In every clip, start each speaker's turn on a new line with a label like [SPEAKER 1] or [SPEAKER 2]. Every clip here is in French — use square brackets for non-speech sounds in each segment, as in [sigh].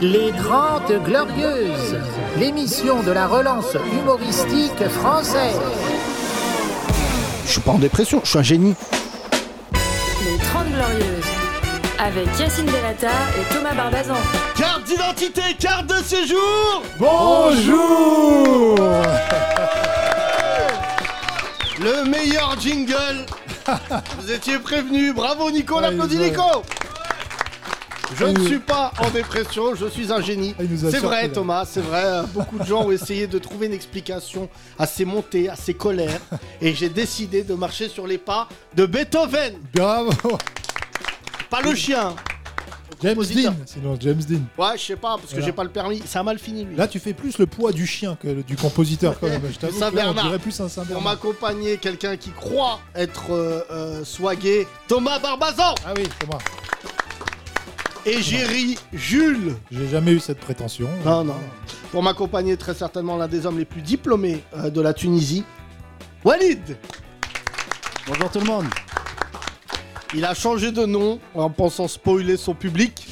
[SPEAKER 1] Les Grandes Glorieuses, l'émission de la relance humoristique française.
[SPEAKER 2] Je suis pas en dépression, je suis un génie.
[SPEAKER 3] Les 30 Glorieuses, avec Yacine Delata et Thomas Barbazan.
[SPEAKER 4] Carte d'identité, carte de séjour
[SPEAKER 2] Bonjour
[SPEAKER 4] Le meilleur
[SPEAKER 5] [laughs]
[SPEAKER 4] jingle Vous étiez prévenus, bravo Nico, on
[SPEAKER 5] Ouais,
[SPEAKER 4] applaudit
[SPEAKER 5] il nous a-
[SPEAKER 4] Nico Je
[SPEAKER 5] Il
[SPEAKER 4] ne
[SPEAKER 5] nous-
[SPEAKER 4] suis pas en dépression, je suis un génie.
[SPEAKER 5] Il nous a
[SPEAKER 4] C'est
[SPEAKER 5] surpris,
[SPEAKER 4] vrai
[SPEAKER 5] là.
[SPEAKER 4] Thomas, c'est vrai, euh, beaucoup de gens ont essayé de trouver une explication à ces montées, à
[SPEAKER 5] [laughs]
[SPEAKER 4] ces colères, et j'ai décidé de marcher sur les pas de Beethoven,
[SPEAKER 5] Bravo
[SPEAKER 4] pas le chien.
[SPEAKER 5] James
[SPEAKER 4] Compositeur.
[SPEAKER 5] Dean Sinon, James Dean.
[SPEAKER 4] Ouais, je sais pas, parce que
[SPEAKER 5] Voilà.
[SPEAKER 4] j'ai pas le permis, ça a mal fini lui.
[SPEAKER 5] Là, tu fais plus le poids du chien que le- du compositeur, quand même. Je t'avoue, que là, on
[SPEAKER 4] Saint-Bernard.
[SPEAKER 5] dirait plus un Saint-Bernard.
[SPEAKER 4] Pour m'accompagner, quelqu'un qui croit être euh, euh, swagué, Thomas Barbazan
[SPEAKER 5] Ah oui, c'est moi.
[SPEAKER 4] et j'ai ri Jules.
[SPEAKER 5] J'ai jamais eu cette prétention.
[SPEAKER 4] Non, non. Pour m'accompagner, très certainement l'un des hommes les plus diplômés euh, de la Tunisie, Walid.
[SPEAKER 6] Bonjour tout le monde.
[SPEAKER 4] Il a changé de nom en pensant spoiler
[SPEAKER 5] [laughs]
[SPEAKER 4] son public.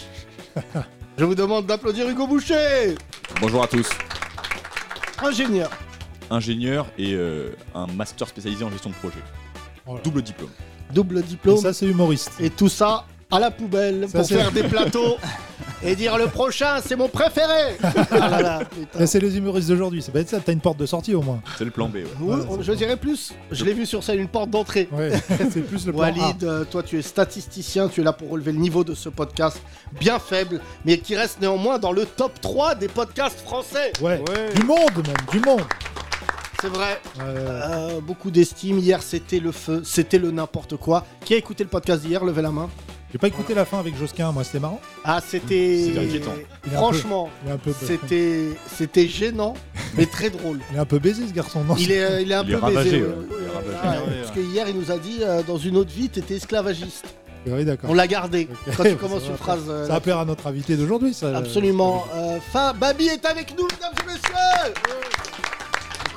[SPEAKER 4] Je vous demande d'applaudir Hugo Boucher,
[SPEAKER 7] Bonjour à tous.
[SPEAKER 4] ingénieur.
[SPEAKER 7] Ingénieur et euh, un master spécialisé en gestion de projet.
[SPEAKER 5] Voilà.
[SPEAKER 7] Double diplôme.
[SPEAKER 4] Double
[SPEAKER 5] Et
[SPEAKER 4] diplôme.
[SPEAKER 5] ça, c'est humoriste.
[SPEAKER 4] Et tout ça à la poubelle
[SPEAKER 5] Ça,
[SPEAKER 4] pour
[SPEAKER 5] c'est- [laughs]
[SPEAKER 4] faire des plateaux et dire le prochain, c'est
[SPEAKER 5] [laughs]
[SPEAKER 4] mon préféré. Ah là là, putain.
[SPEAKER 5] Là, c'est les humoristes d'aujourd'hui. Ça va être ça. T'as une porte de sortie au moins.
[SPEAKER 7] C'est le plan B, ouais.
[SPEAKER 4] Oui, on- je dirais plus, je l'ai vu sur scène, une porte d'entrée.
[SPEAKER 5] Ouais, [laughs] c'est plus le plan A.
[SPEAKER 4] Walid, euh, toi tu es statisticien, tu es là pour relever le niveau de ce podcast bien faible, mais qui reste néanmoins dans le top 3 des podcasts français.
[SPEAKER 5] Ouais. Du monde, même. Du monde.
[SPEAKER 4] C'est vrai,
[SPEAKER 5] Euh,
[SPEAKER 4] euh, beaucoup d'estime. Hier c'était le feu, c'était le n'importe quoi. Qui a écouté le podcast d'hier Levez la main.
[SPEAKER 5] J'ai pas écouté la fin avec Josquin, moi. C'était marrant.
[SPEAKER 4] Ah,
[SPEAKER 7] C'est
[SPEAKER 4] c'était.
[SPEAKER 7] inquiétant.
[SPEAKER 5] Il est un
[SPEAKER 4] Franchement,
[SPEAKER 5] Il est un peu,
[SPEAKER 4] c'était c'était gênant, mais très drôle.
[SPEAKER 5] il est un peu baisé, ce garçon. Non,
[SPEAKER 4] Il est, euh, il est un
[SPEAKER 7] Il est
[SPEAKER 4] peu
[SPEAKER 7] ravagé,
[SPEAKER 4] baisé.
[SPEAKER 7] ouais.
[SPEAKER 4] ouais.
[SPEAKER 7] Il est ravagé.
[SPEAKER 4] Ah, ouais, Parce que hier, il nous a dit euh, dans une autre vie, t'étais esclavagiste.
[SPEAKER 5] Oui, d'accord.
[SPEAKER 4] On l'a gardé. Quand tu
[SPEAKER 5] Ça
[SPEAKER 4] commences
[SPEAKER 5] va,
[SPEAKER 4] une
[SPEAKER 5] après.
[SPEAKER 4] phrase. euh,
[SPEAKER 5] Ça va plaire à notre invité d'aujourd'hui, ça.
[SPEAKER 4] Absolument. Euh, Fa Babi est avec nous, mesdames et messieurs.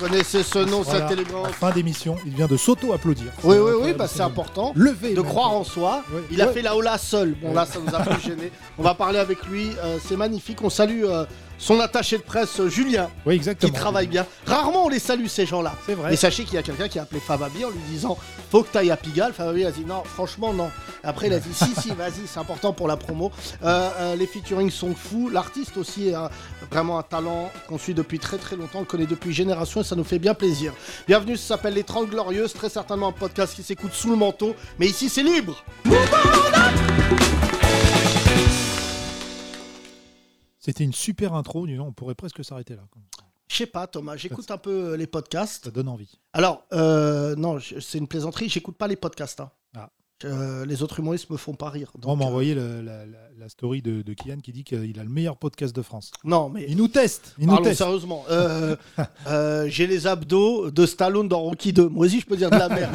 [SPEAKER 4] Vous connaissez ce nom,
[SPEAKER 5] Voilà.
[SPEAKER 4] cette
[SPEAKER 5] En
[SPEAKER 4] élégance.
[SPEAKER 5] fin d'émission, il vient de s'auto-applaudir.
[SPEAKER 4] Oui,
[SPEAKER 5] C'est
[SPEAKER 4] oui, oui,
[SPEAKER 5] incroyable,
[SPEAKER 4] bah, c'est important
[SPEAKER 5] Levé.
[SPEAKER 4] de
[SPEAKER 5] même.
[SPEAKER 4] croire en soi.
[SPEAKER 5] Ouais.
[SPEAKER 4] Il a
[SPEAKER 5] Ouais.
[SPEAKER 4] fait la hola seul. Bon, là, ça nous a
[SPEAKER 5] [laughs]
[SPEAKER 4] plus gêné. On va parler avec lui. euh, c'est magnifique. On salue euh, son attaché de presse, euh, Julien,
[SPEAKER 5] Oui,
[SPEAKER 4] qui
[SPEAKER 5] exactement.
[SPEAKER 4] travaille bien. Rarement, on les salue, ces gens-là.
[SPEAKER 5] C'est vrai.
[SPEAKER 4] Mais sachez qu'il y a quelqu'un qui a appelé Fababi en lui disant Faut que t'ailles à Pigalle. Fababi a dit Non, franchement, non. Après, il a dit Si, si, vas-y, c'est important pour la promo. Euh, euh, les featurings sont fous. L'artiste aussi est un- vraiment un talent qu'on suit depuis très très longtemps, on le connaît depuis génération et ça nous fait bien plaisir. Bienvenue, ça s'appelle Les 30 Glorieuses. Très certainement un podcast qui s'écoute sous le manteau. Mais ici, c'est libre
[SPEAKER 5] C'était une super intro, dis donc, on pourrait presque s'arrêter là. quoi.
[SPEAKER 4] Je sais pas, Thomas, j'écoute un peu euh, les podcasts.
[SPEAKER 5] Ça donne envie.
[SPEAKER 4] Alors, euh, non, je- c'est une plaisanterie, j'écoute pas les podcasts. hein.
[SPEAKER 5] Ah.
[SPEAKER 4] Euh, les autres humoristes me font pas rire.
[SPEAKER 5] on
[SPEAKER 4] donc,
[SPEAKER 5] m'a
[SPEAKER 4] euh,
[SPEAKER 5] envoyé le- la, la- la story de, de Kylian qui dit qu'il a le meilleur podcast de France.
[SPEAKER 4] non, mais
[SPEAKER 5] Il nous teste. Il nous
[SPEAKER 4] Parlons
[SPEAKER 5] teste.
[SPEAKER 4] sérieusement.
[SPEAKER 5] [laughs]
[SPEAKER 4] Euh, euh, j'ai les abdos de Stallone dans Rocky 2. Moi aussi, je peux dire de la merde.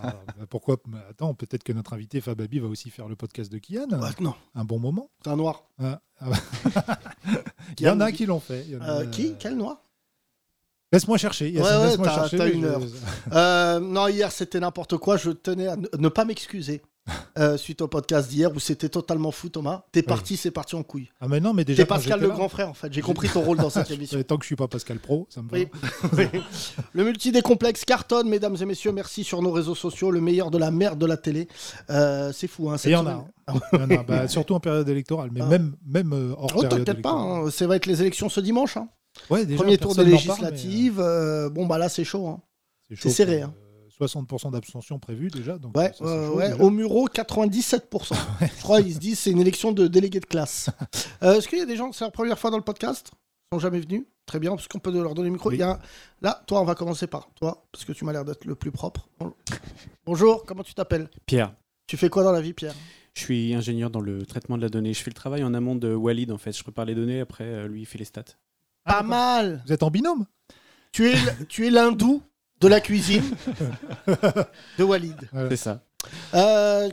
[SPEAKER 5] Alors, bah, pourquoi mais Attends, peut-être que notre invité Fababi va aussi faire le podcast de Kylian.
[SPEAKER 4] Ouais, non,
[SPEAKER 5] Un bon moment.
[SPEAKER 4] c'est un noir. [laughs]
[SPEAKER 5] Ah, [laughs] ah bah. [laughs] il y en a qui l'ont fait. il y en a-
[SPEAKER 4] Euh, qui Quel noir
[SPEAKER 5] Laisse-moi chercher. Yacine,
[SPEAKER 4] Ouais, ouais,
[SPEAKER 5] laisse-moi
[SPEAKER 4] t'as-
[SPEAKER 5] chercher,
[SPEAKER 4] t'as
[SPEAKER 5] mais
[SPEAKER 4] une
[SPEAKER 5] je- [laughs]
[SPEAKER 4] heure. Euh, Non, hier, c'était n'importe quoi. Je tenais à ne ne pas m'excuser euh, suite au podcast d'hier où c'était totalement fou, Thomas. T'es parti, c'est parti en couille.
[SPEAKER 5] Ah, mais non, mais déjà.
[SPEAKER 4] T'es
[SPEAKER 5] quand
[SPEAKER 4] Pascal
[SPEAKER 5] j'étais
[SPEAKER 4] le
[SPEAKER 5] là-
[SPEAKER 4] grand frère, en fait. J'ai compris ton rôle dans cette émission.
[SPEAKER 5] Euh, Tant que [laughs] je suis pas Pascal Pro, ça me va.
[SPEAKER 4] [laughs] Oui. Le multi des complexes cartonne, mesdames et messieurs. Merci sur nos réseaux sociaux. Le meilleur de la merde de la télé. Euh, c'est fou, hein.
[SPEAKER 5] Et il
[SPEAKER 4] cette
[SPEAKER 5] y en a.
[SPEAKER 4] semaine.
[SPEAKER 5] hein. [laughs] Il y en a, bah, surtout en période électorale, mais
[SPEAKER 4] Ah.
[SPEAKER 5] même, même euh, hors
[SPEAKER 4] Oh,
[SPEAKER 5] période
[SPEAKER 4] t'inquiète pas,
[SPEAKER 5] électorale.
[SPEAKER 4] hein, ça va être les élections ce dimanche. hein.
[SPEAKER 5] Ouais, déjà,
[SPEAKER 4] Premier tour des
[SPEAKER 5] personne n'en parle, mais, euh,
[SPEAKER 4] législatives. euh, bon, bah là, c'est chaud. hein. c'est
[SPEAKER 5] chaud,
[SPEAKER 4] serré,
[SPEAKER 5] euh,
[SPEAKER 4] hein.
[SPEAKER 5] 60% d'abstention prévue déjà. Donc
[SPEAKER 4] Ouais,
[SPEAKER 5] ça, c'est
[SPEAKER 4] euh,
[SPEAKER 5] chaud,
[SPEAKER 4] ouais,
[SPEAKER 5] déjà.
[SPEAKER 4] Au Muro, 97%. Je crois ils se disent c'est une élection de délégués de
[SPEAKER 5] [laughs]
[SPEAKER 4] classe. Euh, Est-ce qu'il y a des gens, c'est leur première fois dans le podcast Ils sont jamais venus Très bien, parce qu'on peut leur donner le micro.
[SPEAKER 5] Oui.
[SPEAKER 4] Il y a un- Là, toi, on va commencer par toi, parce que tu m'as l'air d'être le plus propre. Bon- Bonjour, comment tu t'appelles
[SPEAKER 6] Pierre,
[SPEAKER 4] Tu fais quoi dans la vie, Pierre
[SPEAKER 6] je suis ingénieur dans le traitement de la donnée. Je fais le travail en amont de Walid en fait. Je prépare les données, après euh, lui il fait les stats.
[SPEAKER 4] Pas mal
[SPEAKER 5] Ah, Vous êtes en binôme
[SPEAKER 4] Tu es, l- tu es l'hindou de
[SPEAKER 5] [laughs]
[SPEAKER 4] la cuisine de Walid.
[SPEAKER 6] C'est ça.
[SPEAKER 4] Euh,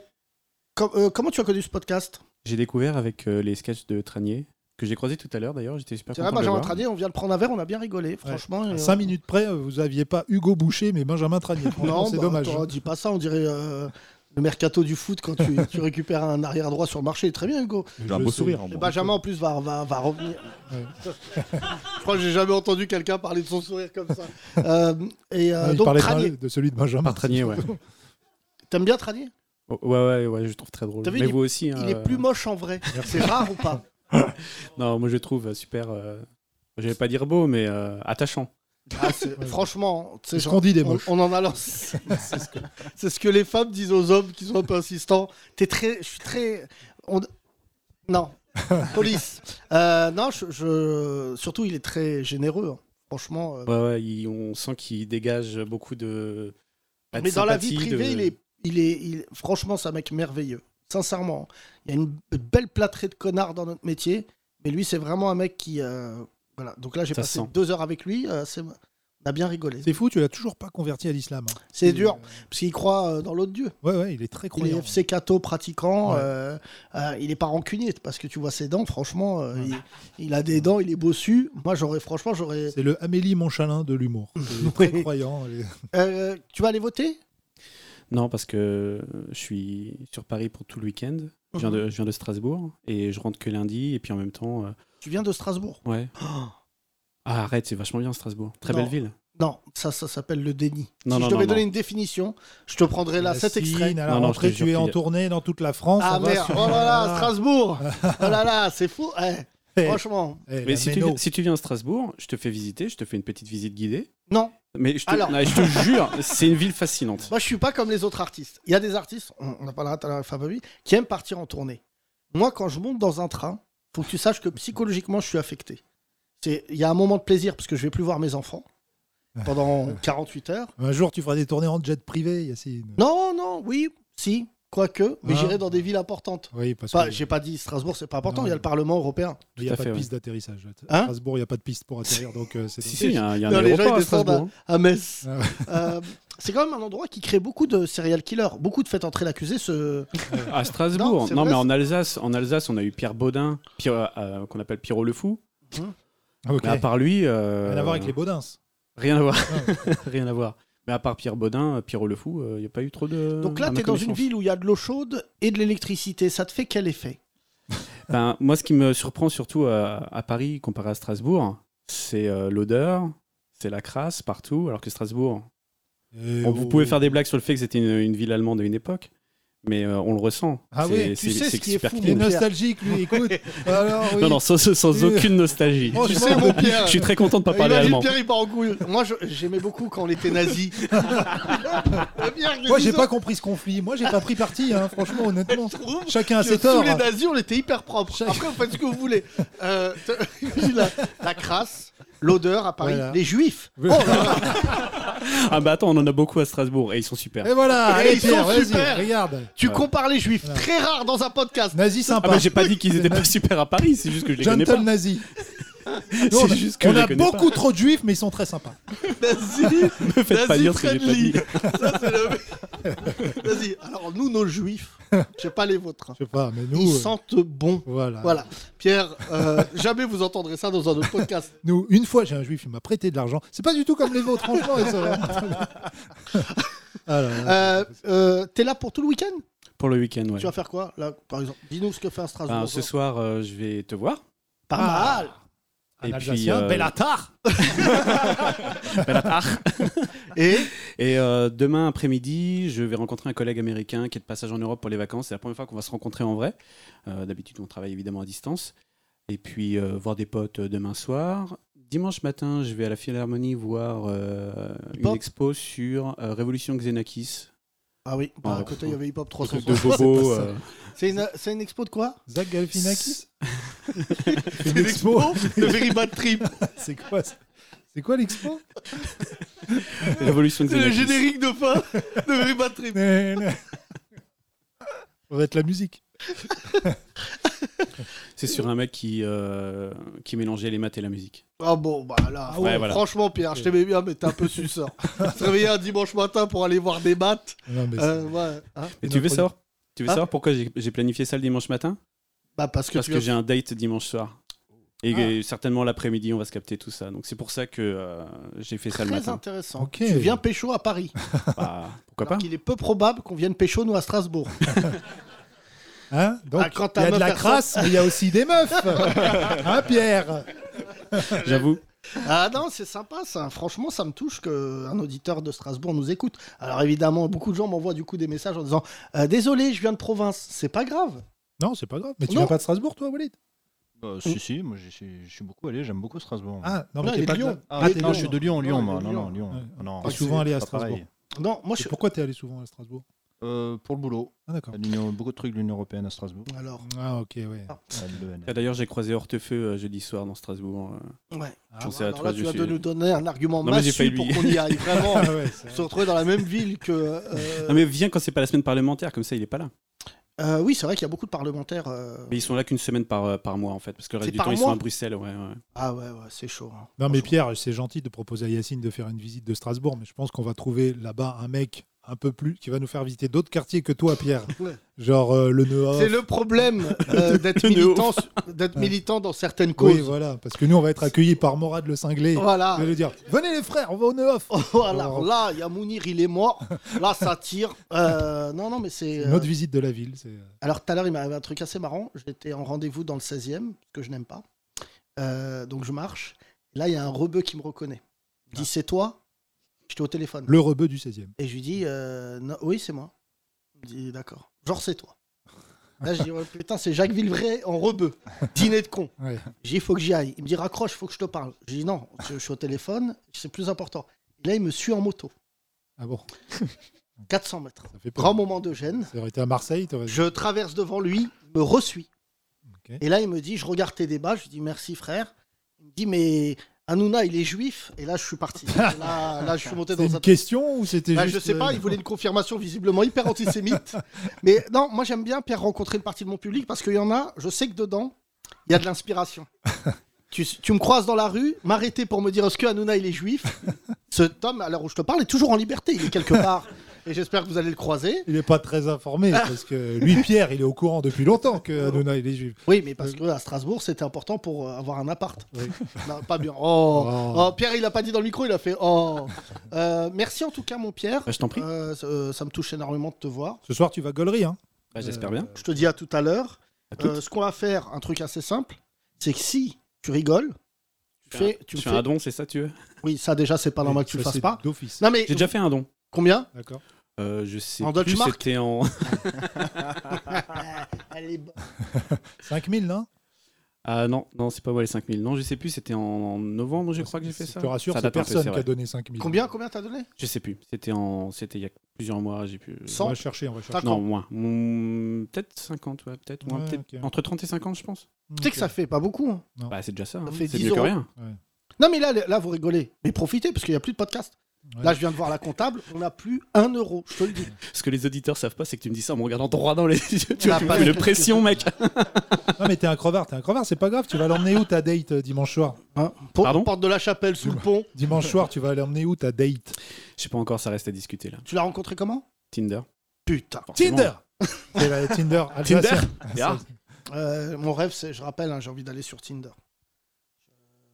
[SPEAKER 4] com- euh, comment tu as connu ce podcast
[SPEAKER 6] J'ai découvert avec euh, les sketchs de Tranier que j'ai croisé tout à l'heure d'ailleurs. J'étais super
[SPEAKER 4] C'est
[SPEAKER 6] content.
[SPEAKER 4] vrai,
[SPEAKER 6] de le
[SPEAKER 4] Benjamin
[SPEAKER 6] voir.
[SPEAKER 4] Tranier, on vient de prendre un verre, on a bien rigolé, franchement. et,
[SPEAKER 5] À
[SPEAKER 4] euh,
[SPEAKER 5] 5 minutes près, euh, vous aviez pas Hugo Boucher, mais Benjamin Tranier. Franchement,
[SPEAKER 4] Non,
[SPEAKER 5] c'est
[SPEAKER 4] bah,
[SPEAKER 5] dommage.
[SPEAKER 4] attends, dis pas ça, on dirait. euh, Le mercato du foot, quand tu, tu récupères un arrière droit sur le marché, très bien, Hugo.
[SPEAKER 7] J'ai un beau
[SPEAKER 5] hein,
[SPEAKER 7] sourire. en
[SPEAKER 4] Et
[SPEAKER 7] moi.
[SPEAKER 4] Benjamin, en plus, va, va, va revenir. je crois que j'ai jamais entendu quelqu'un parler de son sourire comme ça. Euh, et euh,
[SPEAKER 5] Ah, il
[SPEAKER 4] donc,
[SPEAKER 5] parlait de-
[SPEAKER 4] Tranier.
[SPEAKER 5] de, celui de Benjamin.
[SPEAKER 6] Tranier,
[SPEAKER 4] [laughs]
[SPEAKER 6] ouais.
[SPEAKER 4] T'aimes bien Tranier
[SPEAKER 6] Oh, ouais, ouais, ouais, je trouve très drôle.
[SPEAKER 4] T'as vu,
[SPEAKER 6] Mais
[SPEAKER 4] il est-
[SPEAKER 6] vous aussi. hein,
[SPEAKER 4] Il est
[SPEAKER 6] euh,
[SPEAKER 4] plus moche en vrai. C'est rare ou pas
[SPEAKER 6] Non, moi je le trouve euh, super. euh, Je vais pas dire beau, mais euh, attachant.
[SPEAKER 4] Ah, c'est- Franchement, tu sais,
[SPEAKER 5] C'est ce
[SPEAKER 4] genre,
[SPEAKER 5] qu'on dit des
[SPEAKER 4] on,
[SPEAKER 5] moches.
[SPEAKER 4] on en a lancé. [laughs] C'est ce, que- c'est ce que les femmes disent aux hommes qui sont un peu insistants. T'es très, je suis très. on-
[SPEAKER 5] [laughs]
[SPEAKER 4] Non, police. Euh, non, je, je- surtout il est très généreux. hein. Franchement. euh,
[SPEAKER 6] Ouais, ouais, il- on sent qu'il dégage beaucoup de. bah, de
[SPEAKER 4] Mais dans la vie
[SPEAKER 6] sympathie,
[SPEAKER 4] privée,
[SPEAKER 6] de-
[SPEAKER 4] il est, il est, il- franchement, c'est un mec merveilleux. Sincèrement, il y a une belle plâtrée de connards dans notre métier, mais lui, c'est vraiment un mec qui, euh, voilà. Donc là, j'ai
[SPEAKER 6] Ça
[SPEAKER 4] passé
[SPEAKER 6] sent.
[SPEAKER 4] deux heures avec lui. euh, c'est- on a bien rigolé.
[SPEAKER 5] C'est fou, tu l'as toujours pas converti à l'islam. hein.
[SPEAKER 4] C'est
[SPEAKER 5] Et,
[SPEAKER 4] dur, parce qu'il croit euh, dans l'autre dieu.
[SPEAKER 5] euh, Ouais, ouais, il est très
[SPEAKER 4] Il est
[SPEAKER 5] croyant.
[SPEAKER 4] FC Cato pratiquant,
[SPEAKER 5] Ouais.
[SPEAKER 4] euh, euh, il est pas rancunier parce que tu vois ses dents, franchement, euh, il, il a des dents, il est bossu. Moi j'aurais, franchement, j'aurais.
[SPEAKER 5] C'est le Amélie Montchalin de
[SPEAKER 4] [laughs]
[SPEAKER 5] l'humour. Il est très
[SPEAKER 4] Oui.
[SPEAKER 5] croyant. il est-
[SPEAKER 4] Euh, tu vas aller voter
[SPEAKER 6] Non, parce que je suis sur Paris pour tout le week-end. Je viens, de, je viens de Strasbourg et je rentre que lundi. Et puis en même temps, euh,
[SPEAKER 4] Tu viens de Strasbourg [gasps]
[SPEAKER 6] ouais. Ah, arrête, c'est vachement bien Strasbourg. Très
[SPEAKER 4] Non.
[SPEAKER 6] belle ville.
[SPEAKER 4] Non, ça, ça s'appelle le déni.
[SPEAKER 6] Non,
[SPEAKER 4] si
[SPEAKER 6] non,
[SPEAKER 4] je devais
[SPEAKER 6] non,
[SPEAKER 4] donner
[SPEAKER 6] non.
[SPEAKER 4] une définition, je te prendrais là
[SPEAKER 5] La
[SPEAKER 4] cet
[SPEAKER 5] Cine,
[SPEAKER 4] extrait.
[SPEAKER 5] à
[SPEAKER 6] Non,
[SPEAKER 5] la
[SPEAKER 6] non, je
[SPEAKER 5] rentrée,
[SPEAKER 6] te jure
[SPEAKER 5] tu es en
[SPEAKER 6] qu'il-
[SPEAKER 5] tournée dans toute la France.
[SPEAKER 4] Ah
[SPEAKER 5] on va
[SPEAKER 4] merde,
[SPEAKER 5] sur-
[SPEAKER 4] oh là
[SPEAKER 5] [laughs]
[SPEAKER 4] là, Strasbourg Oh là là, c'est fou Eh,
[SPEAKER 5] Eh,
[SPEAKER 4] Franchement,
[SPEAKER 5] eh, la
[SPEAKER 6] Mais si tu,
[SPEAKER 5] Méno.
[SPEAKER 6] viens- si tu viens à Strasbourg, je te fais visiter, je te fais une petite visite guidée.
[SPEAKER 4] non,
[SPEAKER 6] Mais je te,
[SPEAKER 4] Alors.
[SPEAKER 6] non, je te
[SPEAKER 4] [laughs]
[SPEAKER 6] jure, c'est une ville fascinante.
[SPEAKER 4] moi je suis pas comme les autres artistes. Il y a des artistes, on, on en parlera tout à l'heure avec Fabien, qui aiment partir en tournée. Moi, quand je monte dans un train, faut que tu saches que psychologiquement, je suis affecté. C'est- Il y a un moment de plaisir parce que je vais plus voir mes enfants pendant 48 heures.
[SPEAKER 5] Un jour, tu feras des tournées en jet privé, Yacine.
[SPEAKER 4] Non, non, oui, si, quoique, mais
[SPEAKER 5] Ah.
[SPEAKER 4] j'irai dans des villes importantes.
[SPEAKER 5] Oui, parce
[SPEAKER 4] Pas-
[SPEAKER 5] que-
[SPEAKER 4] J'ai pas dit Strasbourg, c'est pas important,
[SPEAKER 5] Non.
[SPEAKER 4] il y a le Parlement européen.
[SPEAKER 5] Il n'y a
[SPEAKER 6] Tout à
[SPEAKER 5] pas
[SPEAKER 6] fait,
[SPEAKER 5] de
[SPEAKER 6] ouais.
[SPEAKER 5] piste d'atterrissage.
[SPEAKER 4] Hein
[SPEAKER 5] à Strasbourg, il n'y a pas de piste pour atterrir. Donc, euh,
[SPEAKER 6] [laughs]
[SPEAKER 5] c'est
[SPEAKER 6] Si, si, il y a, un- il y a un
[SPEAKER 4] Non, les gens,
[SPEAKER 6] aéroport
[SPEAKER 4] ils
[SPEAKER 6] à
[SPEAKER 4] descendent
[SPEAKER 6] Strasbourg. hein.
[SPEAKER 4] à Metz.
[SPEAKER 5] Ah
[SPEAKER 4] Euh, c'est quand même un endroit qui crée beaucoup de serial killers. Beaucoup de fait entrer l'accusé. Ce...
[SPEAKER 6] À Strasbourg.
[SPEAKER 4] Non,
[SPEAKER 6] Non,
[SPEAKER 4] c'est vrai,
[SPEAKER 6] mais en Alsace, en Alsace, on a eu Pierre Baudin, Pierre- euh, qu'on appelle Pierrot le Fou.
[SPEAKER 4] Hum.
[SPEAKER 5] Ah, ok.
[SPEAKER 6] Mais à part lui. euh,
[SPEAKER 5] Rien à voir avec les Baudins. Ah,
[SPEAKER 6] Rien à voir. [laughs] rien à voir. Mais à part Pierre Baudin, euh, Pierrot le Fou, il n'y a pas eu trop de.
[SPEAKER 4] Donc là,
[SPEAKER 6] à ma
[SPEAKER 4] tu es dans une
[SPEAKER 6] connaissance.
[SPEAKER 4] ville où il y a de l'eau chaude et de l'électricité. Ça te fait quel effet
[SPEAKER 6] Ben, moi, ce qui me surprend surtout à, à Paris comparé à Strasbourg, c'est euh, l'odeur, c'est la crasse partout. Alors que Strasbourg,
[SPEAKER 5] Et
[SPEAKER 6] bon, vous
[SPEAKER 5] au-
[SPEAKER 6] pouvez faire des blagues sur le fait que c'était une, une ville allemande à une époque, mais euh, on le ressent.
[SPEAKER 5] Ah
[SPEAKER 6] C'est-
[SPEAKER 5] oui,
[SPEAKER 4] tu
[SPEAKER 6] c'est-
[SPEAKER 4] sais
[SPEAKER 6] c'est
[SPEAKER 4] ce qui est fou,
[SPEAKER 5] Il
[SPEAKER 6] pertinent.
[SPEAKER 5] est
[SPEAKER 4] Pierre.
[SPEAKER 5] nostalgique, lui, écoute. Alors, [laughs] oui.
[SPEAKER 6] Non, non, sans, sans aucune nostalgie.
[SPEAKER 5] Franchement,
[SPEAKER 4] Tu sais, mon Pierre.
[SPEAKER 6] Je suis très content de pas parler allemand.
[SPEAKER 4] Pierre, il part en couille. Moi, je- j'aimais beaucoup quand on était nazi.
[SPEAKER 5] Moi, j'ai pas compris ce conflit. Moi, j'ai pas pris parti, hein, franchement,
[SPEAKER 4] [laughs]
[SPEAKER 5] honnêtement.
[SPEAKER 4] trouve
[SPEAKER 5] [laughs] Chacun a
[SPEAKER 4] que
[SPEAKER 5] ses
[SPEAKER 4] sous
[SPEAKER 5] torts. hein.
[SPEAKER 4] les nazis, on était hyper propre. Après, vous faites ce que vous voulez. Euh, [laughs] la, la crasse, l'odeur à Paris,
[SPEAKER 5] Voilà.
[SPEAKER 4] les juifs.
[SPEAKER 5] Oui.
[SPEAKER 4] Oh là là.
[SPEAKER 6] [laughs] Ah bah attends, on en a beaucoup à Strasbourg et ils sont super.
[SPEAKER 5] Et voilà,
[SPEAKER 4] Et
[SPEAKER 5] allez,
[SPEAKER 4] ils sont
[SPEAKER 5] Pierre, vas-y,
[SPEAKER 4] super.
[SPEAKER 5] regarde.
[SPEAKER 4] tu
[SPEAKER 6] Ouais.
[SPEAKER 4] compares les juifs, très rare dans un podcast.
[SPEAKER 5] Nazi
[SPEAKER 6] Ah
[SPEAKER 5] sympa.
[SPEAKER 6] bah j'ai pas dit
[SPEAKER 4] [laughs]
[SPEAKER 6] qu'ils étaient [laughs] pas super à Paris, c'est juste que je les connais
[SPEAKER 5] Gentle
[SPEAKER 6] pas. [laughs]
[SPEAKER 5] nazi.
[SPEAKER 6] C'est
[SPEAKER 5] on a,
[SPEAKER 6] juste que
[SPEAKER 5] on
[SPEAKER 6] je les
[SPEAKER 5] a
[SPEAKER 6] connais pas.
[SPEAKER 5] beaucoup trop de juifs, mais ils sont très
[SPEAKER 4] [laughs]
[SPEAKER 5] sympas.
[SPEAKER 4] Nazi,
[SPEAKER 6] Me faites pas
[SPEAKER 4] Nazi
[SPEAKER 6] dire ce que j'ai pas
[SPEAKER 4] friendly.
[SPEAKER 6] dit.
[SPEAKER 4] Ça, c'est le- Vas-y, alors nous, nos juifs, je sais pas les vôtres, hein,
[SPEAKER 5] Je sais pas, mais nous.
[SPEAKER 4] ils
[SPEAKER 5] euh,
[SPEAKER 4] sentent bon.
[SPEAKER 5] Voilà.
[SPEAKER 4] Voilà. Pierre, euh, jamais vous entendrez ça dans un
[SPEAKER 5] [laughs]
[SPEAKER 4] autre podcast.
[SPEAKER 5] Nous, une fois, j'ai un juif, il m'a prêté de l'argent. C'est pas du tout comme les vôtres, franchement. ils sont vraiment très bien. Ah là là.
[SPEAKER 4] Euh, euh, T'es là pour tout le week-end
[SPEAKER 6] Pour le week-end, ouais.
[SPEAKER 4] Tu vas faire quoi, là, par exemple Dis-nous ce que fait un Strasbourg.
[SPEAKER 6] Ben, ce soir, euh, je vais te voir. Ah.
[SPEAKER 4] Pas mal.
[SPEAKER 5] Un
[SPEAKER 6] et puis,
[SPEAKER 5] Alsacien,
[SPEAKER 6] euh,
[SPEAKER 5] Bellatar.
[SPEAKER 6] [laughs]
[SPEAKER 4] Et
[SPEAKER 6] Et euh, demain après-midi, je vais rencontrer un collègue américain qui est de passage en Europe pour les vacances. C'est la première fois qu'on va se rencontrer en vrai. Euh, D'habitude, on travaille évidemment à distance. Et puis, euh, voir des potes euh, demain soir. Dimanche matin, je vais à la Philharmonie voir euh, une
[SPEAKER 4] Hip-hop
[SPEAKER 6] expo sur euh, Révolution Xenakis.
[SPEAKER 4] Ah oui, bah, à
[SPEAKER 6] Oh.
[SPEAKER 4] côté, il y avait Hip Hop
[SPEAKER 6] Un truc de
[SPEAKER 4] 360.
[SPEAKER 6] Bobo.
[SPEAKER 5] C'est pas
[SPEAKER 4] [laughs]
[SPEAKER 5] ça.
[SPEAKER 6] euh,
[SPEAKER 4] C'est une, c'est une expo de quoi
[SPEAKER 5] Zach
[SPEAKER 4] [laughs]
[SPEAKER 5] Galifianakis.
[SPEAKER 4] C'est une expo
[SPEAKER 5] [laughs]
[SPEAKER 4] de Very Bad Trip.
[SPEAKER 5] C'est quoi ça C'est quoi l'expo
[SPEAKER 6] Révolution
[SPEAKER 4] C'est le
[SPEAKER 6] Xenakis.
[SPEAKER 4] générique de fin de Very Bad Trip.
[SPEAKER 5] On va être la musique.
[SPEAKER 6] C'est sur un mec qui, euh, qui mélangeait les maths et la musique.
[SPEAKER 4] Ah bon, bah là,
[SPEAKER 5] Ah ouais,
[SPEAKER 4] ouais,
[SPEAKER 6] voilà.
[SPEAKER 4] franchement, Pierre, je t'aimais bien, mais t'es un
[SPEAKER 5] [laughs]
[SPEAKER 4] peu suceur. Se réveiller un dimanche matin pour aller voir des maths,
[SPEAKER 5] Non, mais c'est-
[SPEAKER 4] euh, ouais, hein.
[SPEAKER 6] Et
[SPEAKER 5] Une
[SPEAKER 6] tu veux
[SPEAKER 5] improdu-
[SPEAKER 6] savoir Tu veux
[SPEAKER 4] Ah.
[SPEAKER 6] savoir pourquoi j'ai j'ai planifié ça le dimanche matin
[SPEAKER 4] Bah parce que
[SPEAKER 6] Parce
[SPEAKER 4] tu Ah.
[SPEAKER 6] que
[SPEAKER 4] viens-
[SPEAKER 6] j'ai un date dimanche soir. Et euh, certainement l'après-midi, on va se capter tout ça. Donc c'est pour ça que euh, j'ai fait ça le
[SPEAKER 4] Très
[SPEAKER 6] matin.
[SPEAKER 4] intéressant.
[SPEAKER 5] Ok.
[SPEAKER 4] Tu viens pécho à Paris.
[SPEAKER 6] [laughs] Bah, pourquoi pas
[SPEAKER 4] Alors qu'il est peu probable qu'on vienne pécho, nous,
[SPEAKER 5] [laughs]
[SPEAKER 4] à Strasbourg.
[SPEAKER 5] Hein Donc,
[SPEAKER 4] Ah, quand ta
[SPEAKER 5] il y a de
[SPEAKER 4] meuf,
[SPEAKER 5] la
[SPEAKER 4] elle
[SPEAKER 5] crasse, mais il y a aussi des meufs.
[SPEAKER 4] [laughs]
[SPEAKER 5] hein, Pierre
[SPEAKER 6] J'avoue.
[SPEAKER 4] Ah non, c'est sympa ça. Franchement, ça me touche qu'un auditeur de Strasbourg nous écoute. Alors évidemment, beaucoup de gens m'envoient du coup des messages en disant Euh, Désolé, je viens de province. C'est pas grave.
[SPEAKER 5] Non, c'est pas grave. Mais tu
[SPEAKER 4] Non.
[SPEAKER 5] viens pas de Strasbourg, toi, Walid
[SPEAKER 8] Bah, si, si, moi je suis je suis beaucoup allé, j'ime beaucoup Strasbourg.
[SPEAKER 5] Ah, non,
[SPEAKER 4] Non,
[SPEAKER 5] mais
[SPEAKER 4] il
[SPEAKER 5] t'es
[SPEAKER 4] est
[SPEAKER 5] pas
[SPEAKER 4] de
[SPEAKER 5] de-
[SPEAKER 4] Lyon.
[SPEAKER 8] Ah,
[SPEAKER 4] Il est de
[SPEAKER 8] non, je suis de Lyon, Lyon,
[SPEAKER 4] Non,
[SPEAKER 8] moi.
[SPEAKER 4] il
[SPEAKER 8] Non,
[SPEAKER 4] est de
[SPEAKER 8] non,
[SPEAKER 4] Lyon.
[SPEAKER 8] Lyon.
[SPEAKER 5] Ouais.
[SPEAKER 8] Non,
[SPEAKER 5] T'es
[SPEAKER 8] c'est
[SPEAKER 5] souvent allé à
[SPEAKER 8] pas
[SPEAKER 5] Strasbourg.
[SPEAKER 8] pareil.
[SPEAKER 4] Non, moi je.
[SPEAKER 5] Et pourquoi t'es allé souvent à Strasbourg
[SPEAKER 8] Euh, Pour le boulot.
[SPEAKER 5] Ah, d'accord.
[SPEAKER 8] Il y a de l'Union- beaucoup de trucs de l'Union Européenne à Strasbourg.
[SPEAKER 4] Alors,
[SPEAKER 5] Ah, ok, ouais.
[SPEAKER 8] Ah, de l'ENF.
[SPEAKER 6] Ah, D'ailleurs, j'ai croisé Hortefeux euh, jeudi soir dans Strasbourg. euh.
[SPEAKER 4] ouais. Ah,
[SPEAKER 5] Je
[SPEAKER 6] pensais à
[SPEAKER 4] Alors
[SPEAKER 6] toi,
[SPEAKER 4] là, tu
[SPEAKER 6] je
[SPEAKER 4] viens de
[SPEAKER 6] suis-
[SPEAKER 4] nous donner un argument
[SPEAKER 6] Non, mais j'ai
[SPEAKER 4] massu
[SPEAKER 6] failli
[SPEAKER 4] pour
[SPEAKER 6] lui.
[SPEAKER 4] qu'on
[SPEAKER 5] [laughs]
[SPEAKER 4] y aille. Vraiment,
[SPEAKER 5] Ah, ouais, c'est-
[SPEAKER 4] se retrouver dans la même ville que.
[SPEAKER 6] [laughs]
[SPEAKER 4] euh,
[SPEAKER 6] Non, mais viens quand c'est pas la semaine parlementaire, comme ça il est pas là.
[SPEAKER 4] euh, oui, c'est vrai qu'il y a beaucoup de parlementaires. euh,
[SPEAKER 6] Mais ils sont là qu'une semaine par, euh, par mois en fait, parce que le
[SPEAKER 4] C'est
[SPEAKER 6] reste du
[SPEAKER 4] par
[SPEAKER 6] temps ils
[SPEAKER 4] mois
[SPEAKER 6] sont à Bruxelles. Ouais, ouais.
[SPEAKER 4] Ah ouais, ouais, c'est chaud. hein.
[SPEAKER 5] Non, mais
[SPEAKER 4] Franchement.
[SPEAKER 5] Pierre, c'est gentil de proposer à Yacine de faire une visite de Strasbourg, mais je pense qu'on va trouver là-bas un mec un peu plus qui va nous faire visiter d'autres quartiers que toi,
[SPEAKER 4] [laughs]
[SPEAKER 5] Pierre.
[SPEAKER 4] Ouais.
[SPEAKER 5] Genre euh, le Nord.
[SPEAKER 4] C'est le
[SPEAKER 5] [laughs]
[SPEAKER 4] problème euh, d'être militant, d'être militant dans certaines causes.
[SPEAKER 5] Oui, voilà, parce que nous, on va être accueillis par Morad le cinglé.
[SPEAKER 4] Voilà.
[SPEAKER 5] Je vais lui dire Venez les frères, on va au Neuf
[SPEAKER 4] [laughs] Voilà,
[SPEAKER 5] Alors-
[SPEAKER 4] là, il y a Mounir, il est mort. Là, ça tire. Euh, non, non, mais c'est.
[SPEAKER 5] Une
[SPEAKER 4] euh,
[SPEAKER 5] autre visite de la ville. c'est- euh,
[SPEAKER 4] Alors, tout à l'heure, il m'est arrivé un truc assez marrant. J'étais en rendez-vous dans le 16e, que je n'aime pas. Euh, donc, je marche. Là, il y a un rebeu qui me reconnaît. Il dit C'est toi J'étais au téléphone.
[SPEAKER 5] Ah. Le rebeu du 16e.
[SPEAKER 4] Et je lui dis euh, Non, Oui, c'est moi. Il dit D'accord. Genre, c'est toi. Là, je dis Ouais, Putain, c'est Jacques Villevray en rebeu. Dîner de con.
[SPEAKER 5] Ouais.
[SPEAKER 4] J'ai dit, faut que j'y aille. Il me dit, raccroche, faut que je te parle. J'ai dit, non, je, je suis au téléphone, c'est plus important. Et là, il me suit en moto,
[SPEAKER 5] Ah
[SPEAKER 4] [laughs]
[SPEAKER 5] bon,
[SPEAKER 4] 400 mètres.
[SPEAKER 5] ça fait peur.
[SPEAKER 4] Grand moment de gêne.
[SPEAKER 5] Ça aurait été à Marseille, t'aurais
[SPEAKER 4] Je traverse devant lui, il me reçuit.
[SPEAKER 5] Ok.
[SPEAKER 4] Et là, il me dit, je regarde tes débats, je lui dis, merci frère. Il me dit, mais Hanouna, il est juif. Et là, je
[SPEAKER 5] [laughs]
[SPEAKER 4] suis parti. Et là, là, je suis monté
[SPEAKER 5] C'était
[SPEAKER 4] dans
[SPEAKER 5] une
[SPEAKER 4] un.
[SPEAKER 5] question ou c'était
[SPEAKER 4] Là,
[SPEAKER 5] juste.
[SPEAKER 4] Bah, je sais pas,
[SPEAKER 5] euh,
[SPEAKER 4] il voulait une confirmation visiblement
[SPEAKER 5] [laughs]
[SPEAKER 4] hyper antisémite. mais non, moi j'aime bien Pierre rencontrer une partie de mon public parce qu'il y en a, je sais que dedans, il y a
[SPEAKER 5] [laughs]
[SPEAKER 4] de l'inspiration. tu, tu me croises dans la rue, m'arrêter pour me dire est-ce que Hanouna il
[SPEAKER 5] [laughs]
[SPEAKER 4] est juif Cet homme, à l'heure où je te parle, est toujours en liberté, il est quelque part. Et j'espère que vous allez le croiser.
[SPEAKER 5] Il n'est pas très informé parce que lui, Pierre, il est au courant depuis longtemps que Hanouna, il est juif. Euh,
[SPEAKER 4] Oui, mais parce que à Strasbourg, c'était important pour euh, avoir un appart.
[SPEAKER 5] Oui.
[SPEAKER 4] Non, pas bien. [laughs] Oh.
[SPEAKER 5] Oh.
[SPEAKER 4] Oh, Pierre, il a pas dit dans le micro, il a fait
[SPEAKER 5] [laughs]
[SPEAKER 4] oh. Euh, merci en tout cas, mon Pierre.
[SPEAKER 6] Bah, je t'en prie.
[SPEAKER 4] Euh, ça- euh, ça me touche énormément de te voir. Euh,
[SPEAKER 5] Ce soir, tu vas gaulerie, hein
[SPEAKER 6] Bah, J'espère bien.
[SPEAKER 4] Je te dis à tout à l'heure.
[SPEAKER 6] À toutes.
[SPEAKER 4] Euh, ce qu'on va faire, un truc assez simple, c'est que si tu rigoles, tu fais. Tu
[SPEAKER 6] Tu
[SPEAKER 4] me
[SPEAKER 6] fais
[SPEAKER 4] fais-
[SPEAKER 6] un don, c'est ça, tu veux
[SPEAKER 4] Oui, ça déjà, c'est pas normal que tu le
[SPEAKER 5] Ça,
[SPEAKER 4] fasses
[SPEAKER 5] c'est
[SPEAKER 4] pas.
[SPEAKER 5] D'office.
[SPEAKER 4] Non, mais
[SPEAKER 6] J'ai déjà fait un don.
[SPEAKER 4] combien
[SPEAKER 5] D'accord.
[SPEAKER 6] Euh, je sais
[SPEAKER 4] En
[SPEAKER 6] plus,
[SPEAKER 4] Deutschmark
[SPEAKER 6] c'était
[SPEAKER 5] [laughs]
[SPEAKER 4] [laughs]
[SPEAKER 6] en.
[SPEAKER 4] Allez, b-
[SPEAKER 5] 5000, non
[SPEAKER 6] [laughs] Ah non, non, c'est pas moi les 5000. Non, je sais plus, c'était en, en novembre, je crois que j'ai fait ça.
[SPEAKER 5] Je te rassure,
[SPEAKER 6] Ça
[SPEAKER 5] Ah, c'est
[SPEAKER 6] date un peu,
[SPEAKER 5] personne
[SPEAKER 6] c'est
[SPEAKER 5] qui a
[SPEAKER 6] vrai.
[SPEAKER 5] donné 5000.
[SPEAKER 4] Combien Combien t'as donné
[SPEAKER 6] Je sais plus. C'était en, c'était il y a plusieurs mois. J'ai pu.
[SPEAKER 5] On
[SPEAKER 4] 100
[SPEAKER 5] va chercher, on va chercher.
[SPEAKER 4] T'as-
[SPEAKER 6] Non, moins. Mm, peut-être 50, ouais, peut-être. moins,
[SPEAKER 5] Ouais,
[SPEAKER 6] peut-être
[SPEAKER 5] ok.
[SPEAKER 6] Entre 30 et 50, je pense.
[SPEAKER 4] Tu sais que ça fait pas beaucoup. hein.
[SPEAKER 6] Bah, c'est déjà ça. hein.
[SPEAKER 4] fait
[SPEAKER 6] C'est
[SPEAKER 4] 10
[SPEAKER 6] mieux que
[SPEAKER 4] euros.
[SPEAKER 6] rien.
[SPEAKER 4] Non, mais là, là, vous rigolez. Mais profitez, parce qu'il n'y a plus de podcast.
[SPEAKER 5] Ouais.
[SPEAKER 4] Là, je viens de voir la comptable, on n'a plus un euro, je te le dis.
[SPEAKER 6] Ce que les auditeurs savent pas, c'est que tu me dis ça en me regardant droit dans les [laughs] yeux. Tu vois,
[SPEAKER 4] Ah,
[SPEAKER 6] tu
[SPEAKER 4] pas
[SPEAKER 6] me fais
[SPEAKER 4] du
[SPEAKER 6] une
[SPEAKER 4] tout.
[SPEAKER 6] pression, mec.
[SPEAKER 5] Non, mais t'es un crevard, t'es un crevard, c'est pas grave, tu vas l'emmener où ta date euh, dimanche soir
[SPEAKER 4] Hein [laughs] Pour-
[SPEAKER 6] Pardon
[SPEAKER 4] porte de la chapelle, sous le pont.
[SPEAKER 5] Dimanche soir, tu vas l'emmener où ta date
[SPEAKER 6] Je sais pas encore, ça reste à discuter là.
[SPEAKER 4] Tu l'as rencontré comment
[SPEAKER 6] Tinder.
[SPEAKER 4] Putain.
[SPEAKER 6] forcément.
[SPEAKER 5] Tinder [laughs] C'est la
[SPEAKER 4] [laughs]
[SPEAKER 5] Tinder alsacien. [laughs]
[SPEAKER 6] Et ah,
[SPEAKER 4] Euh, mon rêve, c'est, je rappelle, hein, j'ai envie d'aller sur Tinder.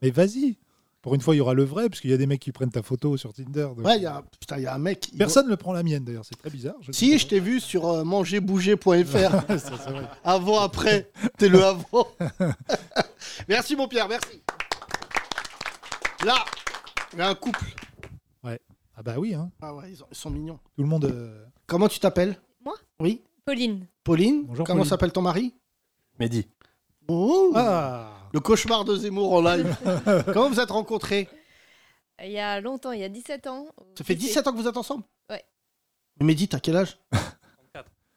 [SPEAKER 5] Mais vas-y Pour une fois, il y aura le vrai, parce qu'il y a des mecs qui prennent ta photo sur Tinder. donc-
[SPEAKER 4] Ouais, il y a, putain, il y a un mec. il-
[SPEAKER 5] Personne ne prend la mienne d'ailleurs, c'est très bizarre. je
[SPEAKER 4] Si,
[SPEAKER 5] comprends
[SPEAKER 4] je t'ai vu sur
[SPEAKER 5] [laughs]
[SPEAKER 4] euh, mangerbouger.fr.
[SPEAKER 5] pas. Ça, c'est vrai.
[SPEAKER 4] [laughs] Avant, après, t'es
[SPEAKER 5] [laughs]
[SPEAKER 4] le avant. [laughs] merci mon Pierre, merci. Là, il y a un couple.
[SPEAKER 5] Ah bah oui, hein.
[SPEAKER 4] Ah ouais, ils, ont- ils sont mignons.
[SPEAKER 5] tout le monde. euh,
[SPEAKER 4] Comment tu t'appelles
[SPEAKER 9] Moi
[SPEAKER 4] Oui.
[SPEAKER 9] Pauline.
[SPEAKER 4] Pauline
[SPEAKER 5] Bonjour,
[SPEAKER 4] Comment
[SPEAKER 5] Pauline.
[SPEAKER 4] s'appelle ton mari
[SPEAKER 8] Mehdi.
[SPEAKER 4] Oh
[SPEAKER 5] Ah
[SPEAKER 4] Le cauchemar de Zemmour en
[SPEAKER 5] [laughs]
[SPEAKER 4] live. Comment vous êtes rencontrés
[SPEAKER 9] Il y a longtemps, il y a 17 ans.
[SPEAKER 4] Ça fait 17 ans que vous êtes ensemble
[SPEAKER 9] Ouais.
[SPEAKER 4] Mais Mehdi, t'as quel âge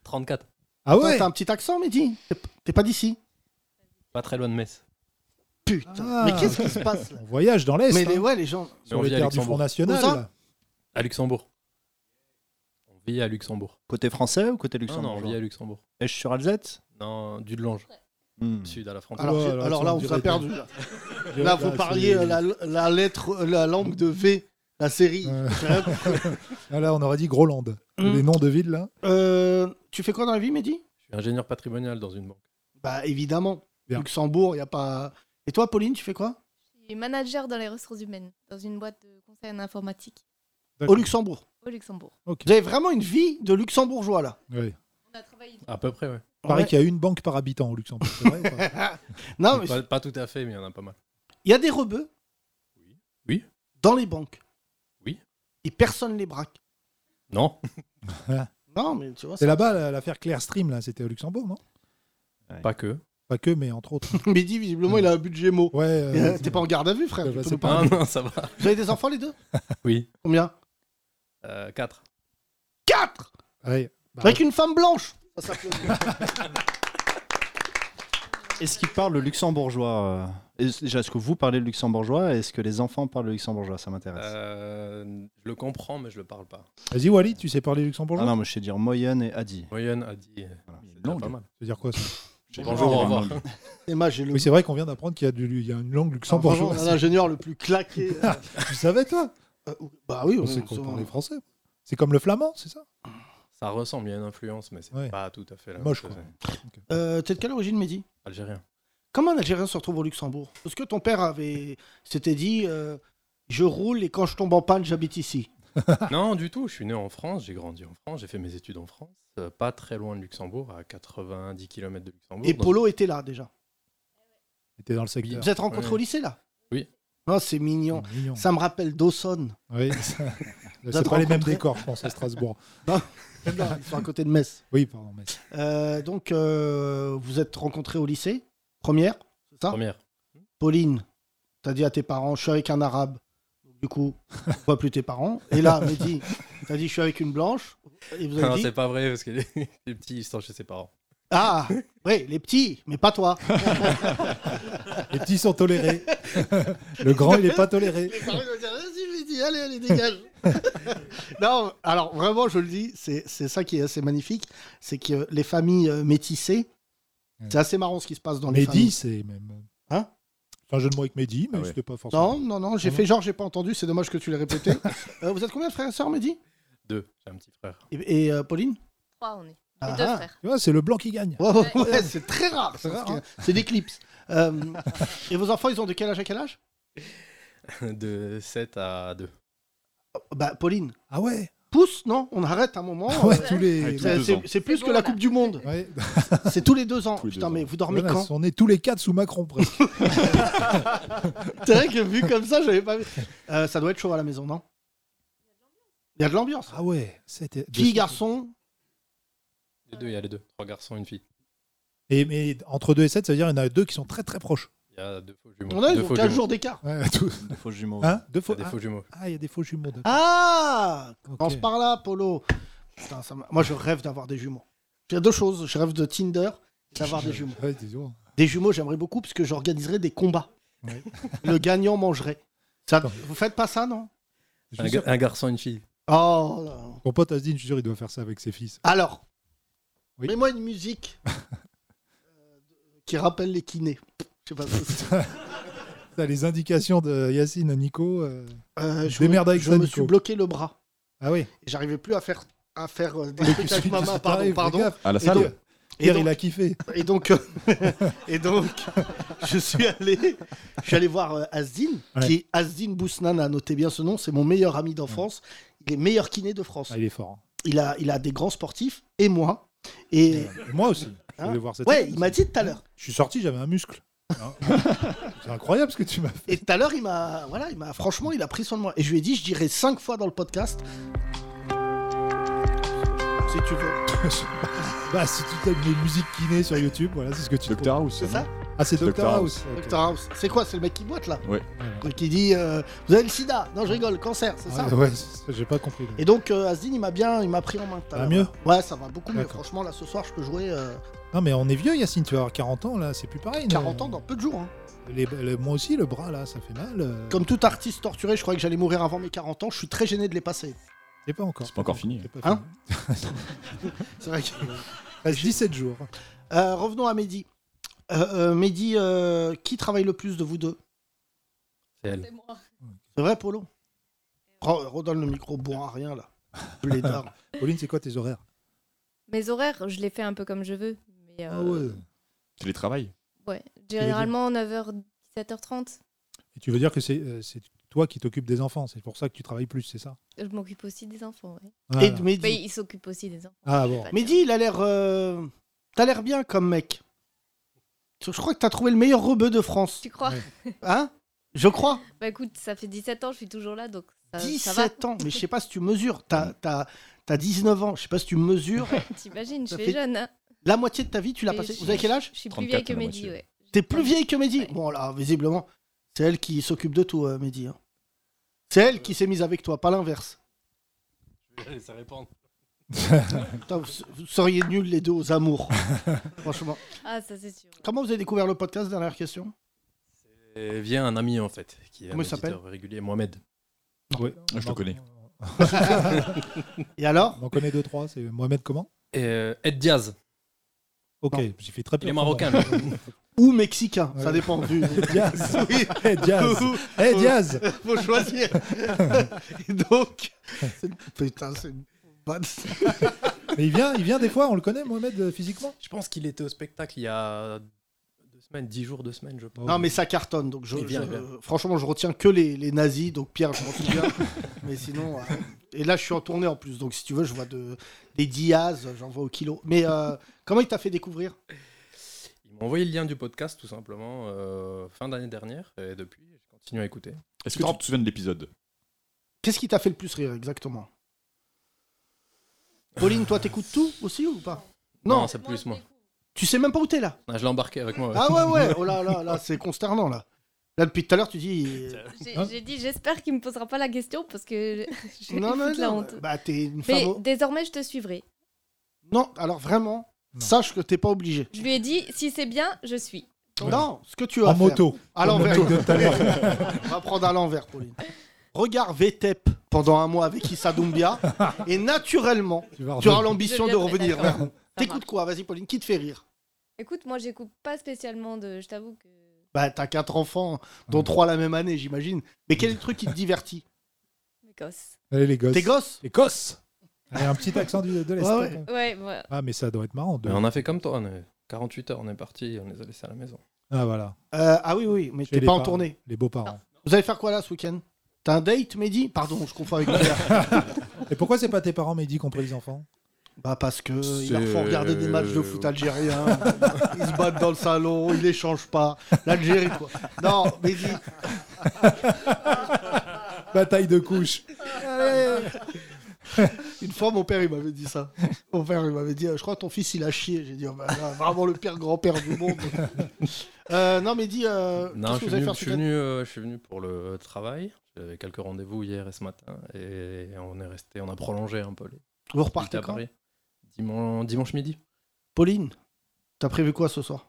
[SPEAKER 10] 34,
[SPEAKER 5] Ah
[SPEAKER 4] Attends,
[SPEAKER 5] ouais
[SPEAKER 4] T'as un petit accent, Mehdi T'es p- T'es pas d'ici
[SPEAKER 10] pas très loin de Metz.
[SPEAKER 4] Putain.
[SPEAKER 5] Ah.
[SPEAKER 4] Mais qu'est-ce qui se passe là
[SPEAKER 5] On voyage dans l'Est,
[SPEAKER 4] Mais
[SPEAKER 5] hein,
[SPEAKER 4] les, ouais, les gens.
[SPEAKER 5] sur
[SPEAKER 10] on
[SPEAKER 5] les
[SPEAKER 10] vit à
[SPEAKER 5] terres du
[SPEAKER 10] Luxembourg.
[SPEAKER 5] Front National.
[SPEAKER 4] Où ça
[SPEAKER 5] là.
[SPEAKER 10] À Luxembourg. On vit à Luxembourg.
[SPEAKER 8] Côté français ou côté
[SPEAKER 10] Non, non,
[SPEAKER 8] luxembourg
[SPEAKER 10] on vit à Luxembourg.
[SPEAKER 8] Est-ce sur Alzette
[SPEAKER 10] Non, du de Lange, sud à la frontière.
[SPEAKER 4] Alors,
[SPEAKER 5] Oh,
[SPEAKER 4] j'ai-
[SPEAKER 5] alors,
[SPEAKER 4] alors
[SPEAKER 5] ça,
[SPEAKER 4] là,
[SPEAKER 5] on
[SPEAKER 4] on vous a
[SPEAKER 5] dirait- [laughs]
[SPEAKER 4] perdu. Là, Là, vous parliez euh,
[SPEAKER 5] c'est-
[SPEAKER 4] la, la lettre, la langue de V, la série.
[SPEAKER 5] Euh. Ah, là, on aurait dit Groland. [laughs]
[SPEAKER 4] Mm.
[SPEAKER 5] Les noms de villes là.
[SPEAKER 4] Euh, tu fais quoi dans la vie, Mehdi
[SPEAKER 10] Je suis ingénieur patrimonial dans une banque.
[SPEAKER 4] Bah évidemment.
[SPEAKER 5] Bien.
[SPEAKER 4] Luxembourg, il n'y a pas. Et toi, Pauline, tu fais quoi
[SPEAKER 9] Je suis manager dans les ressources humaines, dans une boîte de conseil en informatique
[SPEAKER 4] Au Luxembourg.
[SPEAKER 9] au Luxembourg.
[SPEAKER 4] Vous avez vraiment une vie de luxembourgeois, là.
[SPEAKER 5] Ouais.
[SPEAKER 9] On a travaillé.
[SPEAKER 10] À peu près, ouais.
[SPEAKER 5] Pareil
[SPEAKER 4] Ouais.
[SPEAKER 5] qu'il y a une banque par habitant au Luxembourg. c'est vrai ou pas
[SPEAKER 4] [laughs] Non, mais
[SPEAKER 10] Pas, pas tout à fait, mais il y en a pas mal.
[SPEAKER 4] il y a des rebeux.
[SPEAKER 10] Oui.
[SPEAKER 4] Dans les banques.
[SPEAKER 10] Oui.
[SPEAKER 4] Et personne les braque.
[SPEAKER 10] [laughs] Non,
[SPEAKER 4] Non, mais tu vois,
[SPEAKER 5] C'est
[SPEAKER 4] ça-
[SPEAKER 5] là-bas la- l'affaire Claire Stream, là, c'était au Luxembourg, non
[SPEAKER 10] pas que.
[SPEAKER 5] Pas que, mais entre
[SPEAKER 4] [laughs]
[SPEAKER 5] autres.
[SPEAKER 4] Mais dis, visiblement, il a un budget mot. [laughs]
[SPEAKER 5] Ouais. euh,
[SPEAKER 4] T'es pas en garde à vue, frère.
[SPEAKER 5] Bah,
[SPEAKER 4] tu
[SPEAKER 5] bah,
[SPEAKER 4] peux
[SPEAKER 5] c'est
[SPEAKER 4] nous
[SPEAKER 5] pas-
[SPEAKER 4] parler.
[SPEAKER 10] Ah non, ça va.
[SPEAKER 4] Vous avez des enfants,
[SPEAKER 5] [laughs]
[SPEAKER 4] les deux
[SPEAKER 10] Oui.
[SPEAKER 4] Combien
[SPEAKER 10] 4.
[SPEAKER 4] Quatre
[SPEAKER 5] ouais, bah,
[SPEAKER 4] Avec une femme blanche
[SPEAKER 5] [laughs]
[SPEAKER 4] Ah,
[SPEAKER 8] Est-ce qu'ils parlent le luxembourgeois euh, est-ce- Déjà, est-ce que vous parlez le luxembourgeois Est-ce que les enfants parlent le luxembourgeois Ça m'intéresse.
[SPEAKER 10] Euh, je le comprends, mais je le parle pas.
[SPEAKER 5] Euh, Vas-y, Walid, tu sais parler luxembourgeois
[SPEAKER 8] Ah non, mais je sais dire Moyenne et Adi.
[SPEAKER 10] Moyenne a dit. euh,
[SPEAKER 8] Voilà.
[SPEAKER 10] c'est déjà
[SPEAKER 7] Langue.
[SPEAKER 10] pas mal.
[SPEAKER 5] Ça veut dire quoi ça
[SPEAKER 10] Bonjour, au revoir.
[SPEAKER 4] Emma, j'ai le.
[SPEAKER 5] Oui, c'est vrai qu'on vient d'apprendre qu'il y, a du- il y a une langue
[SPEAKER 4] Ah, franchement,
[SPEAKER 5] luxembourgeoise.
[SPEAKER 4] on a l'ingénieur le plus claqué. euh,
[SPEAKER 5] tu savais, toi
[SPEAKER 4] euh, bah oui,
[SPEAKER 5] On
[SPEAKER 4] on
[SPEAKER 5] sait
[SPEAKER 4] sait
[SPEAKER 5] qu'on parlait français. C'est comme le flamand, c'est ça
[SPEAKER 10] Ça ressemble, il y a une influence, mais c'est
[SPEAKER 5] Ouais.
[SPEAKER 10] pas tout à fait la même
[SPEAKER 5] Moche,
[SPEAKER 10] chose,
[SPEAKER 5] quoi.
[SPEAKER 10] ouais.
[SPEAKER 4] Euh, T'es de quelle origine, Mehdi
[SPEAKER 10] Algérien.
[SPEAKER 4] Comment un Algérien se retrouve au Luxembourg Parce que ton père avait s'était dit euh, Je roule et quand je tombe en panne, j'habite ici.
[SPEAKER 10] non, du tout. Je suis né en France, j'ai grandi en France, j'ai fait mes études en France, euh, pas très loin de Luxembourg, à 90 km de Luxembourg.
[SPEAKER 4] Et
[SPEAKER 10] donc-
[SPEAKER 4] Polo était là déjà.
[SPEAKER 5] T'es dans bah, le secteur.
[SPEAKER 4] Vous êtes rencontrés
[SPEAKER 10] Ouais.
[SPEAKER 4] au lycée là
[SPEAKER 10] Oui.
[SPEAKER 4] Oh, c'est mignon.
[SPEAKER 5] Mignon.
[SPEAKER 4] Ça me rappelle Dawson.
[SPEAKER 5] Oui,
[SPEAKER 4] [laughs]
[SPEAKER 5] ça- c'est
[SPEAKER 4] êtes
[SPEAKER 5] pas les mêmes
[SPEAKER 4] rencontrés
[SPEAKER 5] décors, je pense, à
[SPEAKER 4] [laughs]
[SPEAKER 5] Strasbourg.
[SPEAKER 4] Même là, ils sont à côté de Metz.
[SPEAKER 5] Oui, pardon. Mais...
[SPEAKER 4] Euh, donc, euh, vous êtes rencontrés au lycée, première, c'est ça
[SPEAKER 10] Première.
[SPEAKER 4] Pauline, t'as dit à tes parents, je suis avec un arabe. Du coup, on voit plus tes parents. Et là, Mehdi, t'as dit, je suis avec une blanche. Et vous avez
[SPEAKER 10] Non,
[SPEAKER 4] dit,
[SPEAKER 10] c'est pas vrai, parce [laughs] que les, les petits, ils sont chez ses parents. [laughs]
[SPEAKER 4] ah, oui, les petits, mais pas toi.
[SPEAKER 5] [laughs] Les petits sont tolérés. le grand, il n'est pas toléré.
[SPEAKER 4] Les parents, ils vont dire, vas-y, Mehdi, allez, allez, dégage. non, alors vraiment, je le dis, c'est c'est ça qui est assez magnifique, c'est que les familles euh, métissées, c'est assez marrant ce qui se passe dans les familles.
[SPEAKER 5] Hmm. Mehdi, c'est même. euh,
[SPEAKER 4] Hein
[SPEAKER 5] C'est un jeu de mots avec Mehdi, mais
[SPEAKER 7] Ah ouais.
[SPEAKER 5] c'était pas forcément.
[SPEAKER 4] Non, non, non, j'ai
[SPEAKER 5] Ah
[SPEAKER 4] fait genre, j'ai pas entendu, c'est dommage que tu
[SPEAKER 5] [laughs]
[SPEAKER 4] l'aies répété. Euh, vous êtes combien de frères et sœurs, Mehdi
[SPEAKER 10] Deux, j'ai un petit frère.
[SPEAKER 4] Et, et, euh, Pauline
[SPEAKER 9] Trois, on est. Les
[SPEAKER 4] Ah,
[SPEAKER 9] deux
[SPEAKER 4] ah.
[SPEAKER 9] frères.
[SPEAKER 5] Tu vois, c'est le blanc qui gagne.
[SPEAKER 4] Ouais, ouais, ouais, c'est très rare,
[SPEAKER 5] C'est rare, hein.
[SPEAKER 4] parce que
[SPEAKER 5] [laughs]
[SPEAKER 4] c'est l'éclipse. Euh, et vos enfants, ils ont de quel âge à quel âge
[SPEAKER 10] De 7 à 2.
[SPEAKER 4] Bah, Pauline,
[SPEAKER 5] Ah ouais,
[SPEAKER 4] pousse, non On arrête un moment.
[SPEAKER 5] Ah ouais,
[SPEAKER 4] euh,
[SPEAKER 5] tous les.
[SPEAKER 7] tous
[SPEAKER 4] c'est-
[SPEAKER 7] deux ans.
[SPEAKER 4] c'est c'est plus
[SPEAKER 9] C'est
[SPEAKER 4] que
[SPEAKER 9] bon,
[SPEAKER 4] la
[SPEAKER 9] là.
[SPEAKER 4] Coupe du Monde.
[SPEAKER 5] Ouais.
[SPEAKER 4] [laughs] C'est tous les deux ans.
[SPEAKER 7] Tous les
[SPEAKER 4] Putain,
[SPEAKER 7] deux
[SPEAKER 4] mais
[SPEAKER 7] ans.
[SPEAKER 4] vous dormez
[SPEAKER 5] Voilà,
[SPEAKER 4] quand
[SPEAKER 5] On est tous les quatre sous Macron presque.
[SPEAKER 4] C'est vrai que vu comme ça, j'avais pas vu. Euh, ça doit être chaud à la maison, non Il y a de l'ambiance.
[SPEAKER 5] Ah ouais, c'était.
[SPEAKER 4] Fille, garçon,
[SPEAKER 10] Les deux, il y a les deux. Trois garçons, une fille.
[SPEAKER 5] Et mais entre 2 et 7, ça veut dire qu'il y en a deux qui sont très très proches.
[SPEAKER 10] Il y a deux faux jumeaux.
[SPEAKER 4] on a
[SPEAKER 10] deux faux
[SPEAKER 4] 15
[SPEAKER 10] jumeaux.
[SPEAKER 4] jours d'écart.
[SPEAKER 5] Ouais, tous.
[SPEAKER 8] Des faux jumeaux.
[SPEAKER 5] Hein deux
[SPEAKER 10] Il y
[SPEAKER 5] faux.
[SPEAKER 10] a des faux jumeaux.
[SPEAKER 5] Ah, il y a des faux jumeaux. d'accord.
[SPEAKER 4] Ah
[SPEAKER 5] Ok.
[SPEAKER 4] Pense par là, Polo. Putain, ça m'a- Moi, je rêve d'avoir des jumeaux. Il y a deux choses. Je rêve de Tinder et d'avoir des jumeaux.
[SPEAKER 5] Ouais, disons. hein,
[SPEAKER 4] Des jumeaux, j'aimerais beaucoup parce que j'organiserais des combats.
[SPEAKER 5] Ouais.
[SPEAKER 4] Le gagnant mangerait. Ça, vous faites pas ça, non
[SPEAKER 5] Je
[SPEAKER 10] [laughs]
[SPEAKER 5] suis
[SPEAKER 10] Un,
[SPEAKER 5] sûr-
[SPEAKER 10] ga- un garçon, une fille.
[SPEAKER 4] Oh non.
[SPEAKER 5] Ton pote Asdin, je suis sûr, il doit faire ça avec ses fils.
[SPEAKER 4] Alors,
[SPEAKER 5] Oui.
[SPEAKER 4] mets-moi une
[SPEAKER 5] [laughs]
[SPEAKER 4] musique euh, qui rappelle les kinés. Je sais pas. ce que c'est.
[SPEAKER 5] T'as les indications de Yacine à Nico. euh,
[SPEAKER 4] Euh, je
[SPEAKER 5] Démerde
[SPEAKER 4] me,
[SPEAKER 5] avec
[SPEAKER 4] je
[SPEAKER 5] ça,
[SPEAKER 4] me
[SPEAKER 5] Nico.
[SPEAKER 4] suis bloqué le bras.
[SPEAKER 5] Ah oui.
[SPEAKER 4] Et J'arrivais plus à faire à faire euh, des
[SPEAKER 5] Mais
[SPEAKER 4] trucs
[SPEAKER 5] qu'est-ce
[SPEAKER 4] avec
[SPEAKER 5] qui
[SPEAKER 4] ma
[SPEAKER 5] se
[SPEAKER 4] main.
[SPEAKER 5] t'arrive, fais
[SPEAKER 4] Pardon, pardon.
[SPEAKER 5] gaffe.
[SPEAKER 7] À la
[SPEAKER 4] Et
[SPEAKER 7] salle
[SPEAKER 4] donc- et
[SPEAKER 5] Hier,
[SPEAKER 4] donc-
[SPEAKER 5] il [laughs] a kiffé.
[SPEAKER 4] Et donc, euh, [laughs] et donc, je suis allé, je suis allé voir euh, Asdin,
[SPEAKER 5] Ouais.
[SPEAKER 4] qui est Asdin Bousnana. Notez bien ce nom, c'est mon meilleur ami d'enfance. Il est meilleur kiné de France.
[SPEAKER 5] Ah, il est fort. hein.
[SPEAKER 4] Il a, il a des grands sportifs et moi. Et
[SPEAKER 5] Et Moi aussi. Je
[SPEAKER 4] Hein
[SPEAKER 5] voulais voir cette
[SPEAKER 4] ouais,
[SPEAKER 5] année.
[SPEAKER 4] il m'a dit tout à l'heure.
[SPEAKER 5] Je suis sorti, j'avais un muscle. Hein [laughs] C'est incroyable ce que tu m'as fait.
[SPEAKER 4] Et tout à l'heure, il m'a, voilà, il m'a, franchement, il a pris soin de moi. Et je lui ai dit, je dirai cinq fois dans le podcast. Si tu veux,
[SPEAKER 5] [laughs] Bah, si tu t'aimes les musiques kiné sur YouTube, voilà, c'est ce que tu
[SPEAKER 7] Doctor House.
[SPEAKER 4] c'est ça,
[SPEAKER 5] trouves. Ah, c'est Doctor
[SPEAKER 7] Dr
[SPEAKER 5] House. ok.
[SPEAKER 4] Dr House. C'est quoi C'est le mec qui boite là
[SPEAKER 7] Ouais.
[SPEAKER 4] Donc, Qui dit, euh, vous avez le sida Non, je rigole, cancer, c'est ça
[SPEAKER 5] Ah, ouais, c'est- j'ai pas compris.
[SPEAKER 4] Et donc euh, Asdin, il m'a bien, il m'a pris en main. tout à
[SPEAKER 5] Ça va
[SPEAKER 4] l'heure. Ouais, ça va beaucoup mieux.
[SPEAKER 5] D'accord.
[SPEAKER 4] Franchement, là, ce soir, je peux jouer euh,
[SPEAKER 5] Non, mais on est vieux, Yacine, tu vas avoir 40 ans, là, c'est plus pareil.
[SPEAKER 4] 40
[SPEAKER 5] non
[SPEAKER 4] ans dans peu de jours. hein.
[SPEAKER 5] Les- le- moi aussi, le bras, là, ça fait mal. euh,
[SPEAKER 4] Comme tout artiste torturé, je croyais que j'allais mourir avant mes 40 ans. Je suis très gêné de les passer.
[SPEAKER 5] C'est pas encore.
[SPEAKER 7] C'est pas encore fini.
[SPEAKER 5] C'est pas [laughs]
[SPEAKER 4] Hein
[SPEAKER 5] fini.
[SPEAKER 4] C'est vrai que-
[SPEAKER 5] Reste 17 jours.
[SPEAKER 4] Euh, revenons à Mehdi. Euh, euh, Mehdi, euh, qui travaille le plus de vous deux
[SPEAKER 10] C'est elle.
[SPEAKER 9] C'est moi.
[SPEAKER 4] C'est vrai, Polo Re- Redonne le micro, bon à rien,
[SPEAKER 5] [laughs]
[SPEAKER 4] là. Blédard.
[SPEAKER 5] Pauline, c'est quoi tes horaires
[SPEAKER 9] Mes horaires, je les fais
[SPEAKER 4] Ah
[SPEAKER 9] un peu comme je veux. Mais, euh,
[SPEAKER 5] Ah ouais.
[SPEAKER 7] Télétravail.
[SPEAKER 9] ouais. Généralement 9h, 17h, 7h30.
[SPEAKER 5] Et tu veux dire que c'est euh, c'est toi qui t'occupes des enfants, c'est pour ça que tu travailles plus, c'est ça
[SPEAKER 9] Je m'occupe aussi des enfants. ouais.
[SPEAKER 5] Voilà.
[SPEAKER 4] Et de Mehdi.
[SPEAKER 9] Mais ils s'occupent aussi des enfants.
[SPEAKER 5] Ah bon.
[SPEAKER 9] Pas
[SPEAKER 4] Mehdi, il a l'air. euh, T'as l'air bien comme mec. Je crois que t'as trouvé le meilleur rebeu de France.
[SPEAKER 9] Tu crois
[SPEAKER 4] Hein Je crois.
[SPEAKER 9] Bah écoute, ça fait 17 ans, je suis toujours là, donc ça, ça va.
[SPEAKER 4] 17 ans. Mais je sais pas si tu mesures. T'as as, 19 ans. Je sais pas si
[SPEAKER 9] [laughs]
[SPEAKER 4] tu mesures.
[SPEAKER 9] T'imagines, je
[SPEAKER 4] Ça
[SPEAKER 9] suis
[SPEAKER 4] fait-
[SPEAKER 9] jeune. hein.
[SPEAKER 4] La moitié de ta vie, tu l'as
[SPEAKER 9] Mais
[SPEAKER 4] passée.
[SPEAKER 9] je-
[SPEAKER 4] Vous avez quel âge
[SPEAKER 9] Je suis plus vieille que
[SPEAKER 7] 34, la
[SPEAKER 9] Mehdi,
[SPEAKER 7] moitié.
[SPEAKER 9] ouais.
[SPEAKER 4] T'es plus vieille que Mehdi Bon, là, visiblement, c'est elle qui s'occupe de tout, euh, Mehdi. hein. C'est elle qui s'est mise avec toi,
[SPEAKER 7] [laughs]
[SPEAKER 4] pas l'inverse.
[SPEAKER 10] Ça répond.
[SPEAKER 4] Putain, Vous vous seriez nuls les deux aux amours. Franchement.
[SPEAKER 9] Ah, ça c'est sûr.
[SPEAKER 4] Comment vous avez découvert le podcast Dernière question.
[SPEAKER 10] Et vient un ami en fait, qui est un
[SPEAKER 4] Comment il s'appelle
[SPEAKER 10] auditeur régulier, Mohamed.
[SPEAKER 5] Ouais,
[SPEAKER 7] je le
[SPEAKER 5] on en-
[SPEAKER 7] connais.
[SPEAKER 4] Et alors
[SPEAKER 5] On en connaît deux, trois. C'est Mohamed comment
[SPEAKER 10] Et euh, Ed Diaz,
[SPEAKER 5] Ok,
[SPEAKER 4] Non.
[SPEAKER 5] j'ai fait très peu.
[SPEAKER 10] il est marocain. lui.
[SPEAKER 5] [laughs]
[SPEAKER 4] [laughs] Ou mexicain, ça
[SPEAKER 5] Ouais.
[SPEAKER 4] dépend du.
[SPEAKER 5] [laughs] Diaz.
[SPEAKER 4] [laughs] Oui,
[SPEAKER 5] [laughs] Eh, Diaz.
[SPEAKER 4] faut-
[SPEAKER 5] Eh, Diaz.
[SPEAKER 4] [laughs] faut
[SPEAKER 5] [laughs]
[SPEAKER 4] choisir. Et donc, c'est une- putain, c'est une bonne. [laughs]
[SPEAKER 5] Mais il vient, il vient des fois. On le connaît, Mohamed, euh, physiquement.
[SPEAKER 10] je pense qu'il était au spectacle il y a deux semaines, dix jours, deux semaines, je
[SPEAKER 5] Oh.
[SPEAKER 10] pense.
[SPEAKER 4] Non, mais ça cartonne. Donc, je,
[SPEAKER 10] Il vient,
[SPEAKER 4] je-
[SPEAKER 10] il vient.
[SPEAKER 4] franchement, je retiens que les, les nazis. Donc, Pierre, je
[SPEAKER 5] [laughs]
[SPEAKER 4] m'en souviens. mais sinon. euh, et là, je suis en tournée en plus. Donc, si tu veux, je vois de, des Diaz, j'en vois au kilo. Mais euh, comment il t'a fait découvrir
[SPEAKER 10] Il m'a envoyé le lien du podcast tout simplement euh, fin d'année dernière et depuis, je continue à écouter.
[SPEAKER 7] Est-ce que tu te souviens de l'épisode
[SPEAKER 4] Qu'est-ce qui t'a fait le plus rire exactement Pauline, toi, t'écoutes tout aussi ou pas Non.
[SPEAKER 10] c'est plus moi.
[SPEAKER 4] Tu sais même pas où t'es là
[SPEAKER 10] Ah, je l'ai embarqué avec moi. ouais.
[SPEAKER 4] Ah ouais, ouais,
[SPEAKER 10] [laughs]
[SPEAKER 4] oh là là, là, c'est consternant là. Là, depuis tout à l'heure,
[SPEAKER 5] [laughs]
[SPEAKER 4] tu dis. euh,
[SPEAKER 9] J'ai
[SPEAKER 5] Hein
[SPEAKER 9] j'ai dit, j'espère qu'il me posera pas la question parce que je [laughs] vais
[SPEAKER 4] Non,
[SPEAKER 9] lui
[SPEAKER 4] non,
[SPEAKER 9] foutre la
[SPEAKER 4] non.
[SPEAKER 9] honte.
[SPEAKER 4] Bah, t'es une
[SPEAKER 9] Mais
[SPEAKER 4] femme. au-
[SPEAKER 9] désormais, je te suivrai.
[SPEAKER 4] Non, alors vraiment,
[SPEAKER 5] Non.
[SPEAKER 4] sache que t'es pas obligé.
[SPEAKER 9] Je lui ai dit, si c'est bien, je suis.
[SPEAKER 5] Ouais.
[SPEAKER 4] Non, ce que tu as. à
[SPEAKER 5] En
[SPEAKER 4] faire-
[SPEAKER 5] moto.
[SPEAKER 4] À
[SPEAKER 5] Comme le
[SPEAKER 4] l'envers.
[SPEAKER 5] mec de tout à l'heure.
[SPEAKER 4] [laughs] On va prendre à l'envers, Pauline. Regarde VTEP pendant un mois avec Issa Doumbia
[SPEAKER 5] [laughs]
[SPEAKER 4] et naturellement,
[SPEAKER 5] Tu vas
[SPEAKER 4] tu auras
[SPEAKER 5] rejoindre.
[SPEAKER 4] l'ambition
[SPEAKER 9] Je
[SPEAKER 4] de
[SPEAKER 9] viendrai,
[SPEAKER 4] revenir. [laughs]
[SPEAKER 9] d'accord. Ça
[SPEAKER 4] T'écoutes
[SPEAKER 9] marche.
[SPEAKER 4] quoi Vas-y, Pauline, qui te fait rire
[SPEAKER 9] Écoute, moi, j'écoute pas spécialement de. Je t'avoue que.
[SPEAKER 4] Bah, t'as quatre enfants, dont
[SPEAKER 5] Ouais.
[SPEAKER 4] trois la même année, j'imagine. Mais quel est le truc qui te divertit
[SPEAKER 9] Mes gosses.
[SPEAKER 5] Allez, les gosses.
[SPEAKER 4] Tes gosses
[SPEAKER 5] Les gosses. Allez, un
[SPEAKER 4] [laughs]
[SPEAKER 5] petit accent du, de l'Est.
[SPEAKER 4] Ouais,
[SPEAKER 5] hein,
[SPEAKER 4] ouais.
[SPEAKER 5] quand même.
[SPEAKER 9] Ouais, ouais.
[SPEAKER 5] Ah, mais ça doit être marrant. de-
[SPEAKER 10] Mais on a fait comme toi, on est- 48 heures, on est parti, on les a laissés à la maison.
[SPEAKER 5] Ah, voilà.
[SPEAKER 4] Euh, Ah oui, oui, mais
[SPEAKER 5] Chez
[SPEAKER 4] t'es
[SPEAKER 5] les
[SPEAKER 4] pas en
[SPEAKER 5] parents.
[SPEAKER 4] tournée.
[SPEAKER 5] Les beaux-parents.
[SPEAKER 4] Vous allez faire quoi là ce week-end T'as un date, Mehdi Pardon, je confonds avec
[SPEAKER 5] [laughs]
[SPEAKER 4] Pierre.
[SPEAKER 5] Et pourquoi c'est pas tes parents, Mehdi, qui ont pris les enfants
[SPEAKER 4] bah parce que il leur
[SPEAKER 10] C'est- euh,
[SPEAKER 4] faut regarder des matchs de
[SPEAKER 5] euh,
[SPEAKER 10] [laughs]
[SPEAKER 4] foot algérien. ils se battent dans le salon, ils l'échangent pas. L'Algérie quoi. Non, Mehdi,
[SPEAKER 5] [laughs] Bataille de couches.
[SPEAKER 4] [laughs] une fois mon père il m'avait dit ça. Mon père il m'avait dit, euh, je crois que ton fils il a chié. J'ai dit, oh, bah, là, vraiment le pire grand-père du
[SPEAKER 5] [laughs]
[SPEAKER 4] monde. Euh, non Mehdi, euh,
[SPEAKER 10] Non, je
[SPEAKER 4] qu'est-ce que
[SPEAKER 10] suis,
[SPEAKER 4] vous allez
[SPEAKER 10] venu,
[SPEAKER 4] faire
[SPEAKER 10] je
[SPEAKER 4] ce
[SPEAKER 10] suis
[SPEAKER 4] week-end
[SPEAKER 10] venu, euh, je suis venu pour le travail. J'avais quelques rendez-vous hier et ce matin et on est resté, on a prolongé un peu les.
[SPEAKER 4] Vous
[SPEAKER 10] visite
[SPEAKER 4] repartez
[SPEAKER 10] à
[SPEAKER 4] quand
[SPEAKER 10] Paris. Dimanche, dimanche midi.
[SPEAKER 4] Pauline, t'as prévu quoi ce soir